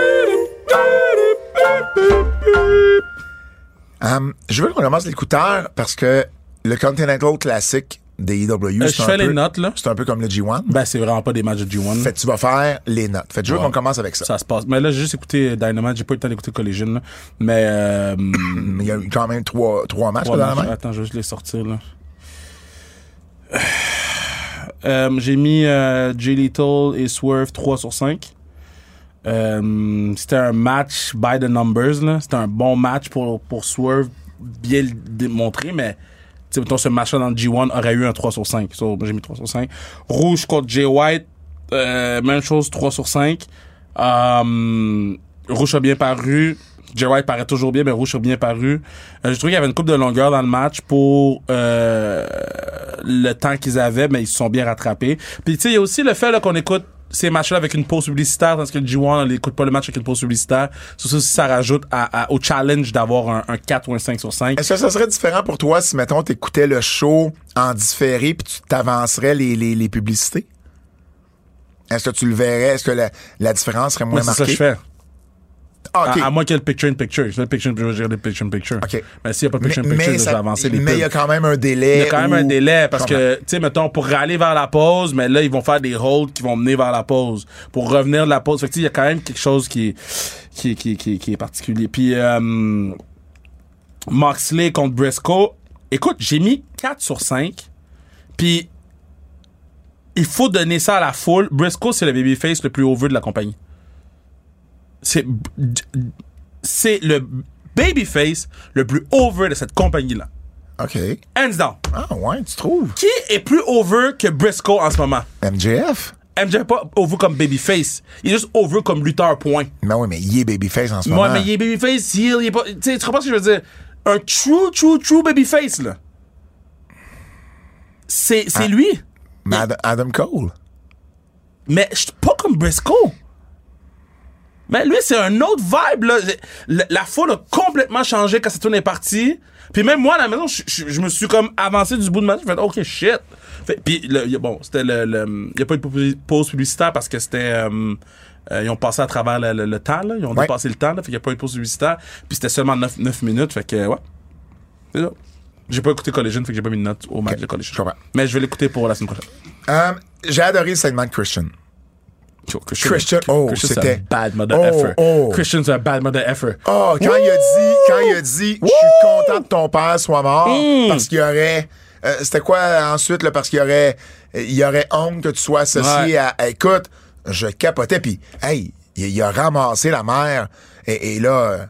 S2: Hum, je veux qu'on commence les coups de cœur parce que le Continental Classic des IW,
S3: Euh,
S2: c'est
S3: je
S2: un
S3: fais les
S2: peu-
S3: notes, là.
S2: C'est un peu comme le G1.
S3: Ben, c'est vraiment pas des matchs de G1.
S2: Fait que tu vas faire les notes. Fait que je veux qu'on commence avec ça.
S3: Ça se passe. Mais là, j'ai juste écouté Dynamite. J'ai pas eu le temps d'écouter Collision, là. Mais, euh,
S2: Mais il y a eu quand même trois, trois matchs
S3: trois
S2: là, dans la
S3: matchs.
S2: main.
S3: Attends, je vais juste les sortir, là. Euh, j'ai mis euh, Jay Little et Swerve 3 sur 5. Euh, c'était un match by the numbers. là. C'était un bon match pour, pour Swerve, bien le démontré, mais tu sais, mettons, ce match-là dans le G1 aurait eu un 3 sur 5. So, moi, j'ai mis 3 sur 5. Rouge contre Jay White, euh, même chose, 3 sur 5. Euh, Rouge a bien paru. Jay White paraît toujours bien, mais Rouge a bien paru. Euh, je trouve qu'il y avait une coupe de longueur dans le match pour euh, le temps qu'ils avaient, mais ils se sont bien rattrapés. Puis tu sais, il y a aussi le fait là, qu'on écoute ces matchs-là avec une pause publicitaire, parce que le G1, on n'écoute pas le match avec une pause publicitaire. Sur ça, aussi, ça rajoute à- à- au challenge d'avoir un, un 4 ou un 5 sur 5.
S2: Est-ce que ça serait différent pour toi si, mettons, t'écoutais le show en différé puis tu t'avancerais les, les, les publicités? Est-ce que tu le verrais? Est-ce que la, la différence serait moins
S3: Moi, c'est ça que
S2: marquée?
S3: je fais.
S2: Ah,
S3: À-
S2: OK.
S3: À, moins qu'il y ait le picture-in-picture. Je fais le picture-in-picture, je regarde le picture-in-picture.
S2: OK.
S3: Mais s'il n'y a pas de
S2: mais
S3: picture-in-picture,
S2: mais
S3: je vais
S2: ça-
S3: avancer les
S2: mais il y
S3: pubs.
S2: a quand même un
S3: Il
S2: délai.
S3: y a quand même
S2: où-
S3: un délai parce
S2: Je comprends.
S3: que, tu sais, mettons, pour aller vers la pause, mais là, ils vont faire des holds qui vont mener vers la pause. Pour revenir de la pause. Fait que, tu sais, il y a quand même quelque chose qui est, qui est, qui est, qui est, qui est particulier. Puis, euh, Moxley contre Briscoe. Écoute, j'ai mis 4 sur 5. Puis, il faut donner ça à la foule. Briscoe, c'est le babyface le plus over de la compagnie. C'est, c'est le babyface le plus over de cette compagnie-là.
S2: OK.
S3: Hands down.
S2: Ah, ouais, tu trouves?
S3: Qui est plus over que Briscoe en ce moment?
S2: MJF?
S3: MJ est pas over comme babyface. Il est juste over comme lutteur, point.
S2: Ben oui, mais il est babyface en ce
S3: Moi,
S2: moment.
S3: mais il est babyface, heel, il est pas... Tu sais, tu comprends ce que je veux dire? Un true, true, true babyface, là. C'est, c'est lui.
S2: Mais Ad- Adam Cole?
S3: Mais je suis pas comme Briscoe. Mais lui, c'est un autre vibe, là. La, la foule a complètement changé quand cette tourne est partie. Puis même moi, à la maison, je, je- je me suis comme avancé du bout de ma tête. J'ai fait, OK, oh, shit. Fait- puis, le, y a- bon, c'était le. le- Il n'y a pas eu de publi- pause publicitaire parce que c'était. euh, euh, ils ont passé à travers le, le- le temps, là. Ils ont
S2: Ouais.
S3: dépassé le temps, là. Fait qu'il n'y a pas eu de pause publicitaire. Puis c'était seulement 9, minutes. Fait que, ouais. C'est ça. J'ai pas écouté Collision, fait que j'ai pas mis de note au match
S2: Ok,
S3: de Collision.
S2: je comprends.
S3: Mais je vais l'écouter pour la semaine prochaine.
S2: Hum, J'ai adoré le segment de Christian.
S3: Christian,
S2: Christian- oh,
S3: Christian, c'est
S2: c'était-
S3: un bad mother
S2: oh,
S3: effer.
S2: oh.
S3: Christian, c'est un bad mother effer.
S2: Oh, quand il a dit, quand il a dit, je suis content que ton père soit mort
S3: Hmm.
S2: parce qu'il y aurait, euh, c'était quoi euh, ensuite là, parce qu'il y aurait, euh, il y aurait honte que tu sois associé
S3: Ouais.
S2: à, à- écoute, je capotais puis, hey, il, il a ramassé la mère et, et là, euh,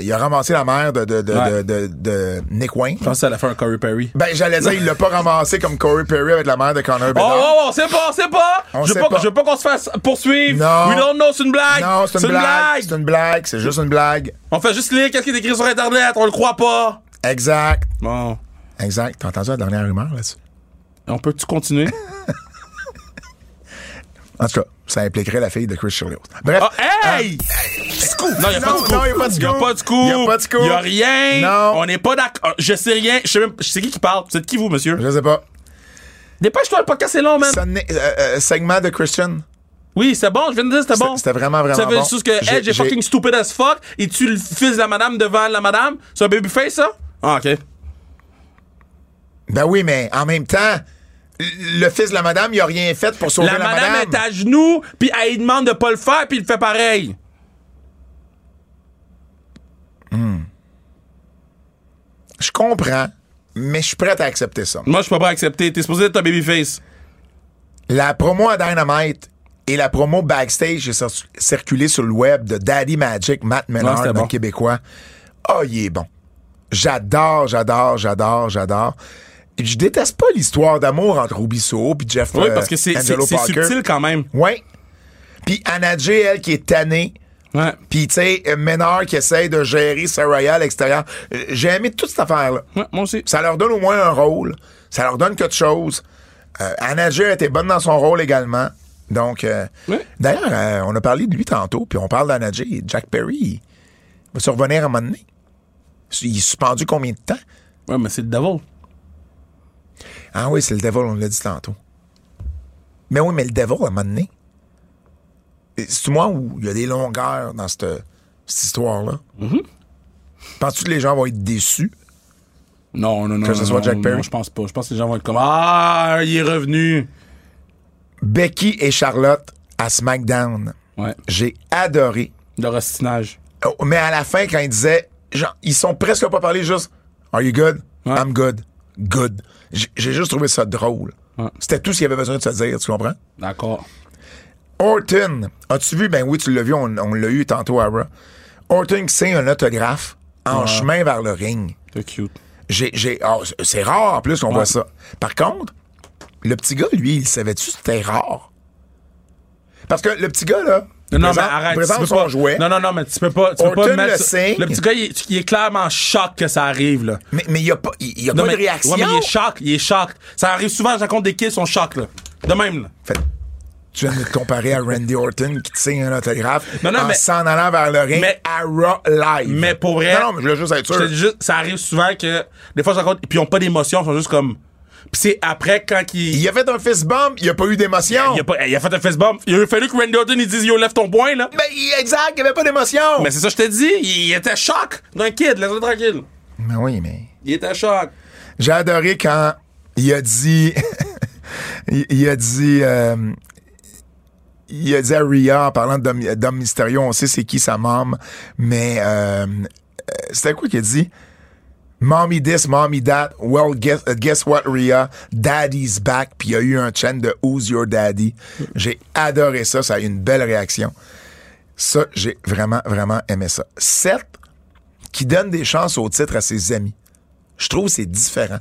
S2: il a ramassé la mère de de de, de,
S3: Ouais.
S2: de, de Nick Wayne.
S3: Je pense que ça l'a fait un Corey Perry.
S2: Ben j'allais dire, il l'a pas ramassé comme Corey Perry avec la mère de Connor
S3: Oh,
S2: Bedard.
S3: oh, oh, c'est pas, c'est pas.
S2: On
S3: je, veux
S2: sait
S3: pas,
S2: pas.
S3: je veux pas qu'on se fasse poursuivre.
S2: Non.
S3: We don't know, c'est une blague.
S2: Non, c'est une, blague. C'est une blague. C'est juste une blague.
S3: On fait juste lire qu'est-ce qui est écrit sur Internet, on le croit pas.
S2: Exact.
S3: Bon.
S2: Exact. T'as entendu la dernière rumeur là-dessus?
S3: On peut-tu continuer?
S2: En tout cas, ça impliquerait la fille de Chris Chelios. Bref. Euh,
S3: Oh, hey! Non, y a pas de
S2: Non,
S3: scoop.
S2: non, y a pas de
S3: Y a
S2: scoop.
S3: pas de scoop.
S2: Y a pas de scoop.
S3: Y a rien.
S2: Non.
S3: On n'est pas d'accord. Je sais rien. Je sais même, je sais qui qui parle. C'est qui vous, monsieur?
S2: Je sais pas.
S3: Dépêche-toi, le podcast est long, man.
S2: Ça n'est- euh, euh, segment de Christian.
S3: Oui, c'est bon, je viens de dire, c'était
S2: C'était-
S3: bon.
S2: c'était vraiment, vraiment
S3: Ça veut
S2: bon.
S3: juste que
S2: J'ai-
S3: Edge est
S2: j'ai-
S3: fucking stupid as fuck et tu le fils de la madame devant la madame. C'est un babyface, ça? Ah, ok.
S2: Ben oui, mais en même temps, le fils de la madame, il a rien fait pour sauver
S3: La
S2: la,
S3: madame, est à genoux, puis elle lui demande de pas le faire, puis il le fait pareil.
S2: Je comprends, mais je suis prêt à accepter ça.
S3: Moi, je suis pas prêt à accepter. T'es supposé être un babyface.
S2: La promo à Dynamite et la promo backstage est cir- circulée sur le web de Daddy Magic, Matt
S3: Ouais,
S2: Menard,
S3: c'était
S2: notre
S3: bon.
S2: Québécois. Ah, il est bon. J'adore, j'adore, j'adore, j'adore. je déteste pas l'histoire d'amour entre Rubisso puis Jeff
S3: Oui,
S2: euh,
S3: parce que c'est c'est-
S2: Angelo
S3: c'est
S2: Parker.
S3: subtil quand même.
S2: Ouais. Puis Anna Jay, elle, qui est tannée.
S3: Ouais.
S2: Puis, tu sais, euh, Ménard qui essaye de gérer Saraya à l'extérieur. Euh, J'ai aimé toute cette affaire-là.
S3: Ouais, moi aussi.
S2: Ça leur donne au moins un rôle. Ça leur donne quelque chose. Euh, Anna Jay était bonne dans son rôle également. Donc, euh,
S3: Oui.
S2: d'ailleurs, euh, on a parlé de lui tantôt, puis on parle d'Anna Jay. Jack Perry il va se revenir à un moment donné. Il est suspendu combien de temps?
S3: Ouais, mais c'est le devil.
S2: Ah oui, c'est le devil, on l'a dit tantôt. Mais oui, mais le devil, à un moment donné, c'est moi où il y a des longueurs dans cette, cette histoire-là. Penses-tu que les gens vont être déçus?
S3: Non, non, non.
S2: Que ce
S3: non,
S2: soit
S3: non,
S2: Jack Perry?
S3: non, je pense pas. Je pense que les gens vont être comme Ah, il est revenu.
S2: Becky et Charlotte à SmackDown.
S3: Ouais.
S2: J'ai adoré.
S3: Le rostinage.
S2: Oh, Mais à la fin, quand ils disaient, genre, ils sont presque pas parlé, juste Are you good?
S3: Ouais.
S2: I'm good. Good. J'ai j'ai juste trouvé ça drôle.
S3: Ouais.
S2: C'était tout ce qu'il y avait besoin de se dire, tu comprends?
S3: D'accord.
S2: Orton, as-tu vu? Ben oui, tu l'as vu, on, on l'a eu tantôt à Raw. Orton qui signe un autographe en chemin vers le ring.
S3: C'est cute.
S2: J'ai, j'ai, oh, c'est- c'est rare en plus qu'on voit ça. Par contre, le petit gars, lui, il savait-tu que c'était rare? Parce que le petit gars, là,
S3: Non, non,
S2: présente-
S3: mais arrête.
S2: présente
S3: tu peux
S2: son
S3: pas-
S2: jouet.
S3: Non, non, non, mais tu peux pas. Tu peux
S2: Orton
S3: pas mettre
S2: le
S3: ça-
S2: signe.
S3: Le petit gars, il, est- il est clairement en choc que ça arrive, là.
S2: Mais il n'y a pas, y- y a
S3: Non,
S2: pas
S3: mais-
S2: de réaction.
S3: Ouais, mais il est choc, il est choc. Ça arrive souvent, je raconte des kids, ils sont chocs, là. De même, là.
S2: Fait- tu viens de te comparer à Randy Orton qui te signe un autographe
S3: Non, non,
S2: en
S3: mais-
S2: s'en allant vers le ring
S3: mais-
S2: à Raw Live.
S3: Mais pour vrai.
S2: Non, non, mais je voulais juste être
S3: je te
S2: sûr.
S3: dis juste, ça arrive souvent que. Des fois, je raconte. Puis ils ont pas d'émotion, ils sont juste comme. Puis c'est après, quand ils.
S2: Il a fait un fist bump, il n'y a pas eu d'émotion.
S3: Il a, pas, il a fait un fist bump. Il a fallu que Randy Orton il dise Yo, lève ton poing, là.
S2: Mais Ben, il- exact, il n'y avait pas d'émotion.
S3: Mais c'est ça, je te dis. Il, il était choc d'un kid, laisse-le tranquille.
S2: Mais oui, mais.
S3: Il était choc.
S2: J'ai adoré quand il a dit. il, il a dit. euh, il a dit à Rhea, en parlant de Dom, Dom Mysterio, on sait c'est qui sa mom, mais euh, euh, c'était quoi qu'il a dit? Mommy this, mommy that. Well, guess, uh, guess what, Rhea? Daddy's back. Puis il y a eu un chant de Who's Your Daddy. J'ai adoré ça. Ça a eu une belle réaction. Ça, j'ai vraiment, vraiment aimé ça. 7, qui donne des chances au titre à ses amis. Je trouve que c'est différent.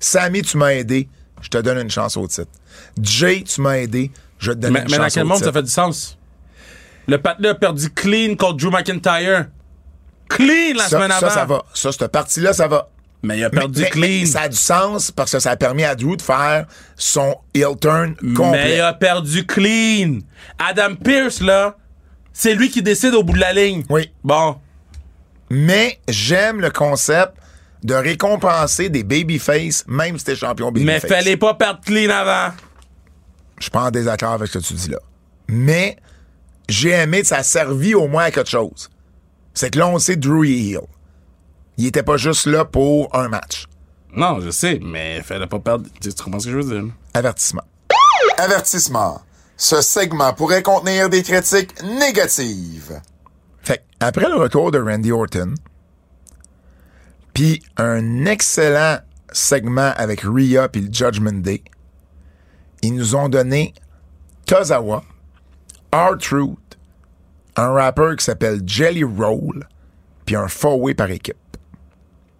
S2: Sammy, tu m'as aidé. Je te donne une chance au titre. Jay, tu m'as aidé. Je te donne
S3: Mais,
S2: une
S3: mais
S2: chance
S3: dans quel
S2: au
S3: monde
S2: titre.
S3: ça fait du sens? Le patelin a perdu clean contre Drew McIntyre. Clean la
S2: ça,
S3: semaine
S2: ça,
S3: avant.
S2: ça va. Ça, cette partie-là, ça va.
S3: Mais il a perdu
S2: Mais- mais
S3: clean.
S2: ça a du sens parce que ça a permis à Drew de faire son heel turn
S3: Mais il
S2: complet.
S3: a perdu clean. Adam Pierce, là, c'est lui qui décide au bout de la ligne.
S2: Oui.
S3: Bon.
S2: Mais j'aime le concept de récompenser des babyface, même si t'es champion
S3: Mais
S2: babyface.
S3: fallait pas perdre clean avant.
S2: Je suis pas en désaccord avec ce que tu dis là. Mais j'ai aimé que ça a servi au moins à quelque chose. C'est que là, on sait Drew est heel. Il était pas juste là pour un match.
S3: Non, je sais, mais fallait pas perdre. Tu tu comprends ce que je veux dire?
S2: Avertissement. Avertissement. Ce segment pourrait contenir des critiques négatives. Fait que, après le retour de Randy Orton, puis un excellent segment avec Rhea puis le Judgment Day, ils nous ont donné Tozawa, R-Truth, un rappeur qui s'appelle Jelly Roll, puis un four-way par équipe.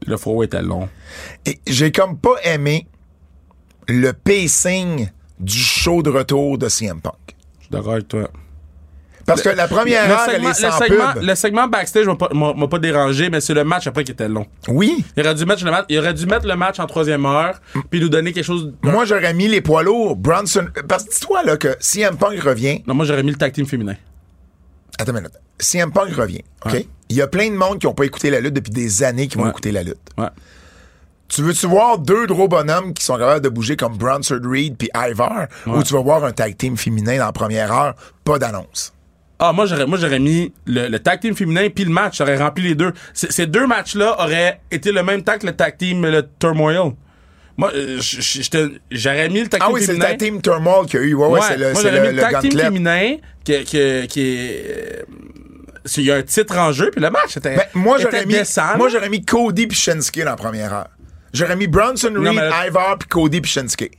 S3: Le four était long.
S2: Et j'ai comme pas aimé le pacing du show de retour de CM Punk.
S3: Je suis d'accord avec toi.
S2: Parce que la première heure, elle est sans
S3: le segment-
S2: pub.
S3: le segment backstage m'a pas- m'a m'a pas dérangé, mais c'est le match après qui était long.
S2: Oui.
S3: Il aurait dû mettre le match, il aurait dû mettre le match en troisième heure, puis nous donner quelque chose. d'un-
S2: Moi, j'aurais mis les poids lourds, Bronson. Parce que dis-toi là, que CM Punk revient.
S3: Non, moi j'aurais mis le tag team féminin.
S2: Attends une minute. CM Punk revient. OK?
S3: Ouais.
S2: Il y a plein de monde qui n'ont pas écouté la lutte depuis des années qui vont
S3: Ouais.
S2: écouter la lutte.
S3: Ouais.
S2: Tu veux-tu voir deux gros bonhommes qui sont capables de bouger comme Bronson Reed puis Ivar ou tu vas voir un tag team féminin dans la première heure? Pas d'annonce.
S3: Ah, moi j'aurais, moi j'aurais mis le, le tag team féminin puis le match, j'aurais rempli les deux. C- ces deux matchs-là auraient été le même temps que le tag team le turmoil. Moi, euh, j- j- j'étais- j'aurais mis le tag
S2: Ah
S3: team
S2: oui, c'est le
S3: féminin.
S2: tag team Turmoil qu'il y a eu. Ouais, ouais,
S3: Ouais,
S2: c'est le,
S3: moi
S2: c'est
S3: j'aurais
S2: le,
S3: mis le
S2: le
S3: tag team
S2: gauntlet.
S3: féminin qui, qui, qui est. euh, Il y a un titre en jeu, puis le match était.
S2: Ben, moi,
S3: était
S2: j'aurais mis,
S3: décent,
S2: moi,
S3: là.
S2: j'aurais mis Cody puis Shinsuke dans la première heure. J'aurais mis Bronson Reed,
S3: mais là-
S2: Ivar puis Cody puis Shinsuke.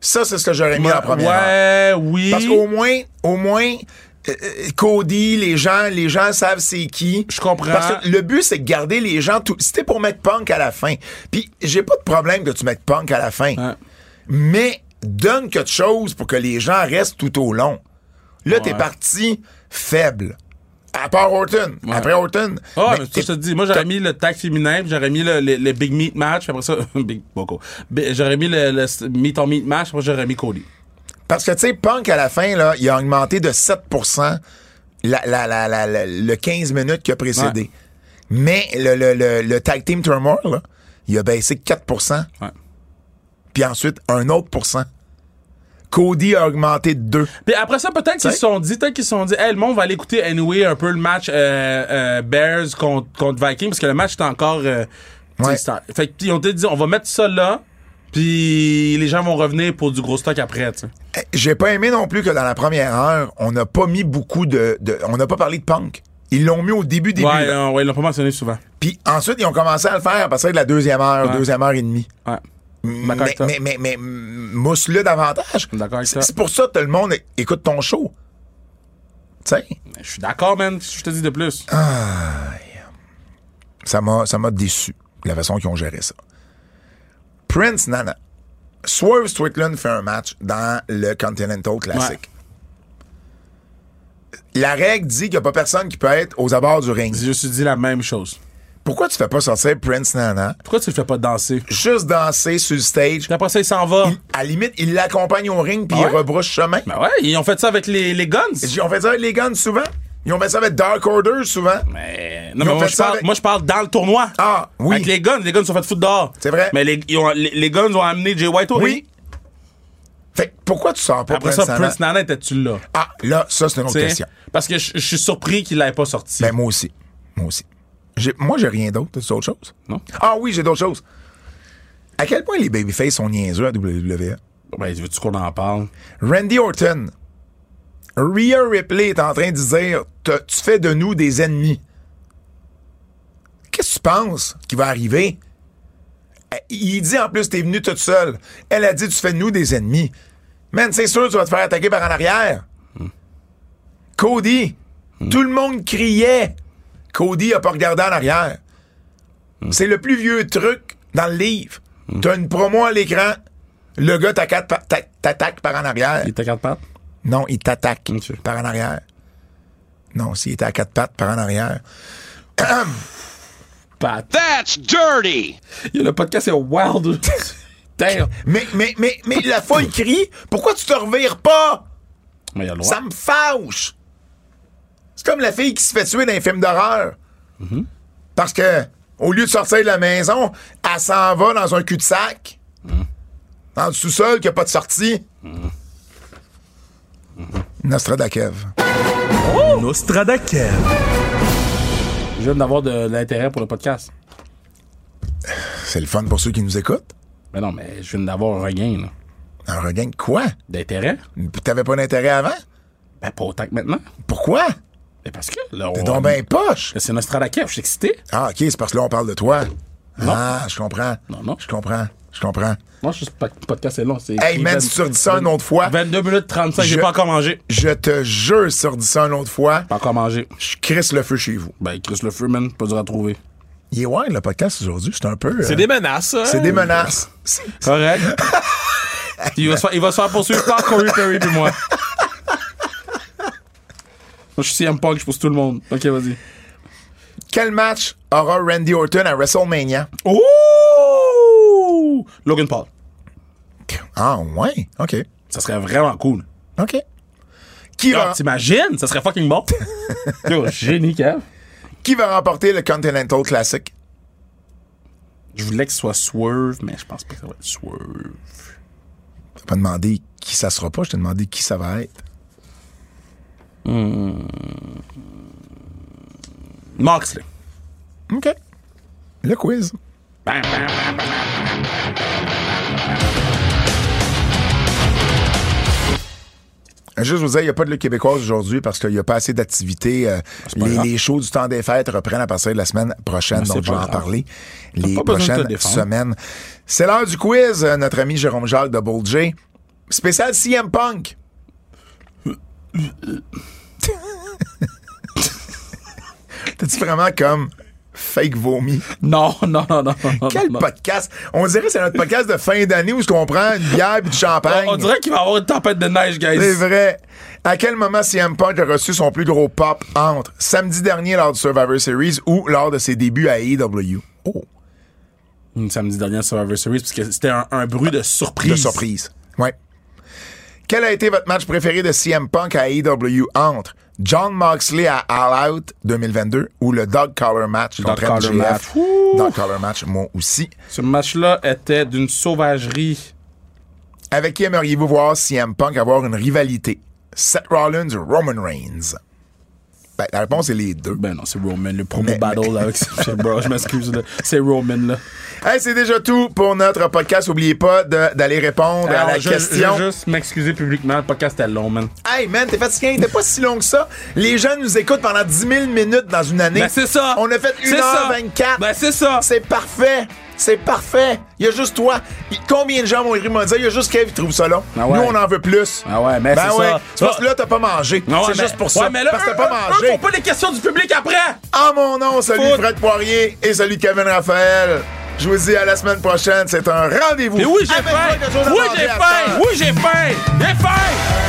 S2: Ça, c'est ce que j'aurais mis dans la première heure.
S3: Ouais, oui.
S2: Parce qu'au moins, au moins, euh, euh, Cody, les gens, les gens savent c'est qui.
S3: Je comprends.
S2: Parce que le but, c'est de garder les gens tout. C'était pour mettre punk à la fin. Puis j'ai pas de problème que tu mettes punk à la fin.
S3: Ouais.
S2: Mais donne quelque chose pour que les gens restent tout au long. Là, t'es parti faible. À part Orton. Après Orton.
S3: Ah,
S2: Ben,
S3: mais ça,
S2: t'es-
S3: je te dis, moi, j'aurais mis le tag féminin, puis j'aurais mis le, le- le Big Meat Match, puis après ça, Big Boko. Bi- J'aurais mis le, le Meet on Meat Match, puis j'aurais mis Cody.
S2: Parce que, tu sais, Punk, à la fin, là, il a augmenté de 7 la, la, la, la- la- le 15 minutes qui a précédé.
S3: Ouais.
S2: Mais le, le, le, le Tag Team Turmoil, là, il a baissé 4
S3: Ouais.
S2: Puis ensuite, un autre pourcent. Cody a augmenté de 2.
S3: Puis après ça, peut-être qu'ils se sont dit, peut-être qu'ils se sont dit, hey, le monde va aller écouter anyway un peu le match euh, euh, Bears contre, contre Vikings, parce que le match est encore. euh, tu sais,
S2: Ouais.
S3: c'est- Fait qu'ils ont dit, on va mettre ça là, puis les gens vont revenir pour du gros stock après, tu sais.
S2: Eh, J'ai pas aimé non plus que dans la première heure, on n'a pas mis beaucoup de... de- on n'a pas parlé de Punk. Ils l'ont mis au début, début.
S3: Ouais,
S2: là.
S3: euh, ouais, ils l'ont pas mentionné souvent.
S2: Puis ensuite, ils ont commencé à le faire à partir de la deuxième heure,
S3: Ouais.
S2: deuxième heure et demie.
S3: Ouais.
S2: Mais,
S3: D'accord avec toi.
S2: mais, mais, mais, mm, mousse-le davantage.
S3: D'accord avec
S2: C'est
S3: toi.
S2: c'est pour ça que le monde é- écoute ton show. Tu sais,
S3: Je suis d'accord, man. Je te dis de plus.
S2: Ah. ça m'a ça m'a déçu, la façon qu'ils ont géré ça. Prince Nana. Swerve Strickland fait un match dans le Continental Classic. La règle dit qu'il n'y a pas personne qui peut être aux abords du ring.
S3: Je me suis dit la même chose.
S2: Pourquoi tu fais pas sortir Prince Nana,
S3: Pourquoi tu le fais pas danser?
S2: juste danser sur le stage?
S3: Puis après ça, il s'en va.
S2: Il- à la limite, il l'accompagne au ring puis
S3: Ah ouais?
S2: il rebrousse chemin.
S3: Ben ouais, ils ont fait ça avec les, les guns.
S2: Ils ont fait ça avec les guns souvent. Ils ont fait ça avec Dark Order souvent.
S3: Mais-
S2: Ils
S3: non, mais
S2: ont
S3: moi
S2: fait
S3: je,
S2: ça
S3: parle,
S2: avec-
S3: moi, je parle dans le tournoi.
S2: Ah, oui.
S3: Avec les guns. Les guns sont fait foutre dehors.
S2: C'est vrai.
S3: Mais les, ils ont- les, les guns ont amené Jay White au ring.
S2: Oui. Fait que pourquoi tu sors pas
S3: Après
S2: Prince
S3: ça,
S2: Nana?
S3: Prince Nana était-tu là?
S2: Ah, là, ça, c'est une autre
S3: T'sais?
S2: question.
S3: Parce que je je suis surpris qu'il l'ait pas sorti.
S2: Ben, moi aussi. Moi aussi. J'ai- moi, j'ai rien d'autre. T'as d'autres choses?
S3: Non.
S2: Ah oui, j'ai d'autres choses. À quel point les babyface sont niaiseux à WWE?
S3: Ben, veux-tu qu'on en parle?
S2: Randy Orton. Rhea Ripley est en train de dire Te- Tu fais de nous des ennemis. Qu'est-ce que tu penses qui va arriver? Eh, Il dit en plus T'es venu toute seule. Elle a dit Tu fais de nous des ennemis. Man, c'est sûr, tu vas te faire attaquer par en arrière. Cody, tout le monde criait. Cody a pas regardé en arrière. C'est le plus vieux truc dans le livre. T'as une promo à l'écran, le gars t'attaque par, t'a- t'attaque par en arrière.
S3: Il était quatre pattes?
S2: Non, il t'attaque
S3: Ok.
S2: par en arrière. Non, s'il était à quatre pattes par en arrière.
S3: Pattes.
S5: That's dirty.
S3: Le podcast c'est wild. Damn.
S2: Mais, mais, mais, mais la fois, il crie Pourquoi tu te revires pas
S3: Mais il a le droit.
S2: Ça me fâche. C'est comme la fille qui se fait tuer dans un film d'horreur.
S3: Mm-hmm.
S2: Parce que, au lieu de sortir de la maison, elle s'en va dans un cul-de-sac.
S3: Mm.
S2: Dans le sous-sol qui a pas de sortie. Nostradakev.
S3: Nostradakev. Je viens d'avoir de, de l'intérêt pour le podcast.
S2: C'est le fun pour ceux qui nous écoutent.
S3: Mais non, mais je viens d'avoir un regain, là.
S2: Un regain de quoi?
S3: D'intérêt?
S2: T'avais pas d'intérêt avant?
S3: Ben, pas autant que maintenant.
S2: Pourquoi?
S3: Mais parce que, là,
S2: T'es
S3: on-
S2: donc ben poche.
S3: Là, C'est Nostradakev, je suis excité.
S2: Ah, OK, c'est parce que là, on parle de toi.
S3: Non.
S2: Ah, je comprends.
S3: Non, non.
S2: Je comprends. Je comprends.
S3: Non, je suis pas- podcast, c'est long. c'est-
S2: Hey, man, si tu redis ça une autre fois,
S3: 22 minutes 35, j'ai
S2: Je-
S3: pas encore mangé.
S2: je te jure, si tu redis ça une autre fois,
S3: Pas encore mangé.
S2: je crisse le feu chez vous.
S3: Ben, Chris le feu, man, pas dur à trouver.
S2: Il est wild, le podcast aujourd'hui. C'est un peu. euh,
S4: C'est des menaces, ça.
S2: c'est des menaces.
S3: Correct. Puis il va, se faire, il va se faire poursuivre par Corey Perry puis moi. Moi, je suis CM Punk, je pousse tout le monde. Ok, vas-y.
S2: Quel match aura Randy Orton à WrestleMania?
S3: Ouh! Logan Paul.
S2: Ah, ouais. OK.
S3: Ça serait vraiment cool.
S2: OK. Qui,
S3: Ah,
S2: va,
S3: T'imagines? Ça serait fucking bon. Yo, génie, Kev.
S2: qui va remporter le Continental Classic?
S3: Je voulais que ce soit Swerve, mais je pense pas que ça va être Swerve.
S2: T'as pas demandé qui ça sera pas, je t'ai demandé qui ça va être.
S3: Moxley.
S2: OK. Le quiz. Juste vous dire, il n'y a pas de Ligue québécoise aujourd'hui parce qu'il n'y a pas assez d'activités. euh,
S3: pas
S2: les,
S3: grave.
S2: les shows du temps des fêtes reprennent à partir de la semaine prochaine,
S3: Mais c'est
S2: donc je
S3: pas
S2: vais en
S3: grave.
S2: parler les
S3: pas besoin de te
S2: prochaines
S3: défendre.
S2: semaines. C'est l'heure du quiz, euh, notre ami Jérôme Jacques de Bull J. Spécial CM Punk. C'est-tu vraiment comme fake vomi?
S3: Non, non, non, non. non,
S2: Quel
S3: non.
S2: podcast? On dirait que c'est notre podcast de fin d'année où ce qu'on prend une bière et du champagne.
S3: On, on dirait qu'il va y avoir une tempête de neige, guys.
S2: C'est vrai. À quel moment CM Punk a reçu son plus gros pop entre samedi dernier lors du Survivor Series ou lors de ses débuts à AEW? Oh,
S3: Hum, Samedi dernier, Survivor Series, parce que c'était un, un bruit de surprise.
S2: de surprise. Ouais. Quel a été votre match préféré de CM Punk à AEW entre John Moxley à All Out 2022 ou le Dog Collar Match
S3: Dog
S2: contre MJF?
S3: Collar Match. Ouh.
S2: Dog Collar Match, moi aussi.
S3: Ce match-là était d'une sauvagerie.
S2: Avec qui aimeriez-vous voir CM Punk avoir une rivalité? Seth Rollins ou Roman Reigns? Ben, la réponse est les deux.
S3: Ben non, c'est Roman, le promo
S2: Mais-
S3: battle là, avec ce bro, je m'excuse. là. C'est Roman, là.
S2: Hey, c'est déjà tout pour notre podcast. N'oubliez pas de- d'aller répondre à la
S3: Alors, Ah, je-
S2: question.
S3: Je veux juste m'excuser publiquement, le podcast était long, man.
S2: Hey, man, t'es fatigué, il était pas si long que ça. Les gens nous écoutent pendant 10 000 minutes dans une année.
S3: Ben c'est ça!
S2: On a fait
S3: C'est ça.
S2: 1h24.
S3: Ben c'est ça!
S2: C'est parfait. C'est parfait. Il y a juste toi. Il- Combien de gens m'ont écrit m'ont dit, il y a juste Kev qui trouve ça long.
S3: Ah ouais.
S2: Nous, on en veut plus.
S3: Ah ouais, mais
S2: ben
S3: c'est
S2: ouais.
S3: ça.
S2: C'est parce que là, t'as pas mangé.
S3: Ah ouais,
S2: c'est
S3: mais-
S2: juste pour ça.
S3: Ouais, mais là,
S2: parce que
S3: eux-
S2: t'as pas
S3: eux-
S2: mangé.
S3: Eux font pas les questions du public après!
S2: En mon nom, celui de
S3: Faut-
S2: Fred Poirier et celui de Kevin Raphaël. Je vous dis à la semaine prochaine. C'est un rendez-vous.
S3: Mais oui, j'ai
S2: Avec
S3: faim!
S2: plein de choses à
S3: Oui,
S2: manger
S3: j'ai
S2: à
S3: faim!
S2: faire.
S3: Oui, j'ai faim! J'ai faim!